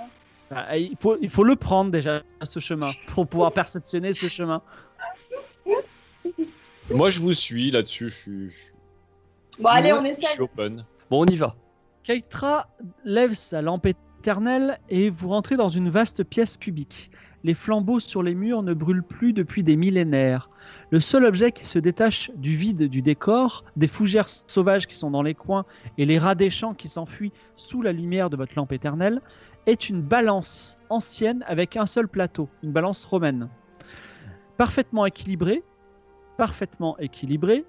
S1: Ben, euh, il, faut, il faut le prendre déjà, ce chemin, pour pouvoir perceptionner ce chemin.
S4: Moi, je vous suis là-dessus. Je suis, je suis-
S3: Bon, allez, on
S4: je suis
S3: essaye.
S4: open.
S2: Bon, on y va.
S1: Keitra lève sa lampe éternelle et vous rentrez dans une vaste pièce cubique. Les flambeaux sur les murs ne brûlent plus depuis des millénaires. Le seul objet qui se détache du vide du décor, des fougères sauvages qui sont dans les coins et les rats des champs qui s'enfuient sous la lumière de votre lampe éternelle, est une balance ancienne avec un seul plateau, une balance romaine. Parfaitement équilibrée, parfaitement équilibrée,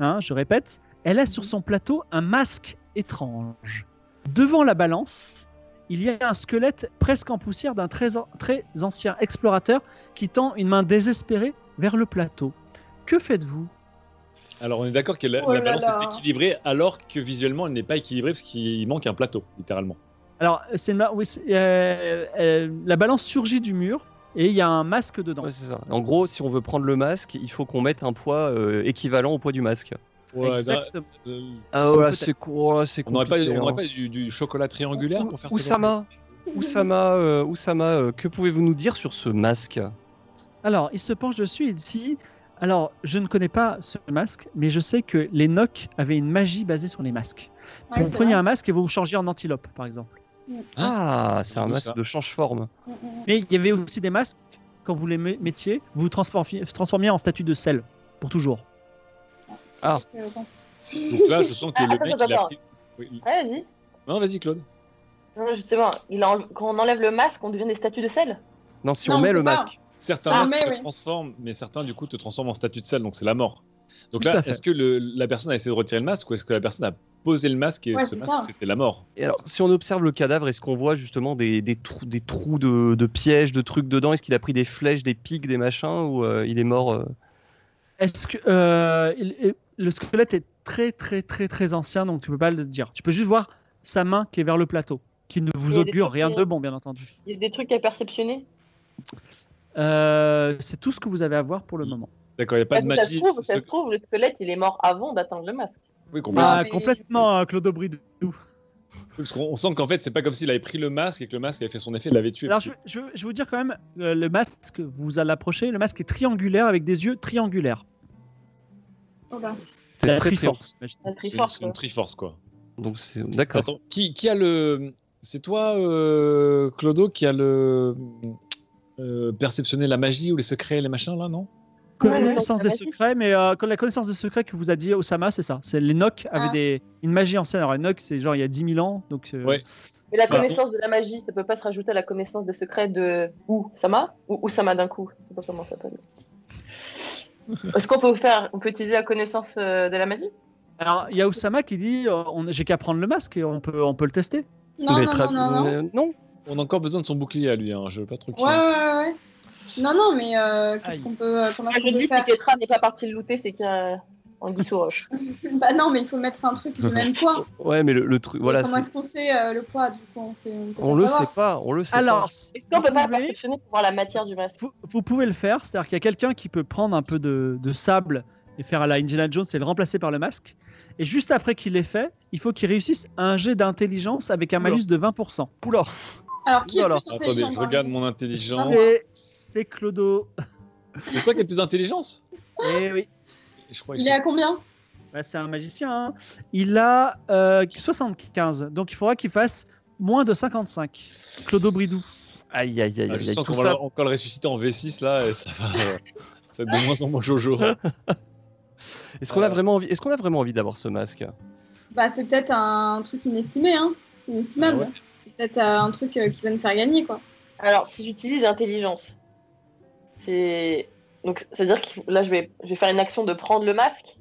S1: hein, je répète, elle a sur son plateau un masque étrange. Devant la balance, il y a un squelette presque en poussière d'un très, an- très ancien explorateur qui tend une main désespérée vers le plateau. Que faites-vous
S4: Alors, on est d'accord que la,
S3: Oh
S4: la
S3: là
S4: balance
S3: là.
S4: est équilibrée, alors que visuellement, elle n'est pas équilibrée parce qu'il manque un plateau, littéralement.
S1: Alors, c'est une ma- oui, c'est- euh, euh, la balance surgit du mur et il y a un masque dedans.
S2: Ouais, c'est ça. En gros, si on veut prendre le masque, il faut qu'on mette un poids euh, équivalent au poids du masque.
S4: Ouais,
S1: Exactement.
S4: bah, euh,
S2: Ah
S1: ouais,
S2: c'est quoi C'est
S4: on n'aurait pas,
S2: compliqué,
S4: on
S2: hein.
S4: n'aurait pas du, du chocolat triangulaire pour faire ce genre de-
S2: Oussama, Oussama, euh, Oussama, euh, que pouvez-vous nous dire sur ce masque
S4: Hein
S1: Alors, il se penche dessus et dit Alors, je ne connais pas ce masque, mais je sais que les Nocs avaient une magie basée sur les masques.
S3: Ouais,
S1: vous
S3: c'est
S1: preniez
S3: vrai.
S1: un masque et vous vous changez en antilope, par exemple.
S2: Ah, c'est un
S4: D'où
S2: masque
S4: ça
S2: de change-forme.
S3: Mm, mm.
S1: Mais il y avait aussi des masques, quand vous les me- mettiez, vous vous transformiez, vous transformiez en statue de sel, pour toujours.
S2: Ah.
S3: Euh, bon.
S4: Donc là, je sens que
S5: Ah,
S4: le
S5: attends,
S4: mec,
S5: attends,
S4: il a
S5: attends.
S4: pris- Oui.
S5: Ouais, vas-y.
S4: Non, vas-y, Claude.
S5: Non, justement, il enle- quand on enlève le masque, on devient des statues de sel.
S2: Non, si
S3: Non,
S2: on met
S3: c'est
S2: le
S3: pas-
S2: masque.
S4: Certains
S3: Ah,
S4: masques
S3: mais
S4: te
S3: oui.
S4: transforment, mais certains du coup te transforment en statut de sel, donc c'est la mort. Donc
S1: Tout
S4: là,
S1: à fait.
S4: est-ce que le- la personne a essayé de retirer le masque ou est-ce que la personne a posé le masque et
S3: Ouais,
S4: ce
S3: c'est
S4: masque
S3: ça.
S4: c'était la mort
S2: Et alors, si on observe le cadavre, est-ce qu'on voit justement des, des trous, des trous de, de pièges, de trucs dedans Est-ce qu'il a pris des flèches, des pics, des machins Ou euh, il est mort euh
S1: Est-ce que euh, il- il- le squelette est très très très très ancien, donc tu peux pas le dire. Tu peux juste voir sa main qui est vers le plateau, qui ne vous
S5: Et les
S1: augure
S5: trucs
S1: rien
S5: qui-
S1: de bon, bien entendu.
S5: Il y a des trucs à perceptionner.
S1: Euh, c'est tout ce que vous avez à voir pour le moment.
S4: D'accord, il n'y a pas
S5: Parce
S4: de
S5: que ça se
S4: magie.
S5: trouve,
S4: c'est
S5: ça se
S4: ce-
S5: trouve, le squelette, il est mort avant d'atteindre le masque.
S4: Oui, complètement.
S1: Ah,
S3: mais-
S1: complètement, hein, Claude Aubry.
S4: Parce qu'on- on sent qu'en fait, c'est pas comme s'il avait pris le masque et que le masque avait fait son effet, il l'avait tué.
S1: Alors,
S4: parce
S1: je,
S4: que-
S1: je, je vais vous dire quand même, euh, le masque, vous allez l'approcher, le masque est triangulaire avec des yeux triangulaires.
S3: Oh là.
S2: C'est
S1: La
S2: très, très
S1: Triforce, imaginez.
S4: C'est
S5: La
S4: une-
S5: Triforce.
S4: c'est une, triforce quoi.
S2: Donc, c'est... D'accord.
S4: Attends, qui, qui a le. C'est toi, euh, Clodo, qui a le. euh, perceptionné la magie ou les secrets, les machins là, non
S1: connaissance
S5: Ouais,
S1: des
S5: ouais, ouais.
S1: secrets, mais euh, la connaissance des secrets que vous a dit Osama, c'est ça. C'est les Nocs avaient
S3: Ah.
S1: des, une magie ancienne. Alors les Nocs, c'est genre il y a 10 000 ans, donc euh,
S4: Ouais.
S5: Mais la
S4: Voilà.
S5: connaissance de la magie, ça peut pas se rajouter à la connaissance des secrets de Oussama Ou Oussama d'un coup, je sais pas comment ça s'appelle. Est-ce qu'on peut faire, on peut utiliser la connaissance euh, de la magie
S1: Alors il y a Osama qui dit, euh, on- j'ai qu'à prendre le masque et on peut, on peut le tester.
S3: Non,
S2: Mais
S3: non,
S2: tra-
S3: non, non, non.
S2: euh, non.
S4: On a encore besoin de son bouclier à lui, hein, je veux pas trop
S3: Ouais, ouais, ouais. Non, non, mais euh,
S1: Aïe.
S3: qu'est-ce qu'on peut. euh, comment
S5: Moi,
S3: est-ce
S5: Ah, je
S3: qu'on peut
S5: dis si
S3: faire
S5: Ketra n'est pas parti le looter, c'est qu'il y a un guise aux roches.
S3: Bah non, mais il faut mettre un truc du même poids.
S2: Ouais, mais le, le truc. Voilà,
S3: comment
S2: c'est-
S3: est-ce qu'on sait euh, le poids du coup On, sait, on, peut
S2: on
S3: pas
S2: le sait
S3: savoir.
S2: pas. On le sait
S1: Alors
S5: Est-ce qu'on peut pas
S1: pouvez-
S5: perceptionner pour voir la matière du masque
S1: vous, vous pouvez le faire, c'est-à-dire qu'il y a quelqu'un qui peut prendre un peu de, de sable et faire à la Indiana Jones et le remplacer par le masque. Et juste après qu'il l'ait fait, il faut qu'il réussisse un jet d'intelligence avec un
S2: Oula.
S1: malus de 20%.
S2: Oula,
S3: Alors, qui est
S2: Oula,
S3: le
S2: alors,
S3: plus intelligent
S4: Attendez, je
S3: dans le
S4: regarde
S3: monde
S4: mon intelligence.
S1: C'est- C'est Clodo.
S5: Ah.
S4: C'est toi qui as le plus d'intelligence
S1: Eh oui,
S4: Je crois que
S3: Il est à combien
S1: Bah, c'est un magicien. hein. Il a euh, 75, donc il faudra qu'il fasse moins de 55. Clodo Bridou.
S2: aïe aïe aïe,
S4: Ah,
S2: aïe,
S4: je
S2: aïe.
S4: sens
S2: tout
S4: qu'on
S2: ça
S4: va encore le ressusciter en V6 là, et ça va, euh, ça va être de moins en moins jojo.
S2: Est-ce
S4: Euh.
S2: qu'on a vraiment envie Est-ce qu'on a vraiment envie d'avoir ce masque
S3: Bah, c'est peut-être un truc inestimé, hein. Inestimable.
S4: Ah ouais.
S3: C'est peut-être euh, un truc euh, qui va nous faire gagner, quoi.
S5: Alors, si j'utilise intelligence, c'est. Donc, c'est-à-dire que là, je vais, je vais faire une action de prendre le masque.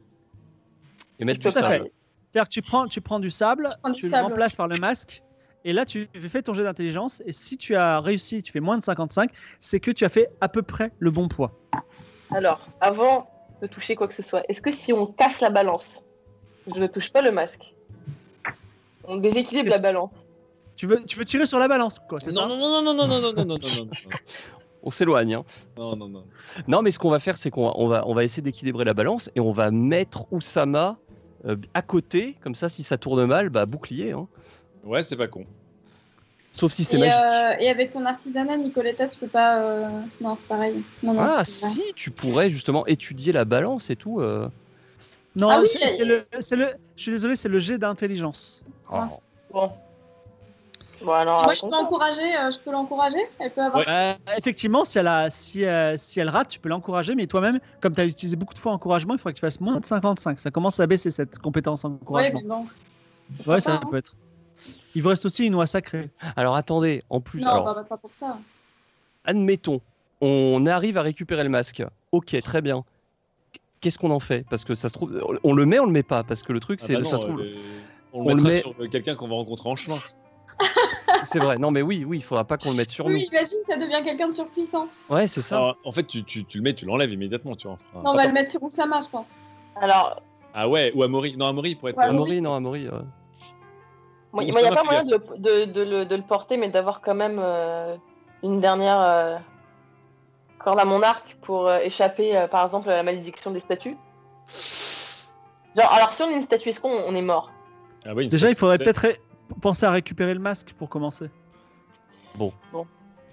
S2: et mettre
S5: Je peux
S2: tout
S1: à
S2: ça
S1: fait. C'est-à-dire que tu prends, tu prends du sable,
S3: prends du
S1: tu le
S3: sable.
S1: remplaces par le masque, et là tu fais ton jet d'intelligence, et si tu as réussi, tu fais moins de 55, c'est que tu as fait à peu près le bon poids.
S5: Alors, avant de toucher quoi que ce soit, est-ce que si on casse la balance, je ne touche pas le masque On déséquilibre la
S1: Qu'est-ce-
S5: balance.
S1: Tu veux, tu veux tirer sur la balance, quoi, c'est ça
S4: Non, non, non, non, non, non, non, non, non, non, non,
S2: On s'éloigne. hein.
S4: non, non, non, non.
S2: Non, mais ce qu'on va faire, c'est qu'on va, on va, on va essayer d'équilibrer la balance et on va mettre Oussama euh, à côté, comme ça, si ça tourne mal, bah bouclier. hein.
S4: Ouais, c'est pas con.
S2: Sauf si c'est
S3: Et,
S2: magique.
S3: euh, et avec ton artisanat, Nicoletta, tu peux pas. euh, Non, c'est pareil. Non, non,
S2: Ah
S3: c'est vrai.
S2: si, tu pourrais justement étudier la balance et tout. euh.
S1: Non,
S3: Ah oui,
S1: c'est c'est le, c'est le, je suis désolé, c'est le jet d'intelligence.
S2: Oh.
S5: Bon. Bon,
S2: Ah,
S5: alors.
S3: Moi, je peux
S5: raconte.
S3: l'encourager. euh, je peux l'encourager. Elle peut avoir.
S4: Ouais. Ah,
S1: Euh, effectivement, si elle, a, si, euh, si elle rate, tu peux l'encourager, mais toi-même, comme tu as utilisé beaucoup de fois encouragement, il faudra que tu fasses moins de 55. Ça commence à baisser cette compétence
S3: Ouais,
S1: encouragement.
S3: mais bon.
S1: Ouais, ça
S3: pas, hein.
S1: peut être. Il vous reste aussi une oie sacrée.
S2: Alors attendez, en plus,
S3: Non,
S2: alors,
S3: bah, bah, pas pour ça.
S2: admettons, on arrive à récupérer le masque. Ok, très bien. Qu'est-ce qu'on en fait Parce que ça se trouve, on le met, on le met pas. Parce que le truc,
S4: Ah
S2: c'est
S4: bah non,
S2: ça se trouve,
S4: euh, on
S2: on
S4: le
S2: le
S4: mettra
S2: met-
S4: sur euh, quelqu'un qu'on va rencontrer en chemin.
S2: c'est vrai. Non, mais oui, oui, il faudra pas qu'on le mette sur
S3: Oui, imagine, ça devient quelqu'un de surpuissant.
S2: nous. Ouais, c'est ça.
S4: Alors, en fait, tu, tu, tu le mets, tu l'enlèves immédiatement, tu vois. Enfin,
S3: Non, on va le mettre sur Oussama, je pense.
S5: Alors,
S4: Ah ouais, ou Amaury. Non, Amaury pour être.
S3: Ouais,
S4: euh,
S2: Amaury, non, Amaury. euh,
S4: Bon,
S5: moi, il
S4: ça
S5: n'y a
S4: va,
S5: pas
S4: fais
S5: moyen de, le- de, de le, de le porter, mais d'avoir quand même euh, une dernière euh, corde à mon arc pour euh, échapper, euh, par exemple, à la malédiction des statues. Genre, alors si on est une statue, est-ce qu'on on est mort
S4: Ah ouais, une
S1: Déjà, il
S4: statue,
S1: faudrait
S4: c'est-
S1: peut-être ré- penser à récupérer le masque pour commencer.
S2: est-ce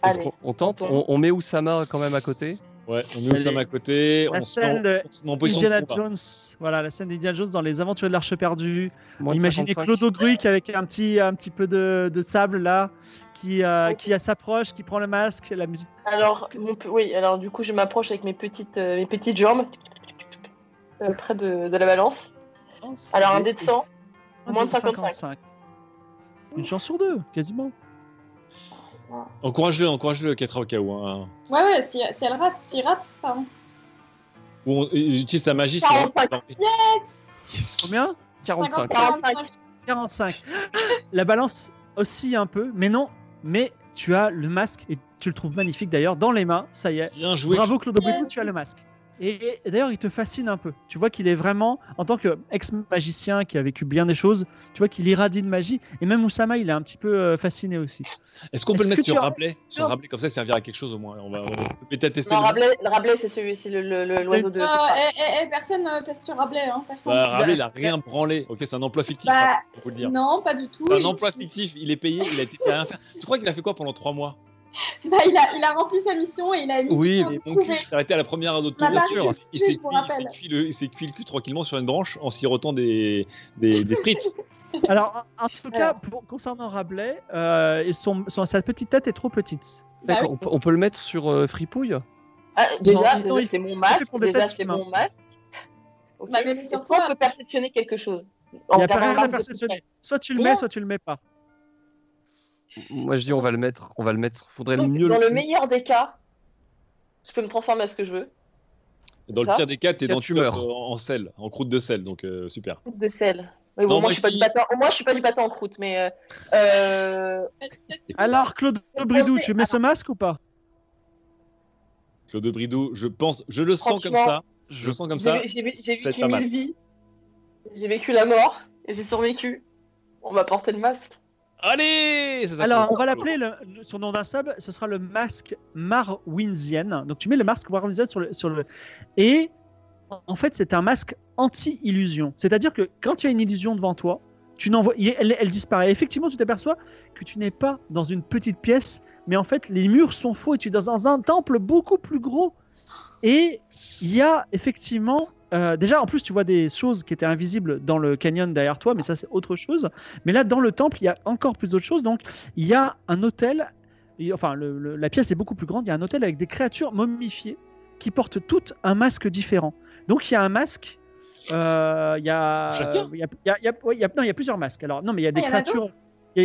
S5: Allez.
S2: qu'on- on tente,
S5: on
S2: on, on met Oussama quand même à côté.
S4: Ouais, on nous
S1: Allez.
S4: sommes à côté.
S1: La
S4: on se
S1: scène de
S4: on se met en position de
S1: Indiana
S4: combat.
S1: Jones, voilà la scène d'Indiana Jones dans Les Aventures de l'Arche perdue.
S2: Moins de
S1: Imaginez
S2: 55.
S1: Clodo Gruic avec un petit, un petit peu de, de sable là, qui, euh, qui s'approche, qui prend le masque, la musique.
S5: Alors, mon pe- oui, alors du coup, je m'approche avec mes petites, euh, mes petites jambes euh, près de, de la balance. Alors, un dé de 100. moins de 55.
S1: Une chance sur deux, quasiment.
S4: Encourage-le, encourage-le, Ketra, au cas où. hein.
S3: Ouais, ouais, si, si elle rate, s'il rate, pardon.
S4: Ou on il utilise sa magie.
S5: 45.
S4: sinon-
S1: Combien
S2: 45.
S3: 45.
S1: 45. La balance oscille un peu, mais non, mais tu as le masque et tu le trouves magnifique d'ailleurs dans les mains, ça y est.
S4: Bien joué.
S1: Bravo Claude Britou, tu as le masque. Et, et d'ailleurs, il te fascine un peu. Tu vois qu'il est vraiment, en tant qu'ex-magicien qui a vécu bien des choses, tu vois qu'il irradie de magie. Et même Oussama, il est un petit peu euh, fasciné aussi.
S4: Est-ce qu'on peut
S1: Est-ce
S4: le mettre
S1: que tu
S4: sur
S1: as-
S4: Rabelais Sur Rabelais, comme ça, il servira à quelque chose au moins. On va, on va tester.
S5: Non, Rabelais, le Rabelais, c'est celui, c'est le- le- le- l'oiseau de.
S3: Euh, eh, eh, eh, personne euh, teste sur Rabelais, hein, personne.
S4: Bah, Rabelais, il a rien branlé. Ok, c'est un emploi fictif,
S3: Bah,
S4: Rabelais, faut le dire.
S3: non, pas du tout.
S4: C'est un
S3: Il-
S4: emploi fictif, il est payé, il a été il a rien faire. Tu crois qu'il a fait quoi pendant trois mois
S3: bah, il, a, il a rempli sa mission et il a mis
S2: Oui,
S3: tout
S4: Et
S3: le
S4: donc,
S3: monde
S4: il s'est arrêté à la première heure
S3: Bah,
S4: d'auto,
S3: bah,
S4: bien sûr.
S3: c'est-
S4: Il s'est
S3: je vous
S4: cuit, il s'est
S3: rappelle.
S4: cuit le- il s'est cuit le cul tranquillement sur une branche en sirotant des, des, des sprites.
S1: Alors, en, en tout cas, pour- concernant Rabelais, euh, son- son- sa petite tête est trop petite.
S3: Bah
S2: D'accord, on peut- on, peut le mettre sur euh, Fripouille
S5: Ah, déjà,
S1: non,
S5: déjà,
S1: il
S5: c'est mon
S1: il
S5: masque.
S1: faut des
S5: Déjà,
S1: têtes
S5: c'est
S1: humains.
S5: mon masque. Ok.
S3: Bah, mais le
S5: Est-ce
S3: surtout,
S5: qu'on
S3: euh,
S5: peut perceptionner quelque chose
S1: Il
S5: En
S1: n'y a pas
S5: regardant
S1: rien à
S5: l'arbre de
S1: perceptionner.
S5: près.
S1: Soit tu le mets,
S5: Non.
S1: soit tu le mets pas.
S2: Moi je dis on va le mettre, on va le mettre. Faudrait
S5: Donc,
S2: mieux
S5: dans
S2: le
S5: le meilleur des cas, je peux me transformer à ce que je veux.
S4: Dans le
S5: Ça
S4: pire des cas, t'es
S2: Tiens,
S4: dans
S2: tu
S4: le top,
S2: meurs.
S4: euh, en sel, en croûte de sel, donc euh, super.
S5: Croûte de sel. Mais
S4: Non,
S5: bon,
S4: moi,
S5: moi, je suis
S4: je
S5: pas du
S4: dis-
S5: bâton. Moi, je suis pas du bâton en croûte, mais euh, euh,
S3: teste-
S1: Alors, Claude Bridou, tu mets ce masque ou pas
S4: Claude Brideau, je pense, je le sens comme
S5: Franchement,
S4: ça. Je le sens comme ça.
S5: j'ai j'ai- j'ai
S4: c'est
S5: vécu
S4: pas mal.
S5: mille vies, j'ai vécu la mort et j'ai survécu. On va porter le masque.
S4: Allez ça s'appelle-
S1: Alors, on va l'appeler, le- le- son nom d'un sub, ce sera le masque Marwinsienne. Donc, tu mets le masque Marwinsienne sur le, sur le. Et en fait, c'est un masque anti-illusion. C'est-à-dire que quand tu as une illusion devant toi, tu n'en vois- y- elle, elle disparaît. Effectivement, tu t'aperçois que tu n'es pas dans une petite pièce, mais en fait, les murs sont faux et tu es dans un temple beaucoup plus gros. Et il y a effectivement. euh, déjà, en plus, tu vois des choses qui étaient invisibles dans le canyon derrière toi, mais ça, c'est autre chose. Mais là, dans le temple, il y a encore plus d'autres choses. Donc, il y a un hôtel. et- Enfin, le- le- la pièce est beaucoup plus grande. Il y a un hôtel avec des créatures momifiées qui portent toutes un masque différent. Donc, il y a un masque. euh, Il y a.
S4: Chacun
S1: il y a- il y a- il y a- ouais, il y a- non, il y a plusieurs masques. Alors, non, mais il y a des
S3: il Ah, y en a
S1: créatures.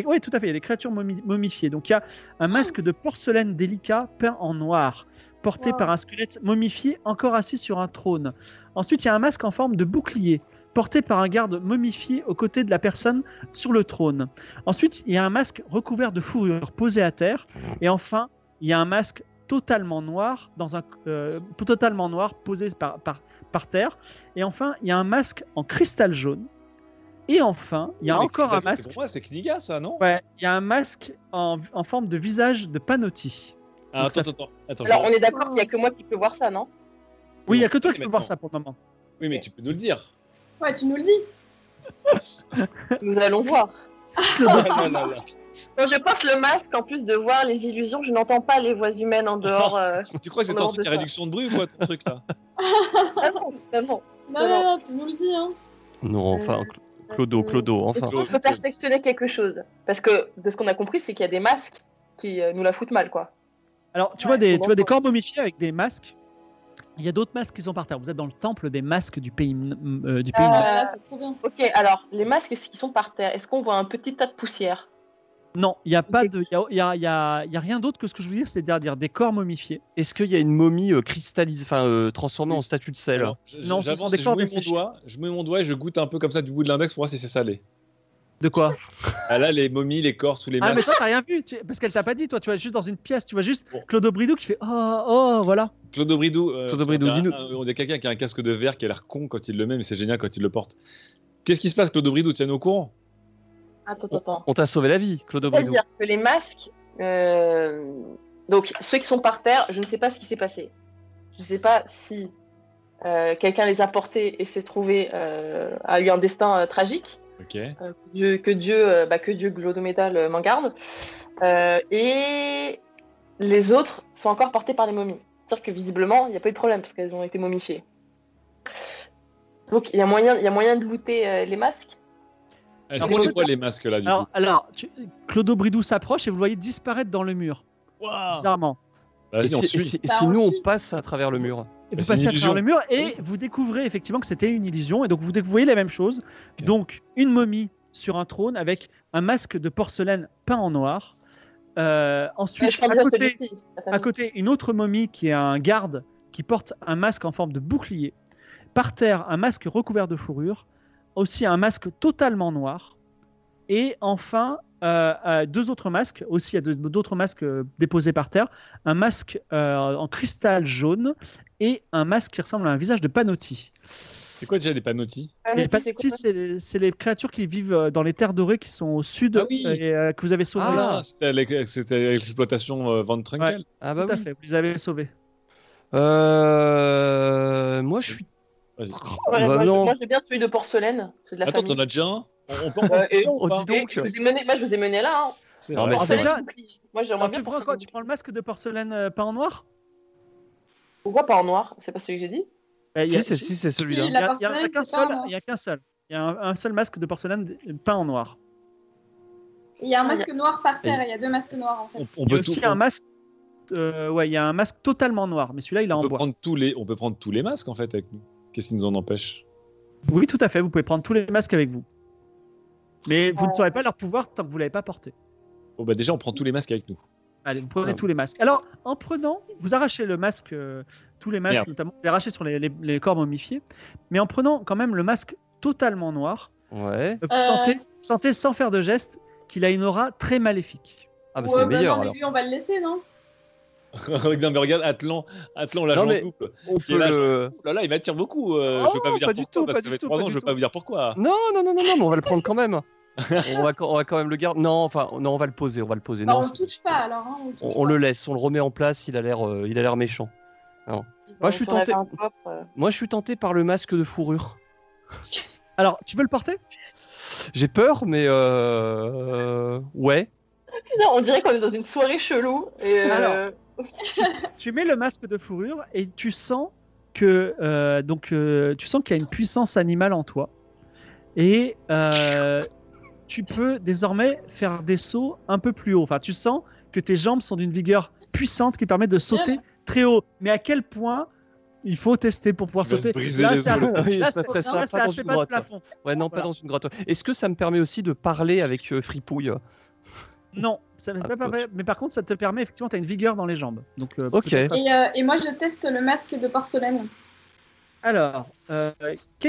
S1: Oui, tout à fait. Il y a des créatures momi- momifiées. Donc, il y a un masque de porcelaine délicat peint en noir, porté
S3: Wow.
S1: par un squelette momifié encore assis sur un trône. Ensuite, il y a un masque en forme de bouclier, porté par un garde momifié aux côtés de la personne sur le trône. Ensuite, il y a un masque recouvert de fourrure posé à terre. Et enfin, il y a un masque totalement noir, dans un, euh, totalement noir posé par, par, par terre. Et enfin, il y a un masque en cristal jaune. Et enfin, il y a
S4: Mais
S1: encore
S4: ça,
S1: un
S4: c'est
S1: masque.
S4: pour moi, c'est Kniga, ça, non
S1: Ouais, il y a un masque en, en forme de visage de Panotti.
S4: Ah,
S1: donc ça
S4: Attends, attends, attends.
S5: Alors, on
S4: je-
S5: est d'accord qu'il n'y a que moi qui peux voir ça, non
S1: Oui, il n'y a que toi qui
S4: Mais
S1: peux voir
S4: non.
S1: ça pour le moment.
S4: Oui, mais tu peux nous le dire.
S3: Ouais, tu nous le dis.
S5: Nous allons voir.
S4: Ah, là, là, là.
S5: Quand je porte le masque, en plus de voir les illusions, je n'entends pas les voix humaines en dehors. euh,
S4: Tu crois que c'est
S5: On
S4: un
S5: a
S4: truc
S5: hors de
S4: à
S5: ça.
S4: réduction de bruit ou quoi, ton truc là
S5: Ah non, vraiment.
S3: Non,
S5: Non,
S3: non, non, tu nous le dis. Hein.
S2: Non, enfin, Cl- Clodo, Clodo,
S5: Est-ce
S2: enfin.
S5: qu'on peut perfectionner quelque chose Parce que de ce qu'on a compris, c'est qu'il y a des masques qui euh, nous la foutent mal, quoi.
S1: Alors, tu
S5: Ouais,
S1: vois des,
S5: on
S1: tu vois des
S5: entend.
S1: corps momifiés avec des masques. Il y a d'autres masques qui sont par terre. Vous êtes dans le temple des masques du pays, euh, du pays.
S5: Ah.
S1: nord.
S3: Ah, là, c'est trop bien.
S5: Ok, alors, les masques qui sont par terre, est-ce qu'on voit un petit tas de poussière
S1: Non, il n'y a pas de, il y a, il y a- il y a- il y a rien d'autre que ce que je veux dire, c'est-à-dire des corps momifiés.
S2: Est-ce qu'il y a une momie euh, cristallisée, enfin euh, transformée en statue de sel
S4: Alors, je- je-
S1: Non, ce
S4: j'avance
S1: sont
S4: et
S1: des
S4: je
S1: cordes
S4: mets mon
S1: desséchées.
S4: doigt, je mets mon doigt et je goûte un peu comme ça du bout de l'index pour voir si c'est salé.
S1: De quoi
S4: Ah là, les momies, les corps sous les
S1: Ah,
S4: masques.
S1: mais toi, t'as rien vu, tu- parce qu'elle t'a pas dit. Toi, tu vas juste dans une pièce, tu vois juste
S4: Bon.
S1: Claude Bridou qui fait oh oh voilà.
S4: Claude Bridou. euh,
S2: Claude Bridou,
S4: il y a un-
S2: dis-nous.
S4: un- Il y a quelqu'un qui a un casque de verre qui a l'air con quand il le met, mais c'est génial quand il le porte. Qu'est-ce qui se passe, Claude Bridou Tiens-nous au courant.
S5: Attends, attends, attends.
S2: On t'a sauvé la vie, Clodo Bridou.
S5: C'est-à-dire que les masques, euh, donc ceux qui sont par terre, je ne sais pas ce qui s'est passé. Je ne sais pas si euh, quelqu'un les a portés et s'est trouvé, euh, a eu un destin euh, tragique.
S4: Ok.
S5: Euh, Dieu- que Dieu, euh, bah, que Dieu Glodométal euh, m'en garde. Euh, et les autres sont encore portés par les momies. C'est-à-dire que visiblement, il n'y a pas eu de problème parce qu'elles ont été momifiées. Donc il y a moyen, il y a moyen de looter euh, les masques.
S4: Elles
S1: Alors,
S4: sont
S1: moi,
S4: quoi les masques là du
S1: Alors
S4: coup
S1: alors, tu- Claude Bridou s'approche et vous le voyez disparaître dans le mur. Bizarrement.
S2: Et
S4: Vas-y, on
S2: si, et
S4: suit.
S2: si- et
S3: Bah,
S2: si
S3: on
S2: nous,
S3: suit.
S2: on passe à travers le mur
S1: Et vous
S4: Bah, c'est une
S1: passez à travers
S4: illusion.
S1: le mur et vous découvrez effectivement que c'était une illusion. Et donc vous décou- vous voyez la même chose.
S4: Ok.
S1: Donc une momie sur un trône avec un masque de porcelaine peint en noir. Euh,
S5: Ouais,
S1: ensuite,
S5: Ah, je prends
S1: à
S5: déjà
S1: côté,
S5: celui-ci, la
S1: à
S5: famille.
S1: côté, une autre momie qui est un garde qui porte un masque en forme de bouclier. Par terre, un masque recouvert de fourrure. Aussi un masque totalement noir. Et enfin, euh, euh, deux autres masques. Aussi, il y a de- d'autres masques euh, déposés par terre. Un masque euh, en cristal jaune et un masque qui ressemble à un visage de Panotti.
S4: C'est quoi déjà les panotis
S5: Ah, mais
S1: Les
S5: c'est quoi
S1: Panotti, c'est les- c'est les créatures qui vivent euh, dans les terres dorées qui sont au sud
S4: Ah oui.
S1: et euh, que vous avez sauvées.
S2: Ah,
S4: C'était l'ex- c'était l'exploitation euh, Van Trunkel.
S2: Ah
S1: Tout
S2: bah
S1: à
S2: oui.
S1: fait, vous les avez sauvées.
S2: Euh, moi, je suis.
S4: Vas-y.
S5: Ouais,
S2: Bah
S5: moi, je-
S2: non.
S5: moi, j'ai bien celui de porcelaine, c'est de la
S4: Attends, t'en
S5: famille.
S4: as déjà un On, on peut
S5: Euh, et-
S4: on
S2: Oh, dis
S5: Et
S2: donc.
S5: je vous ai mené- moi je vous ai mené là. hein.
S2: Non,
S4: Bah,
S2: mais
S5: Alors,
S2: c'est
S5: déjà,
S1: vrai.
S5: moi j'aimerais
S1: Alors,
S5: bien.
S1: tu prends
S5: porter
S1: quoi
S5: ce
S1: Tu
S5: bouc-
S1: prends le masque de porcelaine euh, peint en noir
S5: Pourquoi pas en noir C'est pas celui que j'ai dit.
S1: Bah, il y a-
S2: Si, c'est si, c'est celui-là.
S3: Si,
S1: Il
S3: La
S1: y a- il y en a
S3: porcelaine,
S1: qu'un
S3: c'est pas
S1: seul.
S3: un
S1: Il y a qu'un seul. Il y a un, un seul masque de porcelaine d- peint en noir.
S3: Il y a un masque noir par terre, il y a deux masques noirs en fait.
S4: on- on
S1: Il y a
S4: peut tout-
S1: aussi un masque. euh, ouais, il y a un masque totalement noir, mais celui-là, il est
S4: on
S1: en
S4: peut
S1: bois.
S4: prendre tous les, on peut prendre tous les masques en fait avec nous. Qu'est-ce qui nous en empêche
S1: Oui, tout à fait. Vous pouvez prendre tous les masques avec vous, mais vous ne
S5: Euh.
S1: saurez pas leur pouvoir tant que vous l'avez pas porté.
S4: Bon bah déjà on prend tous les masques avec nous.
S1: Allez, vous prenez
S4: Ah.
S1: tous les masques. Alors, en prenant, vous arrachez le masque, euh, tous les masques,
S4: Merde.
S1: notamment, vous les arrachez sur les, les- les corps momifiés, mais en prenant quand même le masque totalement noir,
S2: Ouais.
S1: vous,
S3: Euh.
S1: sentez, vous sentez sans faire de geste qu'il a une aura très maléfique.
S2: Ah bah
S3: Ouais,
S2: c'est le
S3: bah
S2: meilleur
S3: non, mais
S2: alors.
S3: lui, on va le laisser, non
S4: Avec non mais regarde Atlan, Atlan l'agent
S2: Non, mais-
S4: double.
S2: On
S4: Qui est
S2: peut
S4: là,
S2: le-
S4: Ouh là là, il m'attire beaucoup. euh,
S2: Oh,
S4: je veux pas vous dire
S2: pas du
S4: pourquoi
S2: tout,
S4: parce
S2: pas
S4: que
S2: du
S4: ça fait
S2: tout,
S4: trois
S2: pas
S4: ans,
S2: du
S4: je veux
S2: tout.
S4: pas vous dire pourquoi.
S2: Non, non, non, non, non, mais on va le prendre quand même. on, va, quand- on va quand même le garder. Non, enfin, non, on va le poser, on va le poser.
S3: Bah,
S2: non,
S3: On le touche pas alors. hein, on le touche
S2: on, on
S3: pas.
S2: le laisse, on le remet en place. Il a l'air, euh, il a l'air méchant. Moi, je suis
S5: Tourner
S2: tenté.
S5: vers un propre, euh.
S2: Moi, je suis tenté par le masque de fourrure.
S1: Alors, tu veux le porter
S2: J'ai peur, mais euh... euh, ouais.
S5: Putain, on dirait qu'on est dans une soirée chelou. Et, euh,
S1: Alors. Tu mets le masque de fourrure et tu sens que euh, donc euh, tu sens qu'il y a une puissance animale en toi et euh, tu peux désormais faire des sauts un peu plus haut. Enfin, tu sens que tes jambes sont d'une vigueur puissante qui permet de sauter très haut. Mais à quel point il faut tester pour pouvoir
S4: Tu vas
S1: sauter
S4: se briser
S1: Là,
S4: les
S1: c'est à-
S4: os, là.
S2: Oui,
S1: là,
S2: ça
S1: c'est-
S2: serait ça,
S1: là, c'est
S2: pas
S1: à
S2: dans
S1: ses
S2: une
S1: pas de
S2: grotte.
S1: plafond.
S2: Ouais, non, pas
S1: Voilà.
S2: dans une grotte. Est-ce que ça me permet aussi de parler avec euh, Fripouille
S1: Non, ça ne
S2: Ah,
S1: pas permet- mais par contre, ça te permet effectivement, tu as une vigueur dans les jambes. Donc, euh,
S2: Ok.
S1: peut-être ça
S3: Et, euh, et moi, je teste le masque de porcelaine.
S1: Alors, euh,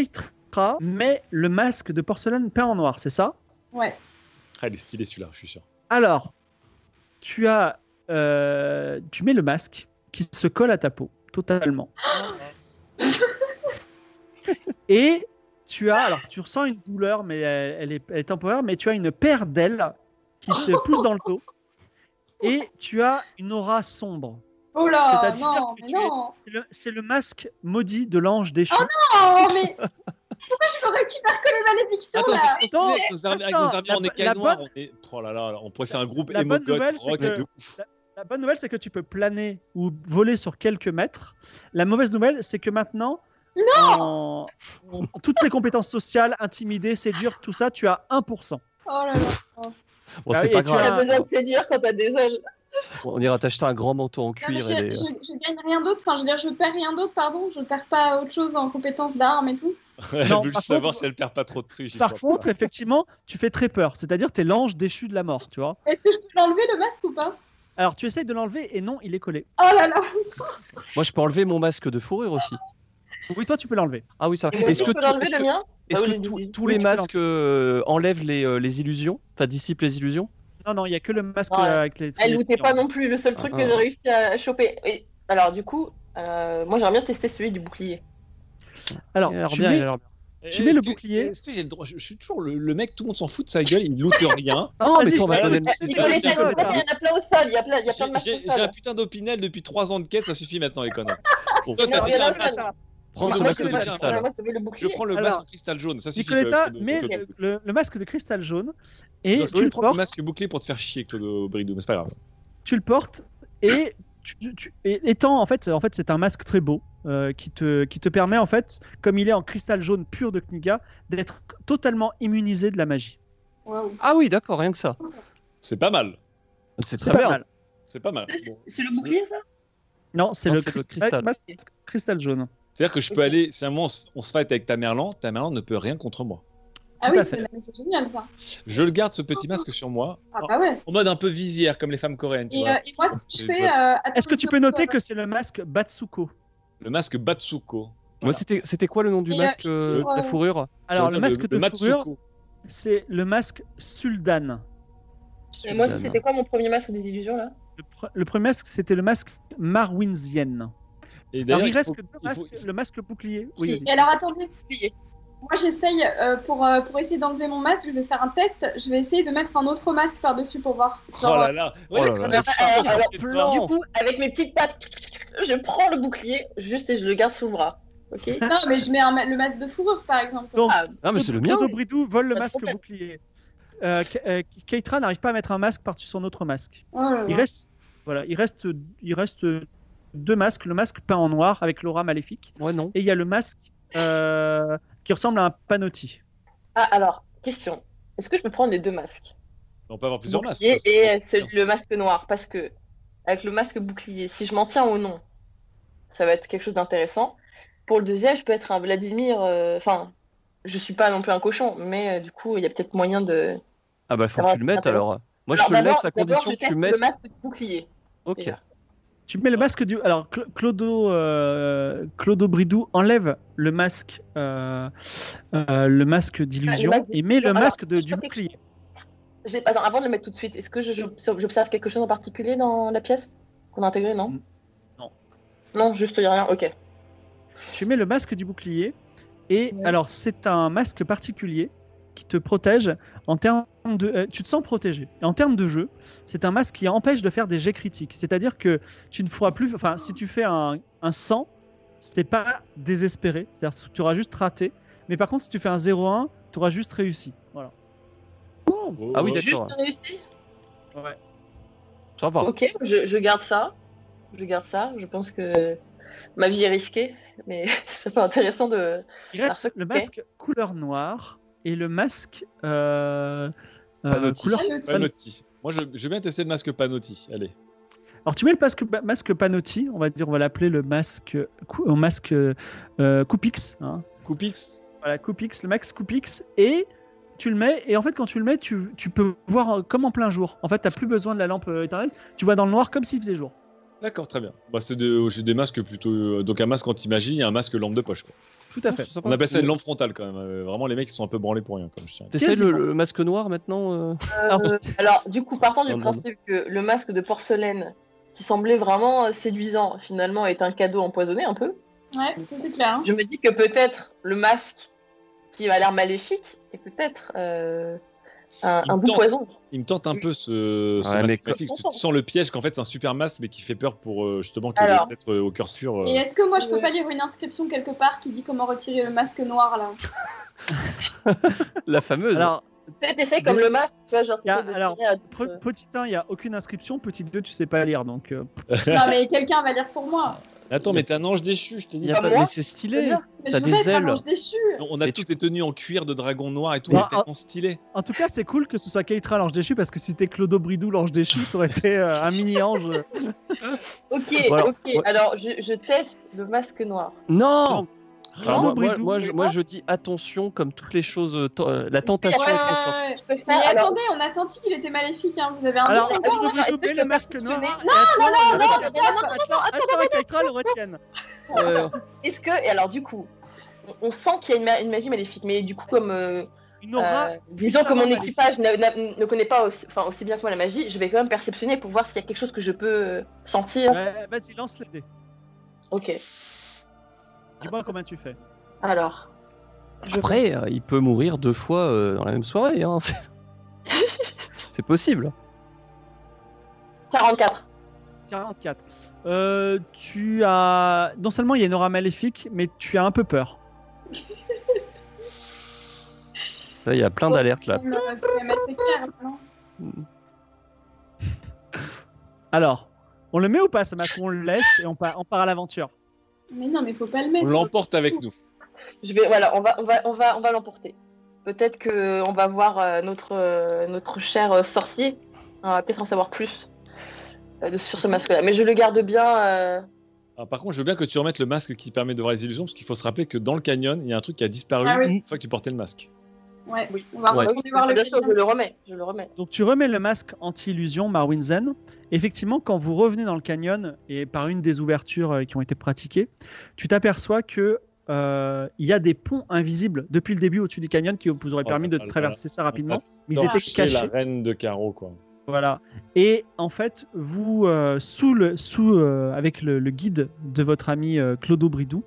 S1: Keitra met le masque de porcelaine peint en noir, c'est ça
S3: Ouais.
S4: Ah, il est stylé celui-là, je suis sûr.
S1: Alors, tu as, euh, tu mets le masque qui se colle à ta peau totalement. Et tu as, alors tu ressens une douleur, mais elle, elle est, elle est temporaire, mais tu as une paire d'ailes qui te pousse dans le dos. Et tu as une aura sombre.
S3: Oh là,
S1: C'est-à-dire
S3: non,
S1: que
S3: mais
S1: tu
S3: non.
S1: C'est le, c'est le masque maudit de l'ange déchu.
S3: Oh, mais pourquoi je ne récupère que les malédictions
S4: Attends,
S3: là
S4: c'est trop
S1: attends,
S4: stylé avec nos armées, avec
S1: attends,
S4: nos armées
S1: la
S4: en
S1: bo-
S4: écailles
S1: la
S4: noires. On, est... oh là là, on pourrait faire un groupe
S1: la bonne
S4: émogote,
S1: nouvelle, c'est
S4: rock
S1: que-
S4: de ouf.
S1: La bonne nouvelle, c'est que tu peux planer ou voler sur quelques mètres. La mauvaise nouvelle, c'est que maintenant, en- en- toutes tes compétences sociales, intimider, séduire, tout ça, tu as 1%.
S3: Oh là là.
S2: Bon,
S1: Ah
S2: c'est
S1: oui,
S2: pas
S1: et tu
S2: grave.
S5: T'as
S1: as-
S5: besoin de séduire quand t'as des ailes.
S2: On ira t'acheter un grand manteau en
S3: Non,
S2: cuir.
S3: mais je,
S2: et euh, des-
S3: je- je gagne rien d'autre, enfin je veux dire je perds rien d'autre, pardon, je perds pas autre chose en compétences d'armes et tout.
S4: Elle
S1: Non,
S4: veut juste
S1: par
S4: savoir
S1: contre-
S4: si elle perd pas trop de trucs. j'y
S1: Par
S4: crois
S1: contre,
S4: pas.
S1: effectivement, tu fais très peur. C'est-à-dire, tu es l'ange déchu de la mort, tu vois.
S3: Est-ce que je peux l'enlever le masque ou pas
S1: Alors, tu essayes de l'enlever et non, il est collé.
S3: Oh là là
S2: Moi, je peux enlever mon masque de fourrure aussi.
S1: Oui, toi, tu peux l'enlever.
S2: Ah oui, ça.
S5: Et moi,
S2: Est-ce
S5: je
S2: que,
S5: peux
S2: tout-
S5: l'enlever
S2: est-ce
S5: le
S2: que-
S5: mien
S2: est-ce
S5: Ah
S2: que
S5: oui,
S2: tout-
S5: oui,
S2: tous
S1: oui,
S2: les
S1: tu peux
S2: masques euh, enlèvent les, euh, les illusions Enfin, dissipent les illusions
S1: Non, non, il y a que le masque
S5: Ouais.
S1: euh, avec les.
S5: Elle
S1: les-
S5: lootait pas non plus, le seul truc
S2: Ah,
S5: que
S2: ah.
S5: j'ai réussi à choper. Et- alors du coup, euh, moi j'aimerais bien tester celui du bouclier.
S1: Alors,
S2: Il a l'air
S1: tu
S2: bien, il
S1: mets-
S2: a l'air bien.
S1: tu mets
S4: Est-ce
S1: le
S4: que-
S1: bouclier.
S4: Est-ce que eh, j'ai le droit je, je suis toujours le, le mec, tout le monde s'en fout de sa gueule, il ne loote rien.
S2: Ah, non, mais
S1: Vas-y,
S2: toi, on
S1: je
S2: va
S1: te
S2: te donner
S1: laisse.
S2: le-
S1: C'est
S5: Il
S1: pas
S5: faut les
S1: possible,
S5: faire,
S1: ça.
S5: il y en a plein au sol, il y a plein, il y a plein de
S4: J'ai
S5: masques
S4: j'ai-
S5: au
S4: j'ai un
S5: sol.
S4: putain d'opinel depuis 3 ans de quête, ça suffit maintenant, les connards.
S2: Bon.
S4: Toi, t'as
S5: Non,
S4: déjà
S5: il y en a
S4: un
S5: plein.
S4: masque-
S2: Prends
S4: Moi,
S2: ce
S4: je
S2: masque
S4: veux
S2: de
S4: pas-
S2: cristal.
S5: Moi je veux le
S4: Je
S5: bouclier.
S4: prends le
S1: Alors,
S4: masque cristal jaune, ça suffit.
S1: Nicoletta
S4: Claude-
S1: met
S4: Claude-
S1: le, le- le masque de cristal jaune et
S4: Claude-
S1: euh, tu le
S4: je prends le
S1: portes.
S4: masque bouclé pour te faire chier, Claude Bridou, mais c'est pas grave.
S1: tu le portes et tu- tu- et- étant en fait, en fait c'est un masque très beau euh, qui, te, qui te permet en fait, comme il est en cristal jaune pur de Kniga, d'être totalement immunisé de la magie.
S3: Waouh.
S2: Ah oui, d'accord, rien que ça.
S4: C'est pas mal.
S2: C'est
S1: C'est
S2: très
S1: pas
S2: bien.
S1: mal.
S4: C'est pas mal. Bon.
S5: C'est le bouclier ça
S1: Non, c'est
S2: Non,
S1: le,
S2: c'est le
S1: cristal-
S2: cristal.
S1: masque cristal jaune.
S4: C'est-à-dire que je peux aller, si à un moment on se- on se fight avec Tamerlan, Tamerlan ne peut rien contre moi.
S3: Ah
S1: Tout
S3: oui,
S1: à
S3: c'est c'est génial ça.
S4: Je le garde ce petit masque sur moi,
S3: Ah
S4: Oh.
S3: bah ouais.
S4: en mode un peu visière comme les femmes coréennes, tu
S3: Et,
S4: vois.
S3: euh, et moi ce que je
S4: Je
S3: fais...
S4: vois.
S3: euh, à
S1: Est-ce que
S3: tous
S1: tu
S3: les
S1: peux
S3: autres,
S1: noter que c'est le masque Batsuko
S4: Le masque Batsuko.
S2: Moi, c'était c'était quoi le nom du
S3: Et,
S2: masque euh,
S3: sur,
S2: de la
S3: euh,
S2: fourrure
S1: Alors
S4: Je
S1: le
S4: veux dire,
S1: masque de
S4: Matsuko.
S1: fourrure, c'est le masque Suldan.
S5: Et moi
S2: Sultan.
S5: c'était quoi mon premier masque des illusions là
S1: Le, pre- le premier masque c'était le masque Marwinsienne.
S4: Et
S1: Alors
S4: d'ailleurs,
S1: il
S4: il
S1: reste
S4: faut-
S1: que deux
S4: il faut-
S1: masques, le masque bouclier. Oui,
S5: Qui-
S1: vas-y.
S3: Et alors attendez,
S5: Bouclier.
S3: moi j'essaye euh, pour, euh, pour essayer d'enlever mon masque, je vais faire un test, je vais essayer de mettre un autre masque par-dessus pour voir.
S4: Oh
S3: Genre, euh,
S4: là là Ouais,
S2: Oh là
S4: ça
S2: là.
S4: va être
S5: Ah,
S4: chaud,
S5: alors,
S4: putain.
S5: plan. Du coup, avec mes petites pattes, je prends le bouclier juste et je le garde sous le bras. Ok
S3: euh, non mais je mets un ma- le masque de fourrure par exemple.
S1: Donc,
S5: Ah,
S2: Ah, mais c'est le mien.
S1: Claude Bridou vole le
S5: Pas de
S1: masque
S5: problème.
S1: bouclier. Euh, Ke- euh, Keitra n'arrive pas à mettre un masque par-dessus son autre masque.
S3: Oh là là.
S5: Ah.
S1: Il reste, voilà, il reste, il reste deux masques. Le masque peint en noir avec l'aura maléfique,
S2: Ouais, non.
S1: et il y a le masque euh, qui ressemble à un panotti.
S5: Ah, alors, question. Est-ce que je peux prendre les deux masques
S4: On peut avoir plusieurs masques.
S5: Bouclier
S4: parce que-
S5: et euh, celui-
S4: Merci.
S5: le masque noir. Parce que, avec le masque bouclier, si je m'en tiens au nom, ça va être quelque chose d'intéressant. Pour le deuxième, je peux être un Vladimir. euh, Enfin, je suis pas non plus un cochon, mais euh, du coup, il y a peut-être moyen de.
S2: Ah bah, faut
S5: Alors,
S2: que tu le mettes
S5: attends.
S2: alors. Moi, je
S5: Alors,
S2: te le
S5: d'abord-
S2: laisse à
S5: d'abord,
S2: condition
S5: je
S2: que tu
S5: teste
S2: mettes.
S5: Le masque bouclier.
S2: Ok.
S5: déjà.
S1: Tu
S5: Ah.
S1: mets le masque du. Alors, Cl- Clodo, euh, Clodo Bridou enlève le masque, euh, euh, le masque d'illusion
S5: Ah, masque
S1: et met le
S5: d'illusion.
S1: masque de-
S5: Alors,
S1: du
S5: je-
S1: bouclier.
S5: J'ai- Attends, avant de le mettre tout de suite, est-ce que je- je- j'observe quelque chose en particulier dans la pièce qu'on a intégrée, non
S1: Non.
S5: Non, juste, il n'y a rien, ok.
S1: Tu mets le masque du bouclier et
S5: Ouais.
S1: alors c'est un masque particulier qui te protège en termes de, euh, tu te sens protégé. Et en termes de jeu, c'est un masque qui empêche de faire des jets critiques. C'est-à-dire que tu ne feras plus, enfin, si tu fais un, un 100, c'est pas désespéré. C'est-à-dire que tu auras juste raté. Mais par contre, si tu fais un 0-1, tu auras juste réussi. Voilà.
S2: Ah oui,
S5: Juste
S2: d'accord.
S5: réussi
S2: Ça va.
S5: Ok, je, je garde ça. Je garde ça. Je pense que ma vie est risquée, mais c'est pas intéressant de.
S1: Il reste
S5: Parfait.
S1: le masque couleur noire et le masque euh, euh,
S2: Panotti.
S1: couleur.
S3: Panotti.
S4: Panotti. Moi, je, je vais bien tester le masque Panotti. Allez.
S1: Alors tu mets le masque, masque Panotti, on va dire, on va l'appeler le masque, cou- euh, masque euh, Coupix, hein.
S4: Coupix.
S1: voilà Coupix, le max Coupix, et tu le mets. Et en fait, quand tu le mets, tu, tu peux voir en- comme en plein jour. En fait, t'as plus besoin de la lampe euh, éternelle. Tu vois dans le noir comme s'il faisait jour.
S4: D'accord, très bien. Bah, c'est de- j'ai des masques plutôt. euh, donc, un masque anti-magie et un masque lampe de poche. Quoi.
S1: Tout
S2: Ah,
S1: à fait.
S4: On appelle ça une lampe frontale quand même. euh, vraiment, les mecs, ils sont un peu branlés pour rien. Comme je tiens.
S2: T'essayes le,
S1: Quasiment.
S2: le masque noir maintenant euh
S5: Euh,
S1: Alors,
S5: Alors, du coup, partant
S2: Oh,
S5: du
S2: non.
S5: principe que le masque de porcelaine, qui semblait vraiment euh, séduisant, finalement est un cadeau empoisonné un peu,
S3: Ouais, ça c'est clair. hein.
S5: je me dis que peut-être le masque qui a l'air maléfique est peut-être euh, un,
S4: Il
S5: un doux
S4: tente.
S5: poison.
S4: Il me tente un peu ce, ce
S2: Ouais, mais
S4: masque
S2: co-
S4: magique. Tu, tu sens le piège qu'en fait, c'est un super masque, mais qui fait peur pour euh, justement que
S5: Alors.
S4: les êtres euh, au cœur pur. euh,
S3: Et est-ce que moi je peux
S5: Ouais.
S3: pas lire une inscription quelque part qui dit comment retirer le masque noir là
S2: La fameuse.
S1: alors
S5: Peut-être essayer comme le masque, tu vois, genre.
S1: Y a-
S5: de
S1: alors,
S5: tirer à- euh,
S1: pre- petit 1, il y a aucune inscription. Petit 2, tu sais pas lire. Donc euh,
S3: Non mais quelqu'un va lire pour moi.
S4: Attends, mais t'es un ange déchu, je te
S2: Il
S4: dis.
S2: y a
S5: pas
S2: pas-
S5: moi.
S2: Mais c'est stylé.
S3: Mais
S2: T'as
S3: je
S2: des
S3: veux pas être un
S2: ailes.
S3: ange déchu.
S4: Non, On a
S2: Mais
S4: toutes les tenues en cuir de dragon noir et tout,
S1: Mais-
S4: on était en stylet.
S1: En tout cas, c'est cool que ce soit Keitra l'ange déchu parce que si c'était Clodo Bridou l'ange déchu, ça aurait été euh, un mini ange.
S5: Ok,
S2: Voilà.
S5: ok. Alors, je, je teste le masque noir.
S2: Non Alors, moi,
S1: Arnaud
S2: moi,
S1: Bridou.
S2: moi, je, moi, je dis attention, comme toutes les choses, euh, ten- euh, la tentation
S3: Ouais,
S2: est trop forte.
S3: ouais, ouais.
S5: Je peux
S3: Mais
S5: faire. alors,
S3: attendez, on a senti qu'il était maléfique, hein. vous avez un
S1: Alors,
S3: doute
S1: Clodo
S5: alors,
S1: Bridou
S5: est-ce que
S1: met
S5: je
S1: le
S5: peux
S1: masque
S5: fonctionner
S1: noir. Non,
S5: non, non, non, non, non,
S1: Attends, Keitra le retienne.
S2: Euh,
S5: est-ce que. et Alors, du coup, on, on sent qu'il y a une, ma- une magie maléfique, mais du coup, comme. euh,
S1: Une aura.
S5: euh, disons que mon
S1: puissamment
S5: équipage n'a- n'a- ne connaît pas aussi, enfin, aussi bien que moi la magie, je vais quand même perceptionner pour voir s'il y a quelque chose que je peux euh, sentir.
S1: Ouais, Vas-y, lance les dés.
S5: Ok.
S1: Dis-moi combien tu fais.
S5: Alors. je-
S2: après, euh, il peut mourir deux fois euh, dans la même soirée. hein, c'est- C'est possible.
S5: 44.
S1: 44. Euh, tu as. Non seulement il y a une aura maléfique, mais tu as un peu peur.
S2: Là, Il y a plein d'alertes là.
S3: C'est assez clair, non
S1: Alors, on le met ou pas ce masque On le laisse et on, pa- on part à l'aventure.
S3: Mais non, mais faut pas le
S4: On
S3: mettre.
S4: l'emporte avec nous.
S5: Je vais, voilà, on va, on va, on va, on va l'emporter. Peut-être que on va voir euh, notre, euh, notre cher euh, sorcier. On va peut-être en savoir plus euh, de- sur ce masque-là. Mais je le garde bien. euh,
S4: Alors, par contre, je veux bien que tu remettes le masque qui permet de voir les illusions, parce qu'il faut se rappeler que dans le canyon, il y a un truc qui a disparu
S3: Ah oui.
S4: une fois que tu portais le masque.
S3: Ouais,
S5: Oui.
S3: on va
S2: Ouais.
S3: retourner voir le
S5: bien sûr,
S3: client.
S5: je le remets. Je le remets.
S1: Donc tu remets le masque anti-illusion Marwinzen. Effectivement, quand vous revenez dans le canyon et par une des ouvertures euh, qui ont été pratiquées, tu t'aperçois que euh, il y a des ponts invisibles depuis le début au-dessus du canyon qui vous auraient
S4: Oh,
S1: permis de
S4: là, là,
S1: traverser ça rapidement. Mais ils
S4: Tant
S1: étaient
S4: chier
S1: cachés.
S4: la reine de carreau, quoi.
S1: Voilà. Et en fait, vous, euh, sous le, sous, euh, avec le, le guide de votre ami euh, Clodo Bridou,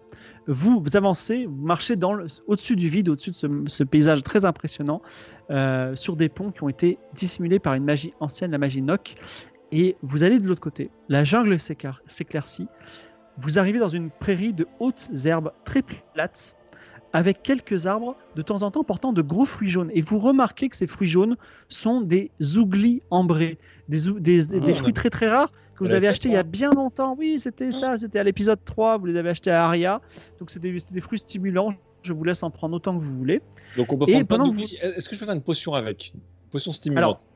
S1: vous, vous avancez, vous marchez dans le- au-dessus du vide, au-dessus de ce, ce paysage très impressionnant, euh, sur des ponts qui ont été dissimulés par une magie ancienne, la magie Nock. Et vous allez de l'autre côté. La jungle s'écar- s'éclaircit. Vous arrivez dans une prairie de hautes herbes très plates, avec quelques arbres de temps en temps portant de gros fruits jaunes. Et vous remarquez que ces fruits jaunes sont des ouglis ambrés, des, ou- des, des-
S4: Ah,
S1: des
S4: on a-
S1: fruits très très rares que vous
S4: On
S1: avez
S4: avait fait
S1: achetés il
S4: Euh, ça.
S1: y a bien longtemps. Oui, c'était ça, c'était à l'épisode 3, vous les avez achetés à Aria. Donc c'est des, c'est des fruits stimulants. Je vous laisse en prendre autant que vous voulez.
S4: Donc on peut
S1: Et
S4: prendre plein
S1: pendant que
S4: d'outils. Est-ce que je peux faire une potion avec Une Potion stimulante.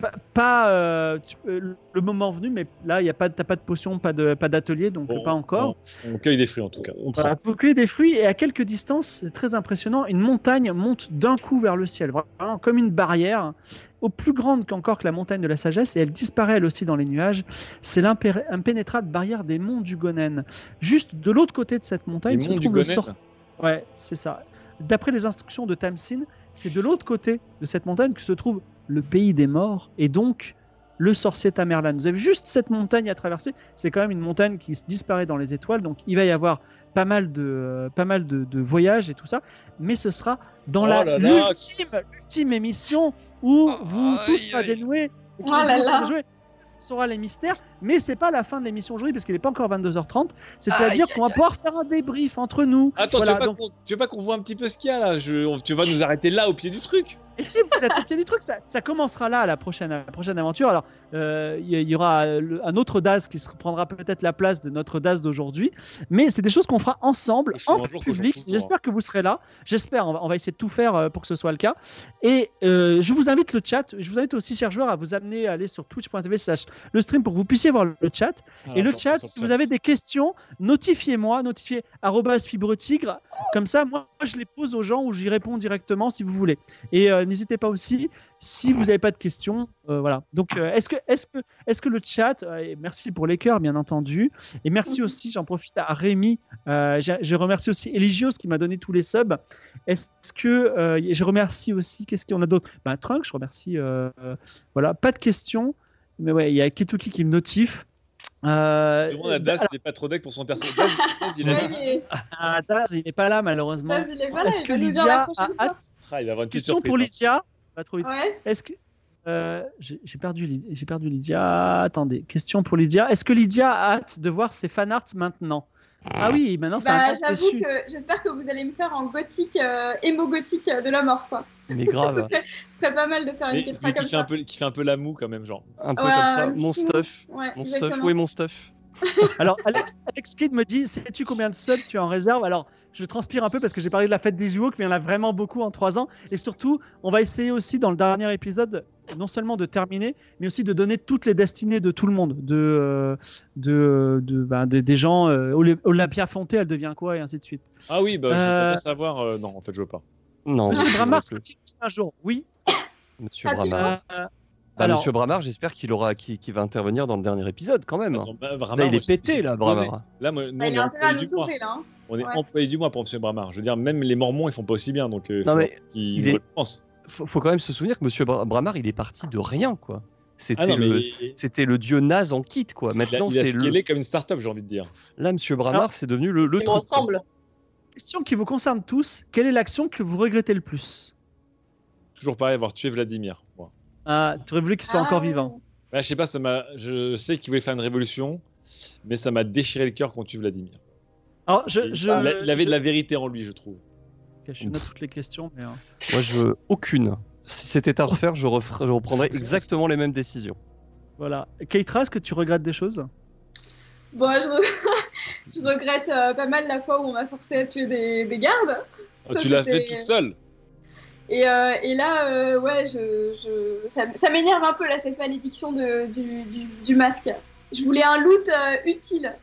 S1: Pas, pas, euh, tu- euh, le moment venu, mais là, il y a pas, de- t'as pas de potion, pas de, pas d'atelier, donc
S4: Bon,
S1: pas encore.
S4: On, on cueille des fruits en tout cas. On prend.
S1: Voilà, vous cueillez des fruits et à quelques distances, c'est très impressionnant, une montagne monte d'un coup vers le ciel, vraiment comme une barrière, au plus grande qu'encore que la montagne de la sagesse, et elle disparaît elle aussi dans les nuages. C'est l'impénétrable barrière des monts du Gonen. Juste de l'autre côté de cette
S4: Les
S1: montagne, se
S4: monts du
S1: trouve le
S4: Gonet.
S1: sort- Ouais, c'est ça. D'après les instructions de Tamsin, c'est de l'autre côté de cette montagne que se trouve le pays des morts et donc le sorcier Tamerlan. Vous avez juste cette montagne à traverser. C'est quand même une montagne qui se disparaît dans les étoiles, donc il va y avoir pas mal de, euh, pas mal de, de voyages et tout ça. Mais ce sera dans
S4: Oh
S1: la
S4: là là.
S1: l'ultime, l'ultime émission où
S2: Oh,
S1: vous
S2: aïe,
S1: tout sera
S2: aïe.
S1: dénoué. et que
S3: Oh là
S1: vous
S3: là.
S1: saurez jouer. On saura les mystères, mais c'est pas la fin de l'émission aujourd'hui parce qu'il n'est pas encore 22h30. C'est-à-dire qu'on va pouvoir faire un débrief entre nous.
S4: Attends,
S1: Voilà,
S4: tu, veux pas
S1: donc-
S4: qu'on- tu veux pas qu'on voit un petit peu ce qu'il y a là Je- on- Tu vas nous arrêter là au pied du truc
S1: Et si vous êtes au pied du truc, ça, ça commencera là, à la prochaine, à la prochaine aventure. Alors, euh, il y, il y aura euh, le- un autre DAS qui se prendra peut-être la place de notre DAS d'aujourd'hui. Mais c'est des choses qu'on fera ensemble,
S4: Je suis
S1: en
S4: un jour que j'en
S1: public.
S4: trouve, moi.
S1: J'espère que vous serez là. J'espère, on va, on va essayer de tout faire euh, pour que ce soit le cas. Et euh, je vous invite le chat. Je vous invite aussi, chers joueurs, à vous amener à aller sur twitch.tv slash le stream pour que vous puissiez voir le chat. Et le
S4: Ah, Attends,
S1: chat,
S4: sur
S1: si vous avez des questions, notifiez-moi, notifiez arobase fibretigre. Comme ça, moi, je les pose aux gens ou j'y réponds directement si vous voulez. Et euh, n'hésitez pas aussi si vous n'avez pas de questions. euh, voilà. Donc, euh, est-ce que, est-ce que, est-ce que le chat, euh, et merci pour les cœurs, bien entendu, et
S3: Mhm.
S1: merci aussi, j'en profite à Rémi. euh, j'ai- je remercie aussi Eligios qui m'a donné tous les subs. Est-ce que euh, je remercie aussi Qu'est-ce qu'on a d'autre Ben Trunk, je remercie. euh, euh, voilà, pas de questions. Mais ouais, il y a Ketuki qui me notifie. Euh,
S4: Demande à Das, il est pas trop deck pour son perso. Das, Das, il, a...
S3: Ouais, il est-
S1: ah, Daz, il n'est pas là malheureusement.
S3: Daz, il est pas là,
S1: Est-ce
S3: il
S1: que
S3: va nous dire la
S1: Lydia a
S3: prochaine fois.
S1: hâte
S4: Ah, il va avoir une petite
S1: Question
S4: surprise.
S1: pour
S4: hein.
S1: Lydia. Ça va trop vite.
S3: Ouais.
S1: Est-ce que euh, j'ai j'ai perdu, Lyd- j'ai perdu Lydia. Attendez, question pour Lydia. Est-ce que Lydia a hâte de voir ses fanarts maintenant Ah oui, maintenant c'est
S3: Bah,
S1: un sens
S3: j'avoue
S1: dessus.
S3: que j'espère que vous allez me faire en gothique, euh, émo gothique euh, de la mort, quoi.
S2: Mais grave,
S3: Ce serait pas mal de faire une
S4: hein. Mais,
S3: quête
S4: mais
S3: comme
S4: qui, fait
S3: ça.
S4: un peu, qui fait un peu la moue quand même, genre.
S2: un peu
S3: Ouais,
S2: comme ça.
S3: un petit
S2: Mon
S3: peu.
S2: stuff,
S3: Ouais,
S2: mon
S3: exactement.
S2: stuff, oui, mon stuff.
S1: Alors Alex, Alex Kidd me dit, sais-tu combien de subs tu as en réserve Alors je transpire un peu parce que j'ai parlé de la fête des Ewoks, mais il y en a vraiment beaucoup en trois ans. Et surtout, on va essayer aussi dans le dernier épisode, non seulement de terminer, mais aussi de donner toutes les destinées de tout le monde, de, euh, de, de- ben, des- des gens. euh, Olé- Olympia Fonté, elle devient quoi et ainsi de suite.
S4: Ah oui, bah, je
S1: Euh,
S4: veux pas savoir. euh, non, en fait, je veux pas.
S2: Non,
S1: Monsieur
S2: non,
S1: Bramar
S4: euh,
S2: non plus.
S1: sera-t-il un jour Oui.
S2: Monsieur
S3: Ah, c'est
S2: Bramar.
S1: Euh,
S2: Bah,
S1: alors-
S2: Monsieur Bramar, j'espère qu'il aura, qu'il qu'il va intervenir dans le dernier épisode quand même.
S4: Attends, bah,
S2: là,
S4: Bramar,
S2: il
S4: moi,
S2: est
S4: je-
S2: pété
S4: je-
S2: là,
S4: on est-
S2: Bramar.
S4: Là, moi, nous,
S3: Bah,
S4: on est
S3: il a intérêt à
S4: employé du
S3: nous
S4: mois.
S3: sauver, là. hein.
S4: On est
S3: Ouais.
S4: employé du mois pour Monsieur Bramar. Je veux dire, même les Mormons, ils font pas aussi bien, donc euh,
S2: Non
S4: faut
S2: mais
S4: qu'ils
S2: il
S4: nous
S2: est-
S4: repensent.
S2: faut, faut quand même se souvenir que Monsieur Bra- Bramar, il est parti de rien quoi. C'était
S4: Ah non, mais
S2: le,
S4: il-
S2: c'était le dieu naze en kit quoi.
S4: il a,
S2: Maintenant
S4: il a
S2: c'est le,
S4: scalé Ah, comme une start-up, j'ai envie de dire.
S2: là Monsieur Bramar, c'est devenu le, le
S5: Il me
S2: truc, quoi.
S5: ressemble.
S1: Question qui vous concerne tous quelle est l'action que vous regrettez le plus
S4: Toujours pareil, avoir tué Vladimir. moi.
S1: Ah, Tu aurais voulu qu'il soit
S3: Ah,
S1: encore vivant.
S4: Bah, je sais pas, ça m'a. Je sais qu'il voulait faire une révolution, mais ça m'a déchiré le cœur qu'on tue Vladimir.
S1: Alors,
S4: Et
S1: je, je-
S4: il, a- il avait
S1: je-
S4: de Bah, la vérité en lui, je trouve.
S1: Ok, je note toutes les questions. mais, euh,
S2: Moi je veux aucune. Si c'était à refaire, je, referais- je reprendrais exactement les mêmes décisions.
S1: Voilà. Keitra, est-ce que tu regrettes des choses
S3: Bon, je, re- je regrette euh, pas mal la fois où on m'a forcé à tuer des, des gardes.
S4: Ah,
S3: Ça,
S4: tu l'as
S3: c'était-
S4: fait toute seule.
S3: Et, euh, et là, euh, ouais, je, je- ça, ça m'énerve un peu, là, cette malédiction de, du, du, du masque. Je voulais un loot euh, utile.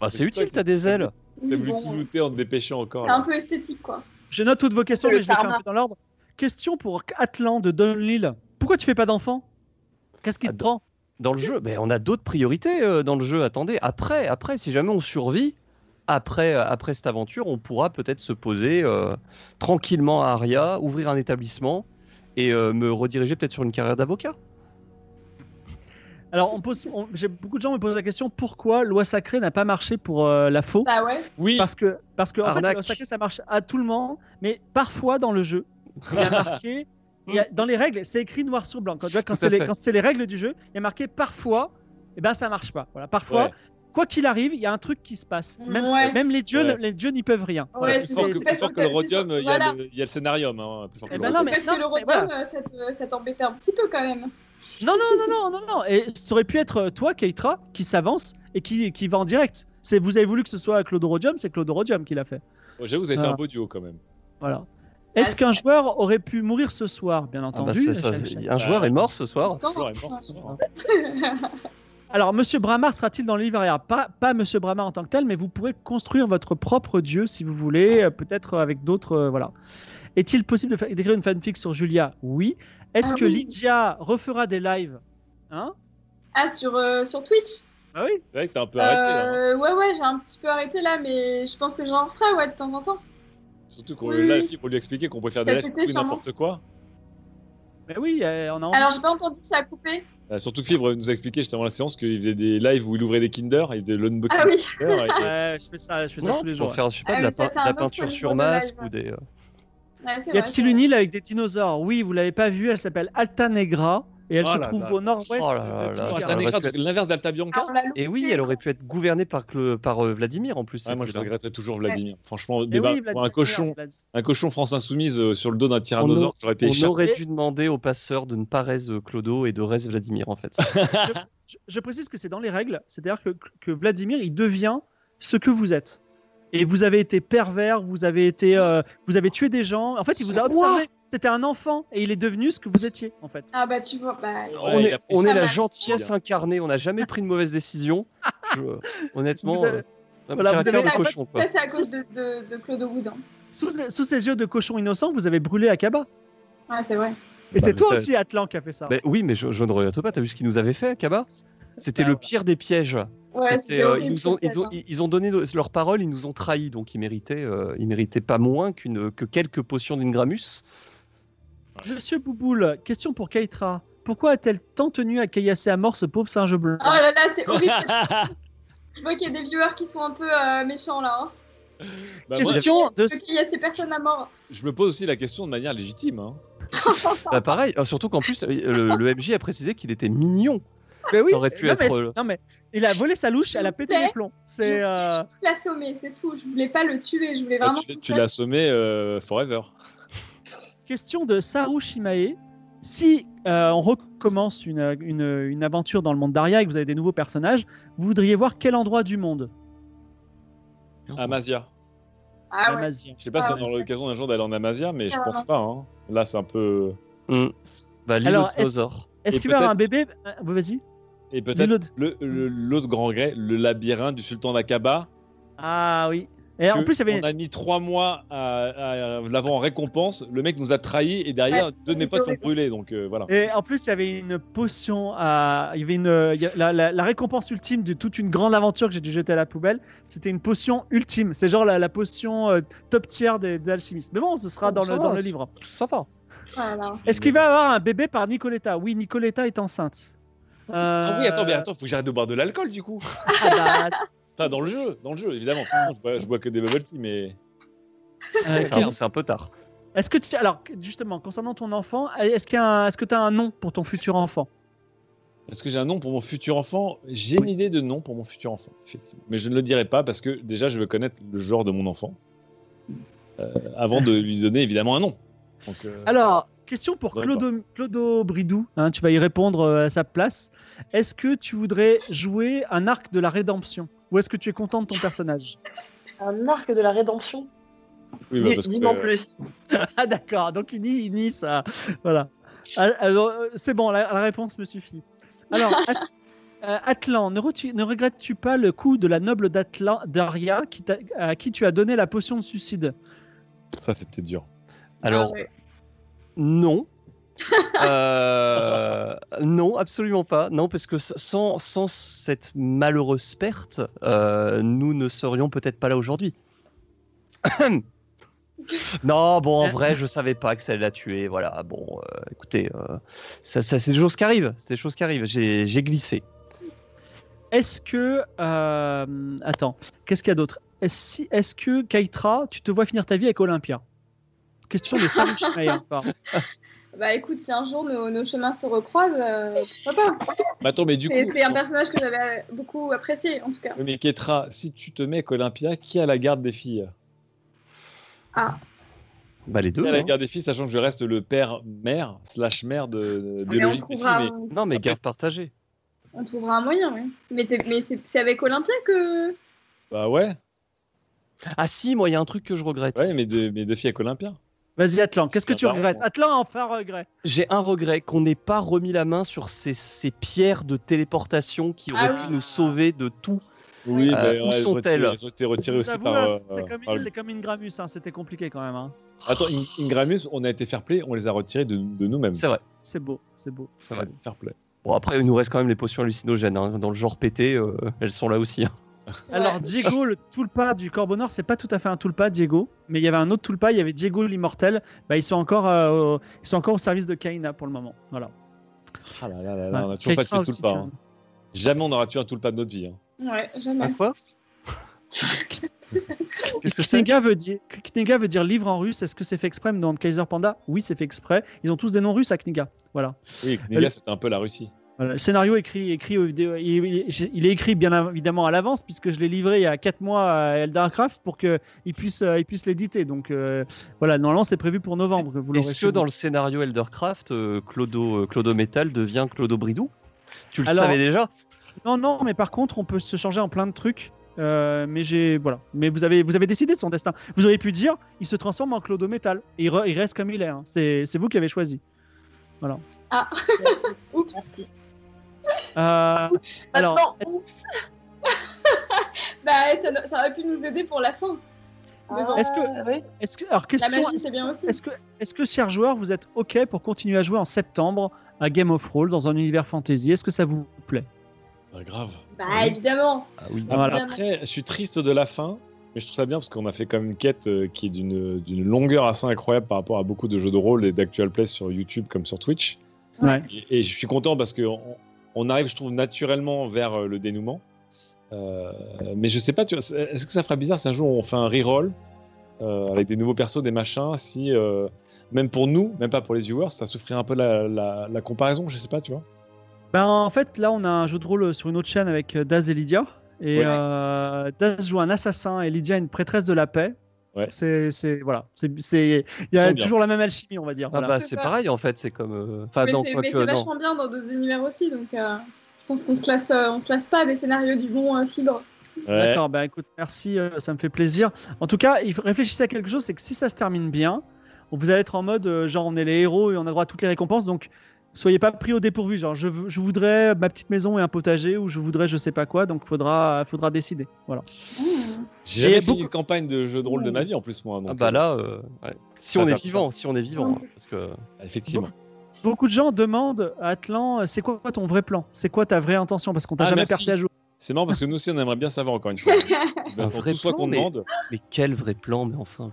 S2: Bah,
S4: c'est
S2: c'est
S4: toi
S2: utile,
S4: qui-
S2: t'as des ailes.
S3: Oui,
S4: T'as voulu
S3: bon,
S4: tout looter en te dépêchant encore.
S3: c'est un
S4: là.
S3: peu esthétique, quoi.
S1: Je note toutes vos questions,
S5: Le
S1: mais je les fais un
S5: karma.
S1: peu dans l'ordre. Question pour Atlan de Donlil. Pourquoi tu fais pas d'enfant Qu'est-ce qui te
S2: Attends.
S1: prend
S2: dans le jeu. Mais on a d'autres priorités euh, dans le jeu. Attendez, après, après, si jamais on survit, après, euh, après cette aventure, on pourra peut-être se poser euh, tranquillement à Aria, ouvrir un établissement et euh, me rediriger peut-être sur une carrière d'avocat. Ah
S1: Alors, on pose, on- j'ai- beaucoup de gens me posent la question pourquoi Loi Sacrée n'a pas marché pour euh, la faux
S3: Bah ouais.
S4: Oui,
S1: Parce que, parce que en fait,
S2: Arnaque.
S1: Loi Sacrée, ça marche à tout le monde, mais parfois dans le jeu, il y a marqué. il y a- dans les règles, c'est écrit noir sur blanc. Quand, tu vois, quand
S2: Tout
S1: c'est
S2: à
S1: les,
S2: fait.
S1: quand c'est les règles du jeu, il y a marqué parfois, et ben ça marche pas. Voilà, parfois,
S4: Ouais.
S1: quoi qu'il arrive, il y a un truc qui se passe. Même,
S3: Ouais.
S1: même les dieux, ne-
S4: Ouais.
S1: les dieux n'y peuvent rien.
S3: Ouais,
S4: plus
S3: c'est-
S4: fort que,
S3: c'est
S4: plus
S3: parce
S4: fort
S3: que-
S4: que le
S3: c'est
S4: rhodium,
S3: sur-
S4: il y, a
S3: voilà.
S4: le- il y a le scénarium. hein, plus fort que
S1: Eh
S4: le
S1: ben non,
S3: C'est
S4: rhodium.
S1: mais-
S3: parce que le
S1: mais
S3: rhodium,
S1: voilà.
S3: euh, ça te- ça t'embêtait un petit peu quand même.
S1: Non, non, non, non, non, non. Et ça aurait pu être euh, toi, Keitra, qui s'avance et qui, qui va en direct. C'est vous avez voulu que ce soit Claude Rodium, c'est Claude Rodium qui l'a fait.
S4: Bon, J'avoue, vous avez fait
S1: Voilà.
S4: un beau duo quand même.
S1: Voilà.
S3: Ah,
S1: Est-ce qu'un joueur aurait pu mourir ce soir, bien
S2: Ah bah,
S1: entendu
S2: c'est ça,
S1: Michel
S2: c'est-
S1: Michel.
S2: un joueur est mort ce soir.
S3: Attends.
S4: Toujours est mort ce soir.
S1: Alors, Monsieur Bramar sera-t-il dans l'Ivaria Pas, pas Monsieur Bramar en tant que tel, mais vous pourrez construire votre propre dieu si vous voulez, euh, peut-être avec d'autres. euh, voilà. Est-il possible de fa- d'écrire une fanfic sur Julia Oui. Est-ce
S3: Ah
S1: que
S3: oui.
S1: Lydia refera des lives Hein
S3: Ah, sur, euh, sur Twitch
S1: Ah oui.
S4: C'est vrai que t'as un peu arrêté là. hein.
S3: Euh, Ouais, ouais, j'ai un petit peu arrêté là, mais je pense que j'en ferai ouais, de temps en temps.
S4: Surtout qu'on
S3: oui,
S4: là,
S3: oui.
S4: la fille, pour lui expliquer qu'on pouvait faire
S3: Ça
S4: des lives
S3: t'était
S4: tout et n'importe quoi.
S1: Mais oui, euh, on a envie.
S3: Alors, j'ai pas entendu, ça a coupé.
S4: Euh, surtout que Fibre nous a expliqué juste avant la séance qu'il faisait des lives où il ouvrait des Kinder, il faisait l'unboxing.
S3: Ah oui.
S4: des Kinder euh, et que-
S1: Ouais, je fais ça, je fais ça
S2: Non,
S1: tous les
S2: tu peux en
S1: jours.
S2: faire, je sais pas,
S3: Ah
S2: de
S3: oui,
S2: la,
S3: ça,
S2: pein-
S3: c'est un
S2: de la
S3: autre
S2: peinture
S3: niveau
S2: sur
S3: de
S2: masque
S3: live.
S2: ou des. euh,
S3: Ouais, c'est
S1: Y
S3: vrai,
S1: a-t-il
S3: c'est
S1: une
S3: vrai.
S1: île avec des dinosaures Oui, vous l'avez pas vue, elle s'appelle Altanegra et elle
S4: Oh
S1: se
S4: là
S1: trouve
S4: là.
S1: au nord-ouest.
S2: Oh là là
S1: de
S2: là,
S4: Attends,
S1: Pitcairn.
S2: c'est
S4: Alta
S2: un
S4: Negra,
S2: vrai-
S4: l'inverse d'Alta Bianca
S3: Ah, on l'a loupé.
S2: Et oui, elle aurait pu être gouvernée par, le, par euh, Vladimir en plus.
S4: Ah,
S2: cette
S4: moi, je
S2: île, hein.
S4: regretterais toujours Vladimir. Franchement,
S1: Eh oui,
S4: débat pour un
S1: Vladimir,
S4: cochon,
S1: Vladimir.
S4: un cochon France Insoumise euh, sur le dos d'un tyrannosaure,
S2: On
S4: j'aurais payé
S2: On
S4: cher.
S2: aurait
S1: Mais-
S2: dû demander aux passeurs de ne pas raise euh, Clodo et de raise Vladimir en fait.
S1: Je, je précise que c'est dans les règles, c'est-à-dire que, que Vladimir, il devient ce que vous êtes. Et vous avez été pervers, vous avez été, euh, vous avez tué des gens. En fait, il vous a observé. C'était un enfant et il est devenu ce que vous étiez, en fait.
S3: Ah bah tu vois, bah,
S4: Ouais,
S2: on
S4: il
S2: est,
S4: a pris
S2: on
S4: ça
S2: est la
S3: mal.
S2: gentillesse incarnée, on n'a jamais pris de mauvaise décision. Je- honnêtement,
S1: Vous avez-
S2: euh, un
S1: voilà, vous
S2: caractère
S1: avez-
S2: de cochon. quoi.
S3: ça c'est à cause de, de, de Claude Wood. hein.
S1: Sous, sous ses yeux de cochon innocent, vous avez brûlé Akaba.
S3: Ouais, c'est vrai.
S1: Et c'est
S2: Bah, mais
S1: toi
S2: ça-
S1: aussi, Atlan, qui a fait ça.
S2: Mais oui, mais je, je ne regrette pas, t'as vu ce qu'ils nous avaient fait, Kaba C'était
S1: Ah,
S2: le
S1: voilà.
S2: pire des pièges.
S3: Ouais,
S2: C'était,
S3: c'était
S2: euh,
S3: horrible,
S2: ils, nous ont,
S3: cette
S2: ils, ont,
S3: scène, hein.
S2: ils ont donné de- leur parole, ils nous ont trahis, donc ils méritaient, euh, ils méritaient pas moins qu'une, que quelques potions d'une gramus.
S1: Monsieur Bouboule, question pour Keitra. Pourquoi a-t-elle tant tenu à caillasser à mort ce pauvre singe bleu
S3: Oh là là, c'est
S4: Bah,
S3: horrible. Je vois qu'il y a des viewers qui sont un peu euh, méchants là. hein.
S4: Bah, moi,
S1: Question de...
S3: Ok, Il y a ces personnes à mort.
S4: je me pose aussi la question de manière légitime. hein.
S2: Bah, pareil, euh, surtout qu'en plus, euh, le, le MJ a précisé qu'il était mignon.
S1: Mais oui,
S2: Ça aurait pu
S1: non,
S2: être,
S1: mais-
S2: euh,
S1: non, mais il a volé sa louche, elle a pété les plombs.
S3: Je
S1: C'est... euh,
S3: voulais juste l'assommer, c'est tout. Je voulais pas le tuer, je voulais
S4: Ah,
S3: vraiment.
S4: tu l'as- tu l'as assommé euh, forever.
S1: Question de Saru Shimae. Si euh, on recommence une, une- une aventure dans le monde d'Aria et que vous avez des nouveaux personnages, vous voudriez voir quel endroit du monde
S4: Amazia.
S3: Ah ouais.
S1: Amazia.
S4: Je sais pas si
S3: Ah,
S4: on aura
S3: ouais.
S4: l'occasion un jour d'aller en Amazia, mais je
S3: Ah,
S4: pense
S3: ouais.
S4: pas. hein. Là, c'est un peu.
S2: Mm. Bah, l'île
S1: Alors,
S2: aux
S1: est-ce-
S2: dinosaures.
S1: Est-ce
S4: Et
S1: qu'il va y avoir un
S4: peut-être-
S1: bébé Ah, bah, Vas-y.
S4: Et peut-être
S1: L'autre.
S4: le- le- l'autre grand regret, le labyrinthe du sultan d'Akaba.
S1: Ah oui. Et en
S4: que
S1: plus, il y avait.
S4: On a mis trois mois à, à l'avoir en récompense. Le mec nous a trahis et derrière,
S3: Ouais,
S4: deux de mes
S3: c'est
S4: potes l'ont
S3: horrible.
S4: brûlé. Donc euh, voilà.
S1: Et en plus, il y avait une potion à. Il y avait une. il y a- La, la- la récompense ultime de toute une grande aventure que j'ai dû jeter à la poubelle, c'était une potion ultime. C'est genre la, la potion euh, top tier des, des alchimistes. Mais bon, ce sera
S2: Oh,
S4: Ah,
S1: dans,
S2: ça
S1: le,
S2: va,
S1: dans le
S2: c'est-
S1: livre.
S2: Sympa.
S3: Voilà. Ah
S1: Est-ce qu'il va y avoir un bébé par Nicoletta Oui, Nicoletta est enceinte.
S4: Ah oui, attends, mais
S1: Euh,
S4: attends, faut que j'arrête de boire de l'alcool du coup.
S1: Ah bah,
S4: Enfin, dans le jeu, dans le jeu, évidemment. De toute façon, je bois, je bois que des bubble tea, mais.
S1: euh,
S2: C'est un, c'est un peu tard.
S1: est-ce que tu alors justement concernant ton enfant, est-ce qu'il y a un- est-ce que tu as un nom pour ton futur enfant
S4: Est-ce que j'ai un nom pour mon futur enfant J'ai une
S1: Oui.
S4: idée de nom pour mon futur enfant, effectivement. Mais je ne le dirai pas parce que déjà, je veux connaître le genre de mon enfant euh, avant de lui donner évidemment un nom. Donc, euh,
S1: Alors, question pour
S4: D'accord.
S1: Clodo, Clodo Bridou, hein, tu vas y répondre euh, à sa place. Est-ce que tu voudrais jouer un arc de la rédemption ou est-ce que tu es content de ton personnage
S5: Un arc de la rédemption.
S4: oui, bah,
S5: Dis-
S4: parce que,
S5: Dis-moi en
S4: euh,
S5: plus.
S1: Ah d'accord, donc il nie, il nie ça. Voilà. Ah, alors, euh, C'est bon, la, la réponse me suffit. Alors, At- euh, Atlan, ne, retu- ne regrettes-tu pas le coup de la noble d'Atlan- d'Aria qui t'a- à qui tu as donné la potion de suicide
S4: ça, c'était dur.
S2: Alors,
S3: Ah ouais.
S2: non. Euh, non, absolument pas. Non, parce que s- sans, sans cette malheureuse perte, euh, nous ne serions peut-être pas là aujourd'hui. non, bon, en vrai, je savais pas que ça l'a tué. Voilà, bon, euh, écoutez, euh, ça, ça, c'est des choses qui arrivent. C'est des choses qui arrivent. J'ai j'ai glissé.
S1: Est-ce que. euh, attends, qu'est-ce qu'il y a d'autre Est-ce si- est-ce que, Kaitra, tu te vois finir ta vie avec Olympia Question de Saru Shimaya, pardon.
S3: Bah écoute, si un jour nos, nos chemins se recroisent, euh, pourquoi pas
S4: Mais attends, mais du coup.
S3: C'est c'est un personnage que j'avais beaucoup apprécié en tout cas.
S4: Oui, Mais Ketra, si tu te mets avec Olympia, qui a la garde des filles
S2: Bah, les deux.
S4: Qui a la
S2: hein.
S4: garde des filles, sachant que je reste le père-mère, slash mère de, de
S3: Mais on
S4: biologique des filles.
S3: trouvera,
S4: mais-
S3: un-
S2: Non, mais garde partagée.
S3: on trouvera un moyen, oui. Mais, t'es- mais c'est c'est avec Olympia que.
S4: Bah ouais,
S2: Ah, si, moi, il y a un truc que je regrette.
S4: ouais mais, de, mais de filles avec Olympia.
S1: Vas-y, Atlan, qu'est-ce que
S4: Ah
S1: tu
S4: bah,
S1: regrettes
S4: bon.
S1: Atlan a enfin un regret.
S2: J'ai un regret qu'on n'ait pas remis la main sur ces, ces pierres de téléportation qui auraient
S3: Ah
S2: pu
S3: oui.
S2: nous sauver de tout.
S4: Oui,
S2: Euh,
S3: Ah,
S4: mais
S2: où
S4: ouais, elles ont été-
S2: sont-elles
S4: Elles ont été
S1: Je
S4: retirées
S1: vous
S4: aussi
S1: avoue,
S4: par.
S1: hein,
S4: euh,
S1: c'était comme,
S4: par le-
S1: c'est comme Ingramus, hein, c'était compliqué quand même. hein.
S4: Attends, In- Ingramus, on a été fair play, on les a retirés de, de nous-mêmes.
S2: C'est vrai.
S1: C'est beau, c'est beau.
S2: c'est vrai.
S4: Fair play.
S2: Bon, après, il nous reste quand même les potions hallucinogènes. hein. Dans le genre pété, euh, elles sont là aussi. hein.
S1: Alors, Diego, le tulpa du Corbeau Nord, c'est pas tout à fait un tulpa, Diego, mais il y avait un autre tulpa, il y avait Diego l'immortel. Bah, ils, sont encore, euh, au- ils sont encore au service de Kaina pour le moment. Voilà.
S4: Ah là là là
S1: Ouais.
S4: là, on a toujours pas
S1: Keitra
S4: tué tout
S1: aussi,
S4: le pas.
S1: tu vois.
S4: hein. Jamais on n'aura tué un tout le pas de notre vie. hein.
S3: Ouais,
S2: À
S3: jamais.
S2: quoi Qu'est-ce que c'est
S1: Knega veut, dire, Knega veut dire livre en russe. Est-ce que c'est fait exprès me demande Kaiser Panda Oui, c'est fait exprès. Ils ont tous des noms russes à Knega. Voilà.
S4: Oui,
S1: Elle-
S4: Knega, c'était un peu la Russie.
S1: Voilà, Le scénario écrit, écrit au vidéo- il, il- il est écrit bien évidemment à l'avance puisque je l'ai livré il y a 4 mois à Eldarcraft pour qu'ils puissent euh, ils puissent l'éditer. Donc euh, voilà, normalement c'est prévu pour novembre que vous l'aurez
S2: Est-ce
S1: chez
S2: que dans
S1: vous.
S2: le scénario Eldercraft, euh, Clodo, euh, Clodo Metal devient Clodo Bridou Tu le
S1: Alors-
S2: savais déjà
S1: Non, non, mais par contre on peut se changer en plein de trucs. Euh, mais j'ai voilà, mais vous avez vous avez décidé de son destin. Vous auriez pu dire il se transforme en Clodo Métal et il, re- il reste comme il est. hein. C'est c'est vous qui avez choisi.
S3: Oups.
S1: Euh, alors
S5: Maintenant,
S1: est-ce-
S3: Bah, ça, ça aurait pu nous aider pour la fin. Mais bon,
S1: Est-ce que-
S5: Ah, oui.
S1: est-ce que alors
S3: la
S1: question
S3: magie, c'est bien aussi.
S1: Est-ce que, est que, chers joueurs, vous êtes OK pour continuer à jouer en septembre à Game of Roll dans un univers fantasy Est-ce que ça vous plaît
S4: Bah, grave.
S3: Bah, évidemment.
S2: Ah oui.
S1: Ah, voilà.
S4: Après, je suis triste de la fin, mais je trouve ça bien parce qu'on a fait quand même une quête euh, qui est d'une d'une longueur assez incroyable par rapport à beaucoup de jeux de rôle et d'actual play sur YouTube comme sur Twitch.
S1: Ouais.
S4: Et, et je suis content parce que on, on arrive, je trouve, naturellement vers euh, le dénouement. Euh, mais je sais pas, tu vois, c'est- est-ce que ça fera bizarre si un jour on fait un reroll euh, avec des nouveaux persos, des machins, si euh, même pour nous, même pas pour les viewers, ça souffrirait un peu la, la- la comparaison, je sais pas, tu vois.
S1: ben, En fait, là, on a un jeu de rôle sur une autre chaîne avec euh, Daz et Lydia. Et
S4: Ouais.
S1: euh, Daz joue un assassin et Lydia une prêtresse de la paix.
S4: Ouais.
S1: C'est c'est- voilà, c'est- c'est- il y
S4: Ils
S1: a
S4: sont bien.
S1: toujours la même alchimie, on va dire.
S2: Ah
S1: voilà.
S2: bah c'est pareil en fait, c'est comme. euh, Enfin
S3: mais
S2: non,
S3: c'est,
S2: quoi
S3: mais
S2: que,
S3: c'est
S2: non.
S3: vachement bien dans d'autres univers aussi, donc euh, je pense qu'on se lasse, euh, on se lasse pas des scénarios du bon euh, fibre.
S1: D'accord, bah écoute, merci, euh, ça me fait plaisir. En tout cas, il faut- réfléchissez à quelque chose, c'est que si ça se termine bien, vous allez être en mode euh, genre on est les héros et on a droit à toutes les récompenses, donc soyez pas pris au dépourvu. Genre je, veux- je voudrais ma petite maison et un potager ou je voudrais je sais pas quoi, donc faudra faudra décider. Voilà. Mmh.
S4: J'ai jamais
S1: Et
S4: fait
S1: beaucoup-
S4: une campagne de jeu de rôle de ma vie en plus, moi. donc,
S2: Ah bah là, euh, ouais. si on
S4: Attends,
S2: est vivant, si on est vivant, hein, parce que
S4: euh, effectivement.
S1: Beaucoup de gens demandent à Atlan, euh, c'est quoi ton vrai plan C'est quoi ta vraie intention Parce qu'on t'a
S4: Ah,
S1: jamais
S4: merci.
S1: perçu à jouer.
S4: C'est marrant parce que nous aussi on aimerait bien savoir encore une fois.
S2: Un
S4: Ben, pour
S2: vrai
S4: tout soit
S2: plan,
S4: qu'on
S2: mais-
S4: demande.
S2: mais quel vrai plan, mais enfin,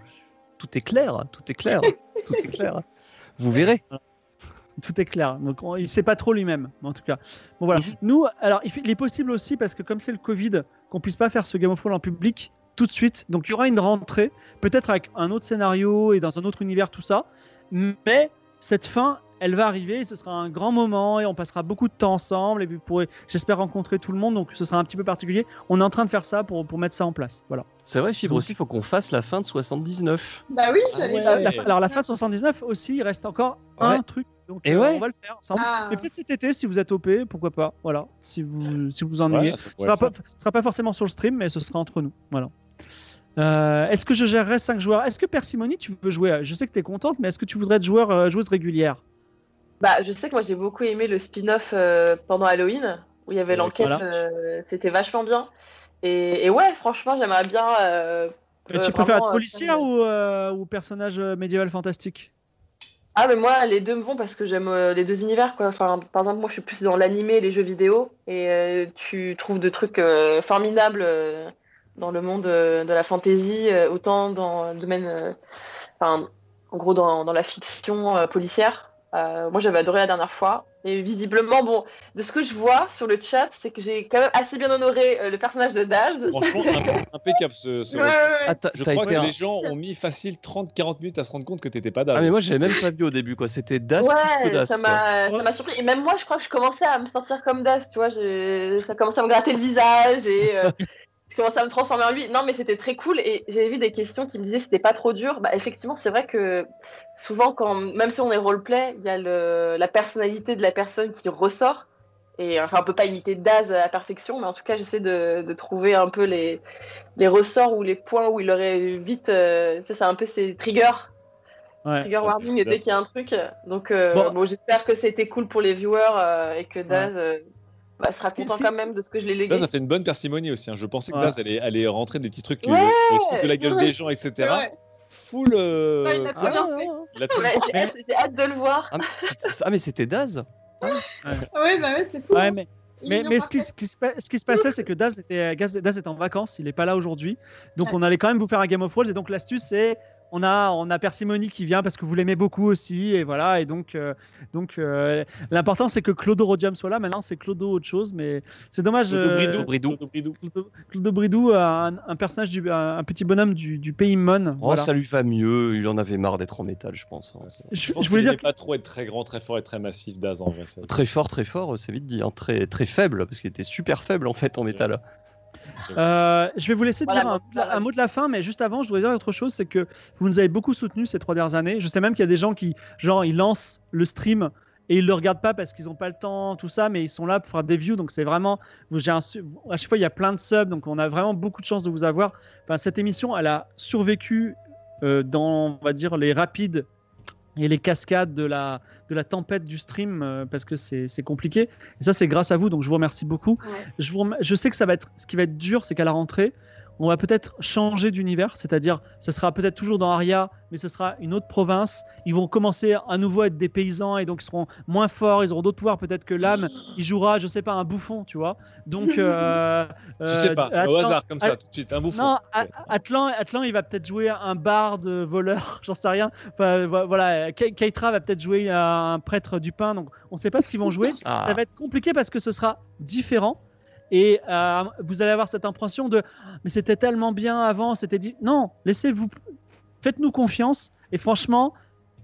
S2: tout est clair, tout est clair, tout est clair. Vous verrez.
S1: Tout est clair. Donc, on- il sait pas trop lui-même, mais en tout cas. Bon, voilà.
S4: Mhm.
S1: Nous, alors, il, fait- il est possible aussi, parce que comme c'est le Covid, qu'on puisse pas faire ce Game of Thrones en public tout de suite. Donc, il y aura une rentrée, peut-être avec un autre scénario et dans un autre univers, tout ça. Mais cette fin, elle va arriver. et ce sera un grand moment et on passera beaucoup de temps ensemble. Et puis, vous pourrez, j'espère rencontrer tout le monde. Donc, ce sera un petit peu particulier. On est en train de faire ça pour, pour mettre ça en place. Voilà.
S2: C'est vrai, Fibre aussi, il faut qu'on fasse la fin de 79.
S3: bah oui,
S4: Ah
S3: j'allais
S4: ouais.
S3: dire.
S1: La fin- alors, la fin de 79 aussi, il reste encore
S2: Ouais.
S1: un truc. Donc,
S2: Et
S1: euh,
S2: ouais.
S1: on va le faire ensemble.
S3: Ah.
S1: Et peut-être cet été, si vous êtes OP, pourquoi pas. Voilà, si vous si vous vous ennuyez.
S4: Voilà, ça
S1: ce
S4: pourrait
S1: sera
S4: être
S1: pas, ce sera pas forcément sur le stream, mais ce sera entre nous. Voilà. Euh, est-ce que je gérerais 5 joueurs Est-ce que Persimony, tu veux jouer à- Je sais que tu es contente, mais est-ce que tu voudrais être joueur, euh, joueuse régulière
S5: Bah, je sais que moi j'ai beaucoup aimé le spin-off euh, pendant Halloween où il y avait
S4: Ouais,
S5: l'enquête,
S1: voilà.
S5: euh, c'était vachement bien. Et, et ouais, franchement, j'aimerais bien. euh, euh,
S1: Tu préfères
S5: vraiment,
S1: être
S5: euh,
S1: policière
S5: faire-
S1: ou, euh, ou personnage euh, médiéval fantastique
S5: Ah, mais moi les deux me vont parce que j'aime euh, les deux univers quoi. Enfin, par exemple, moi je suis plus dans l'animé et les jeux vidéo et euh, tu trouves de trucs euh, formidables euh, dans le monde euh, de la fantasy, euh, autant dans le domaine. euh, Enfin, en gros, dans, dans la fiction euh, policière. Euh, moi j'avais adoré la dernière fois. Et visiblement, bon, de ce que je vois sur le chat, c'est que j'ai quand même assez bien honoré euh, le personnage de Daz.
S4: Franchement, imp- impeccable ce. ce
S3: Ouais, ouais,
S4: rôle.
S3: ouais.
S2: Ah, t'as
S4: Je
S2: t'as
S4: crois que
S2: été un-
S4: les gens ont mis facile 30-40 minutes à se rendre compte que t'étais pas d'âge.
S2: Ah mais moi j'avais même pas vu au début quoi, c'était Das plus que
S5: Ouais,
S2: Das.
S5: ça
S2: quoi.
S5: m'a ça m'a surpris. Et même moi, je crois que je commençais à me sentir comme Das, tu vois. j'ai- Ça commençait à me gratter le visage et euh, je commençais à me transformer en lui. Non, mais c'était très cool. Et j'avais vu des questions qui me disaient c'était pas trop dur. Bah, effectivement, c'est vrai que souvent, quand, même si on est roleplay, il y a le, la personnalité de la personne qui ressort. Et enfin, on peut pas imiter Daz à la perfection, mais en tout cas, j'essaie de, de trouver un peu les, les ressorts ou les points où il aurait vite. euh, tu sais, c'est un peu ses triggers
S1: Ouais.
S5: trigger warning et dès qu'il y a un truc. Donc euh,
S1: Bon.
S5: bon, j'espère que c'était cool pour les viewers euh, et que Daz euh, bah, sera
S1: Ce qui- ce
S5: content
S1: qui-
S5: quand même de ce que je l'ai légué.
S4: Daz a fait une bonne persimonie aussi. hein. Je pensais que
S1: Ouais.
S4: Daz allait, allait rentrer des petits trucs, les-
S5: Ouais.
S4: les, suites de la gueule
S5: Ouais.
S4: des gens, etc.
S3: C'est vrai.
S4: Full. euh,
S3: Ouais, il a
S4: bien.
S1: Ah,
S3: bien fait.
S4: Il a tout
S5: Ouais, J'ai
S4: fait.
S5: hâte, j'ai hâte de le voir.
S2: Ah, mais c'était- ah, mais c'était Das
S3: Ah ouais, bah ouais, c'est cool.
S1: Ouais, mais
S3: Ils
S1: Mais,
S3: l'ont
S1: mais
S3: pas
S1: ce, qui,
S3: fait.
S1: ce qui se, pa- ce qui se passait, c'est que Daz, était, Gaz- Daz est en vacances, il n'est pas là aujourd'hui. Donc
S3: Ouais.
S1: on allait quand même vous faire un Game of Thrones. Et donc l'astuce, c'est on a, on a Persimony qui vient parce que vous l'aimez beaucoup aussi. Et voilà. Et donc, euh, donc euh, l'important, c'est que Clodo Rodium soit là. Maintenant, c'est Clodo autre chose. Mais c'est dommage.
S4: Dodo
S1: euh,
S4: Bridou.
S2: Bridou.
S4: Dodo Bridou.
S1: Clodo, Clodo Bridou a un, un personnage, du, un, un petit bonhomme du, du pays Mon.
S2: Oh,
S1: voilà.
S2: ça lui va mieux. Il en avait marre d'être en métal, je pense. hein. C'est-
S1: je,
S4: Je pense
S1: je voulais
S4: qu'il
S1: dire.
S4: aimait pas trop être très grand, très fort et très massif Daz en vrai. ça.
S2: Très fort, très fort, c'est vite dit. hein. Très, très faible, parce qu'il était super faible en fait en métal.
S1: Euh, je vais vous laisser
S5: Voilà,
S1: dire un,
S5: bon, ça va.
S1: un mot de la fin, mais juste avant, je voudrais dire autre chose, c'est que vous nous avez beaucoup soutenu ces trois dernières années. Je sais même qu'il y a des gens qui, genre, ils lancent le stream et ils le regardent pas parce qu'ils n'ont pas le temps, tout ça, mais ils sont là pour faire des views. Donc c'est vraiment, vous- j'ai un su- à chaque fois il y a plein de subs, donc on a vraiment beaucoup de chance de vous avoir. Enfin, cette émission, elle a survécu euh, dans, on va dire, les rapides et les cascades de la, de la tempête du stream euh, parce que c'est c'est compliqué. Et ça, c'est grâce à vous, donc je vous remercie beaucoup.
S3: Ouais.
S1: Je, vous rem- je sais que ça va être, ce qui va être dur, c'est qu'à la rentrée, on va peut-être changer d'univers, c'est-à-dire, ce sera peut-être toujours dans Aria, mais ce sera une autre province. Ils vont commencer à nouveau à être des paysans et donc ils seront moins forts, ils auront d'autres pouvoirs. Peut-être que l'âme, il jouera, je sais pas, un bouffon, tu vois. Donc, euh,
S4: Je
S1: euh,
S4: sais pas, au
S1: Atlan-
S4: hasard comme ça,
S1: At-
S4: tout de suite, un bouffon.
S2: hein.
S1: Non, ah, A- Atlan, Atlan, il va peut-être jouer un barde voleur, j'en sais rien. Enfin, vo- voilà, Ke- Keitra va peut-être jouer euh, un prêtre du pain, donc on sait pas ce qu'ils vont jouer
S2: Ah.
S1: ça va être compliqué parce que ce sera différent. Et euh, vous allez avoir cette impression de mais c'était tellement bien avant, c'était dit non, laissez-vous, faites-nous confiance et franchement,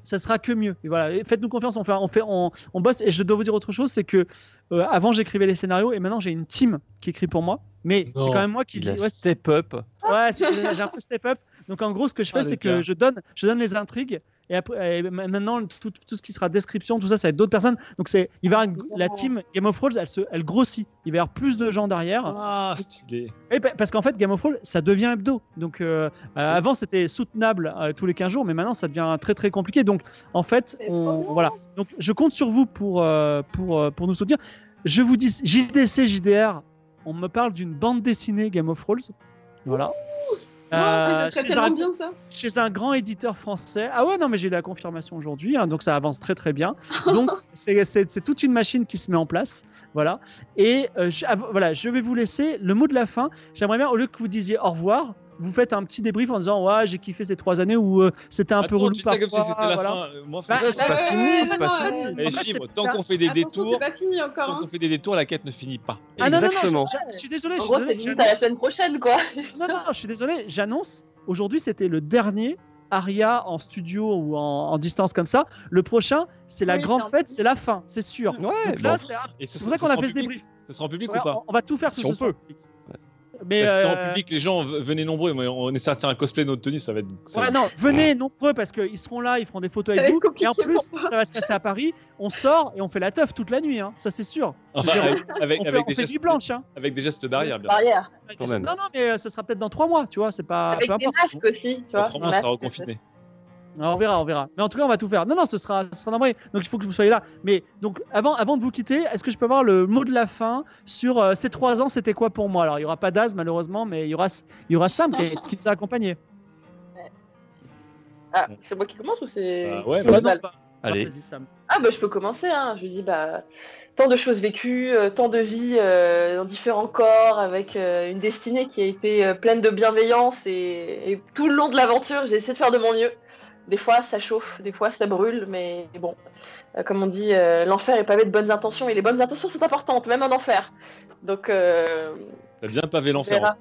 S1: ça sera que mieux. Et voilà, et faites-nous confiance, on fait, on fait, on, on bosse. Et je dois vous dire autre chose, c'est que euh, avant j'écrivais les scénarios et maintenant j'ai une team qui écrit pour moi, mais c'est
S4: Non,
S1: quand même moi qui
S2: Il
S1: dis
S2: a
S1: ouais, c'est-
S2: step up.
S1: Ouais, c'est- j'ai un peu step up. Donc en gros, ce que je fais,
S4: Ah, les
S1: c'est
S4: gars.
S1: que je donne, je donne les intrigues. Et, après, et ma- maintenant, tout, tout ce qui sera description, tout ça, ça va être d'autres personnes. Donc c'est, il va y
S4: Ah,
S1: avoir une- la team Game of Thrones, elle, se, elle grossit. Il va y avoir plus de gens derrière.
S4: Ah, stylé.
S1: Et pa- Eh ben, parce qu'en fait, Game of Thrones, ça devient hebdo. Donc euh, euh, avant, c'était soutenable euh, tous les 15 jours, mais maintenant, ça devient très très compliqué. Donc en fait,
S3: C'est
S1: on-
S3: trop bien.
S1: voilà. Donc je compte sur vous pour, euh, pour, euh, pour nous soutenir. Je vous dis, JDC, JDR, on me parle d'une bande dessinée Game of Thrones. Voilà.
S3: Non, mais
S1: Euh,
S3: ce serait
S1: chez
S3: tellement
S1: un-
S3: bien Ah, ça.
S1: chez un grand éditeur français. Ah ouais, non, mais j'ai eu la confirmation aujourd'hui, hein, donc ça avance très très bien. Donc c'est- c'est c'est toute une machine qui se met en place. Voilà. Et euh, je, av- voilà, je vais vous laisser le mot de la fin. J'aimerais bien, au lieu que vous disiez au revoir, vous faites un petit débrief en disant Ouais, j'ai kiffé ces trois années où euh, c'était un peu
S4: Attends,
S1: relou.
S4: tu dis ça comme si
S1: parfois,
S4: c'était la
S1: voilà.
S4: fin. euh, Moi,
S1: Bah,
S4: franchement,
S2: C'est pas
S3: ouais,
S2: fini,
S3: ouais,
S2: c'est pas
S3: non, non,
S2: fini.
S4: Eh,
S1: en fait,
S4: Givre,
S1: c'est-
S4: tant qu'on fait des
S3: Attention, c'est
S4: détours,
S3: pas fini encore.
S4: tant
S3: hein.
S4: qu'on fait des détours, la quête ne finit pas.
S1: Ah non, non, non,
S2: Exactement.
S1: je, je suis désolé.
S5: En
S1: je suis
S5: gros, c'est
S1: désolé,
S5: limite à la
S1: j'annonce.
S5: semaine prochaine, quoi.
S1: Non, non, je suis désolé, j'annonce. Aujourd'hui, c'était le dernier Aria en studio ou en, en distance comme ça. Le prochain, c'est la
S3: Oui,
S1: grande
S3: c'est en
S1: fête,
S3: public.
S1: c'est la fin, c'est sûr.
S2: Ouais,
S1: Donc là,
S2: bon,
S1: c'est un-
S4: Et ce
S1: c'est
S4: sera-
S1: pour ça
S4: ce
S1: qu'on
S4: sera
S1: a
S4: en
S1: fait ce
S4: public
S1: débrief.
S4: Ce sera en public
S1: Ouais,
S4: ou pas
S1: on- On va tout faire
S2: Si
S1: que
S2: on
S1: ce soit
S2: peut.
S1: en public. Mais
S4: Parce que Bah, c'est
S1: euh,
S4: en public, les gens v- venez nombreux. mais On essaie de faire un cosplay de notre tenue, ça va être. ça va
S1: ouais,
S4: être-
S1: non, venez nombreux parce qu'ils seront là, ils feront des photos
S3: Ça
S1: avec
S3: va
S1: vous.
S3: être
S1: Et en
S3: compliqué
S1: plus,
S3: pour moi.
S1: ça va se passer à Paris. On sort et on fait la teuf toute la nuit, hein, ça c'est sûr.
S4: Enfin,
S1: Je veux
S4: avec, avec,
S1: On fait,
S4: avec
S1: on
S4: des
S1: fait
S4: gestes,
S1: nuit blanche. Hein.
S4: avec des gestes barrières, bien sûr.
S5: Barrière.
S2: Quand même.
S1: Non, non, mais euh, ce sera peut-être dans trois mois, tu vois. C'est pas.
S5: Avec
S1: peu
S5: des
S1: importe.
S5: masques aussi, tu vois.
S4: Autrement, on
S5: Masques,
S4: sera reconfiné.
S1: Alors, on verra, on verra. Mais en tout cas, on va tout faire. Non, non, ce sera, ce sera normal. Donc, il faut que vous soyez là. Mais donc, avant, avant de vous quitter, est-ce que je peux avoir le mot de la fin sur euh, ces trois ans, c'était quoi pour moi Alors, il n'y aura pas d'Az, malheureusement, mais il y aura, il y aura Sam qui, est- qui nous a accompagnés.
S5: Ah, c'est moi qui commence ou c'est.
S4: Bah ouais,
S5: Ou
S4: vas-y.
S5: Oswald
S2: allez.
S1: Vas-y, Sam.
S5: Ah bah je peux commencer, hein. je lui dis bah tant de choses vécues, euh, tant de vies euh, dans différents corps, avec euh, une destinée qui a été euh, pleine de bienveillance et, et tout le long de l'aventure j'ai essayé de faire de mon mieux. Des fois ça chauffe, des fois ça brûle, mais bon, euh, comme on dit, euh, l'enfer est pavé de bonnes intentions et les bonnes intentions sont importantes, même en enfer. Donc euh,
S4: T'as bien pavé
S5: on
S4: l'enfer.
S5: verra.
S4: hein.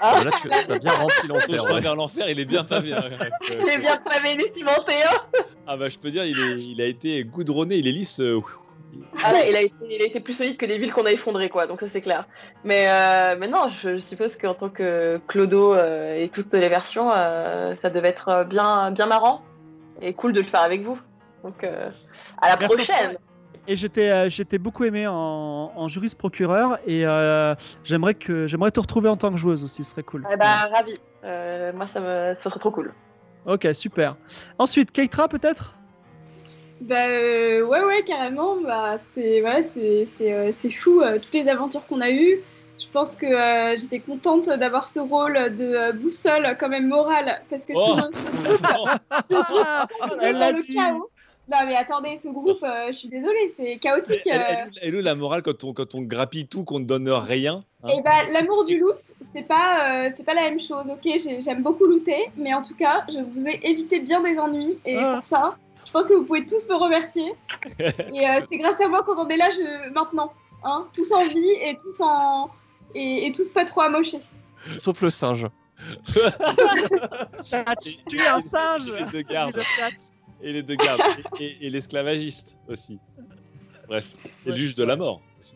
S5: Ah,
S2: Bah Là, tu as bien rempli
S4: Ton
S2: l'enfer.
S4: chemin
S2: ouais.
S4: vers l'enfer, il est bien pavé. hein. Euh,
S5: j'ai bien pavé les cimentés, hein.
S4: Ah bah je peux dire, il, est- il a été goudronné, il est lisse. euh, ouf.
S5: Ah ouais, il a, été, il a été plus solide que les villes qu'on a effondrées, quoi, donc ça c'est clair. Mais, euh, mais non, je, je suppose qu'en tant que Clodo euh, et toutes les versions, euh, ça devait être euh, bien, bien marrant et cool de le faire avec vous. Donc euh, à la
S1: Merci
S5: prochaine!
S1: Et j'étais, euh, j'étais beaucoup aimé en, en juriste procureur et euh, j'aimerais que j'aimerais te retrouver en tant que joueuse aussi, ce serait cool.
S5: Eh bah, ravi! Euh, moi, ça, me, ça serait trop cool.
S1: Ok, super. Ensuite, Keitra peut-être
S3: Bah euh, ouais ouais carrément bah c'était voilà c'est c'est euh, c'est fou euh, toutes les aventures qu'on a eues. Je pense que euh, j'étais contente d'avoir ce rôle de euh, boussole quand même morale parce que
S4: Oh.
S3: sinon ce groupe- ce groupe
S1: Elle
S3: sombre
S1: l'a
S3: dans le
S1: dit.
S3: chaos. Non, mais attendez, ce groupe, euh, je suis désolée, c'est chaotique.
S4: Elle,
S3: euh.
S4: elle- elle est où la morale quand on, quand on grappille tout, qu'on ne donne rien hein
S3: Et bah, l'amour du loot, c'est pas, euh, c'est pas la même chose. Ok, j'ai- j'aime beaucoup looter, mais en tout cas, je vous ai évité bien des ennuis. Et
S1: Ah.
S3: pour ça, je pense que vous pouvez tous me remercier. et euh, c'est grâce à moi qu'on en est là je- maintenant. Hein, tous en vie et tous en. Et, et tous pas trop amochés.
S2: Sauf le singe.
S1: Bah, tu es un singe
S4: Et les deux
S1: dit
S4: gardes.
S1: le chat.
S4: Et les deux gardes. Et, et- et l'esclavagiste aussi. Bref. Et le juge de la mort aussi.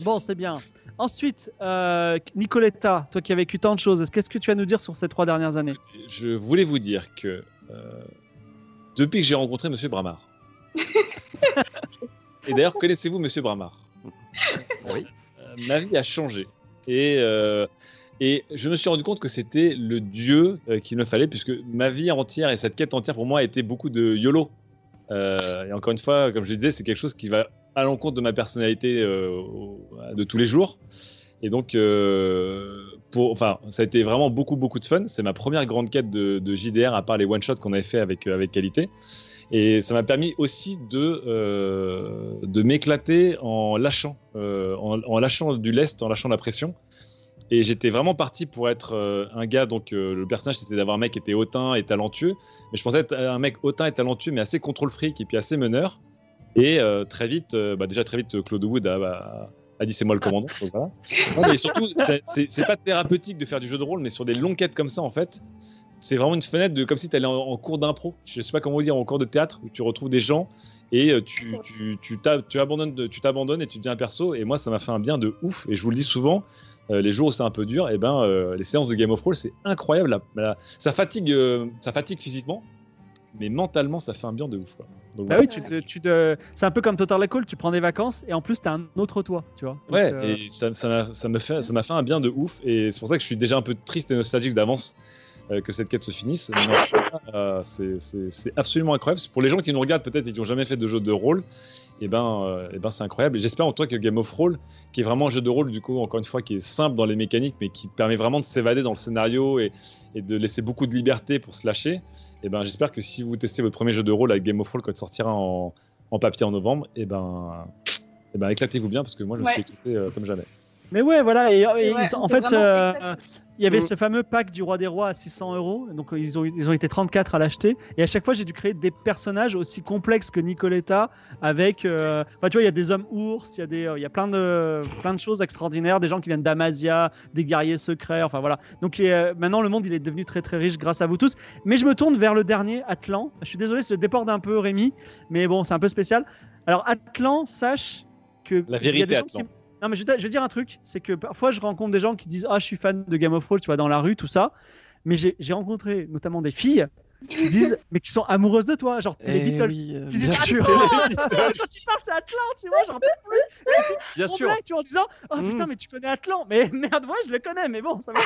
S1: Bon, c'est bien. Ensuite, euh, Nicoletta, toi qui as vécu tant de choses, est-ce- qu'est-ce que tu as à nous dire sur ces trois dernières années
S4: Je voulais vous dire que euh, depuis que j'ai rencontré Monsieur Bramard. et d'ailleurs, connaissez-vous Monsieur Bramard
S2: Oui.
S4: Euh, ma vie a changé. Et, euh, et je me suis rendu compte que c'était le Dieu euh, qu'il me fallait, puisque ma vie entière et cette quête entière pour moi a été beaucoup de YOLO. Euh, et encore une fois, comme je le disais, c'est quelque chose qui va à l'encontre de ma personnalité euh, au- de tous les jours. Et donc, euh, pour, enfin, ça a été vraiment beaucoup, beaucoup de fun. C'est ma première grande quête de, de JDR, à part les one-shots qu'on avait fait avec, euh, avec qualité. Et ça m'a permis aussi de, euh, de m'éclater en lâchant, euh, en, en lâchant du lest, en lâchant la pression. Et j'étais vraiment parti pour être euh, un gars, donc euh, le personnage c'était d'avoir un mec qui était hautain et talentueux, mais je pensais être un mec hautain et talentueux, mais assez contrôle fric et puis assez meneur. Et euh, très vite, euh, bah, déjà très vite, Claude Wood a, a- a dit c'est moi le commandant. donc voilà. Non, mais surtout, c'est- c'est c'est pas thérapeutique de faire du jeu de rôle, mais sur des longues quêtes comme ça, en fait, c'est vraiment une fenêtre de comme si tu allais en, en cours d'impro. Je sais pas comment dire, en cours de théâtre où tu retrouves des gens et euh, tu tu tu t'ab- tu abandonnes, de- tu t'abandonnes et tu deviens un perso. Et moi, ça m'a fait un bien de ouf. Et je vous le dis souvent. euh, les jours où c'est un peu dur, et ben, euh, les séances de Game of Thrones, c'est incroyable. la- la- ça, fatigue, euh, ça fatigue physiquement, mais mentalement, ça fait un bien de ouf. quoi. Donc,
S1: Bah
S4: voilà.
S1: oui, tu te- tu te- c'est un peu comme Total Recall, tu prends des vacances et en plus t'as un autre toi, tu vois. Donc,
S4: Ouais,
S1: euh,
S4: et ça, ça m'a- ça me fait, ça m'a fait un bien de ouf, et c'est pour ça que je suis déjà un peu triste et nostalgique d'avance euh, que cette quête se finisse. Mais non, c'est- euh, c'est- c'est c'est absolument incroyable. C'est Pour les gens qui nous regardent peut-être et qui n'ont jamais fait de jeu de rôle, et ben, euh, eh ben c'est incroyable. Et j'espère en toi que Game of Roll, qui est vraiment un jeu de rôle du coup encore une fois qui est simple dans les mécaniques, mais qui te permet vraiment de s'évader dans le scénario et, et de laisser beaucoup de liberté pour se lâcher. Et ben, j'espère que si vous testez votre premier jeu de rôle avec Game of Roll quand il sortira en, en papier en novembre, et ben eh ben, éclatez-vous bien parce que moi je me suis
S3: Ouais.
S4: éclaté euh, comme jamais.
S1: Mais ouais, voilà. Et, et
S3: Ouais,
S1: ils-
S3: on
S1: en
S3: s'est
S1: fait,
S3: vraiment
S1: euh,
S3: éclatés.
S1: il y avait
S2: Mm.
S1: ce fameux pack du Roi des Rois à 600 euros. Donc, euh, ils ont, ils ont été 34 à l'acheter. Et à chaque fois, j'ai dû créer des personnages aussi complexes que Nicoletta. Avec, euh, enfin, tu vois, il y a des hommes ours, il y a, des, euh, il y a plein, de, plein de choses extraordinaires, des gens qui viennent d'Amazia, des guerriers secrets. Enfin, voilà. Donc, et, euh, maintenant, le monde, il est devenu très, très riche grâce à vous tous. Mais je me tourne vers le dernier, Atlan. Je suis désolé, je te déborde un peu, Rémi. Mais bon, c'est un peu spécial. Alors, Atlan, sache que.
S4: La
S1: il y a des
S4: vérité,
S1: gens qui-
S4: Atlan.
S1: non, mais je, vais te- je vais dire un truc, c'est que parfois je rencontre des gens qui disent Ah, je suis fan de Game of Thrones, tu vois, dans la rue, tout ça. Mais j'ai j'ai rencontré notamment des filles qui disent, mais qui sont amoureuses de toi, genre t'es les
S2: Eh
S1: Beatles.
S2: oui, euh,
S1: Qui disent,
S2: bien
S1: Attends,
S2: sûr,
S1: Quand tu parles, c'est Atlan, tu vois, j'en peux
S2: bien
S1: trop
S2: sûr.
S1: blague, tu vois, en disant Oh
S2: Mm.
S1: putain, mais tu connais Atlan, mais merde, ouais, je le connais, mais bon, ça va.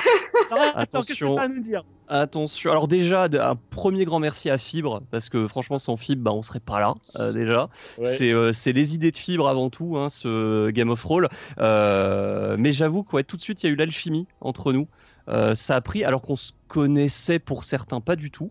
S1: Alors, attends, qu'est-ce que
S2: Attention.
S1: t'as à nous dire
S2: Attention. Alors déjà, de- un premier grand merci à Fibre, parce que franchement, sans Fibre, bah, on serait pas là euh, déjà.
S4: Ouais.
S2: C'est euh, c'est les idées de Fibre avant tout, hein, ce Game of Roll. Euh, mais j'avoue que ouais, tout de suite, il y a eu l'alchimie entre nous. Euh, ça a pris, alors qu'on se connaissait pour certains pas du tout.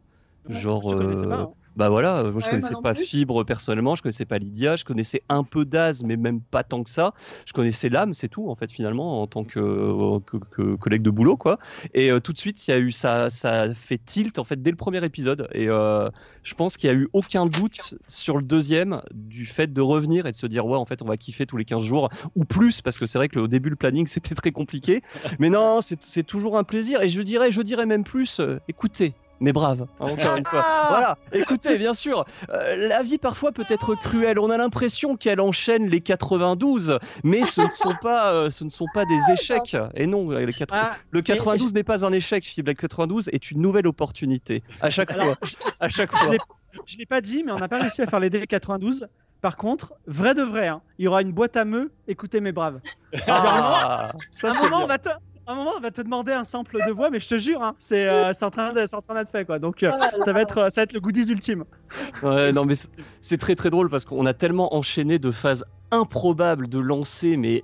S2: Genre,
S1: Je te connaissais pas,
S2: euh,
S1: hein.
S2: Bah voilà, euh, moi je
S3: Ah Ouais,
S2: connaissais
S3: moi non
S2: pas
S3: plus.
S2: Fibre personnellement, je connaissais pas Lydia, je connaissais un peu Daz, mais même pas tant que ça. Je connaissais l'âme, c'est tout en fait finalement en tant que, euh, que- que collègue de boulot quoi. Et euh, tout de suite, il y a eu ça, ça a fait tilt en fait dès le premier épisode. Et euh, je pense qu'il y a eu aucun doute sur le deuxième du fait de revenir et de se dire ouais en fait on va kiffer tous les 15 jours ou plus parce que c'est vrai que le- au début le planning c'était très compliqué. Mais non, c'est c'est toujours un plaisir et je dirais, je dirais même plus, euh, écoutez. mes braves, hein, encore une fois
S1: Ah,
S2: voilà, écoutez, bien sûr, euh, la vie parfois peut être cruelle. On a l'impression qu'elle enchaîne les 92, mais ce ne sont pas, euh, ce ne sont pas des échecs. Et non, les quatre-
S1: Ah,
S2: le 92 n'est pas un échec, Fibre. Le 92 est une nouvelle opportunité. À chaque fois. À chaque fois.
S1: Je l'ai pas dit, mais on n'a pas réussi à faire les D92. Par contre, vrai de vrai, hein, il y aura une boîte à meux, écoutez mes braves.
S2: Ah,
S1: À
S2: ça,
S1: un
S2: c'est
S1: moment,
S2: bien.
S1: on va te... à un moment, on va te demander un sample de voix, mais je te jure, hein, c'est euh, c'est en train de- c'est en train d'être fait. Quoi. Donc, euh, ça, va être, euh, ça va être le goodies ultime.
S2: Ouais, non, mais c'est- c'est très très drôle parce qu'on a tellement enchaîné de phases improbables de lancer, mais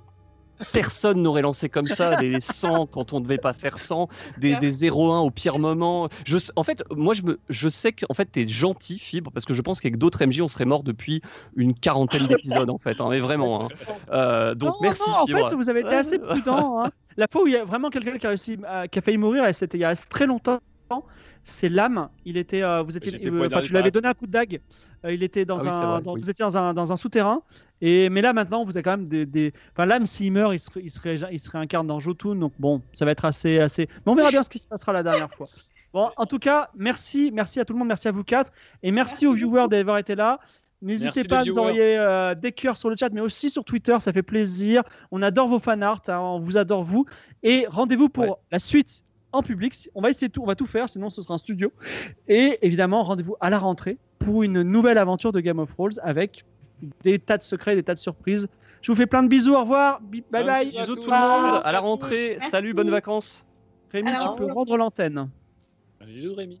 S2: personne n'aurait lancé comme ça des 100 quand on ne devait pas faire 100, des, des 0-1 au pire moment. Je, en fait, moi, je, me, je sais que en fait, t'es gentil, Fibre, parce que je pense qu'avec d'autres MJ, on serait mort depuis une quarantaine d'épisodes, en fait. hein, mais vraiment. hein. Euh, donc,
S1: Non,
S2: merci,
S1: non, en
S2: Fibre.
S1: fait, vous avez été assez prudent. hein. La fois où il y a vraiment quelqu'un qui a, réussi, à- qui a failli mourir, et c'était il y a très longtemps, c'est l'âme. Il était, euh, vous étiez,
S4: J'étais
S1: euh,
S4: poignardé
S1: enfin, tu
S4: par la-
S1: lui avais donné un coup de dague. Euh, il était dans
S2: Ah oui, c'est
S1: un,
S2: vrai,
S1: dans-
S2: oui.
S1: vous étiez dans un, dans un souterrain. Et mais là maintenant, vous avez quand même des, des- enfin l'âme s'il meurt, il se, il se ré- il se réincarne dans Jotun. Donc bon, ça va être assez, assez. Mais on verra bien ce qui se passera la dernière fois. Bon, en tout cas, merci, merci à tout le monde, merci à vous quatre, et merci,
S3: Merci
S1: aux viewers d'avoir été là. N'hésitez
S4: Merci
S1: pas à
S4: les
S1: nous
S4: viewers.
S1: envoyer euh, des cœurs sur le chat, mais aussi sur Twitter, ça fait plaisir. On adore vos fanarts, hein, on vous adore vous. Et rendez-vous pour
S2: Ouais.
S1: la suite en public. On va essayer tout, on va tout faire, sinon ce sera un studio. Et évidemment, rendez-vous à la rentrée pour une nouvelle aventure de Game of Thrones avec des tas de secrets, des tas de surprises. Je vous fais plein de bisous, au revoir, bi- bye
S4: Un
S1: bye.
S4: petit bisou à
S2: Bisous tout
S4: tous.
S2: le monde,
S4: Bisous
S2: à la
S4: tous.
S2: rentrée,
S3: Merci.
S2: salut, bonnes vacances.
S1: Rémi,
S3: Alors,
S1: tu peux
S3: au
S1: rendre l'antenne.
S4: Bisous, Rémi.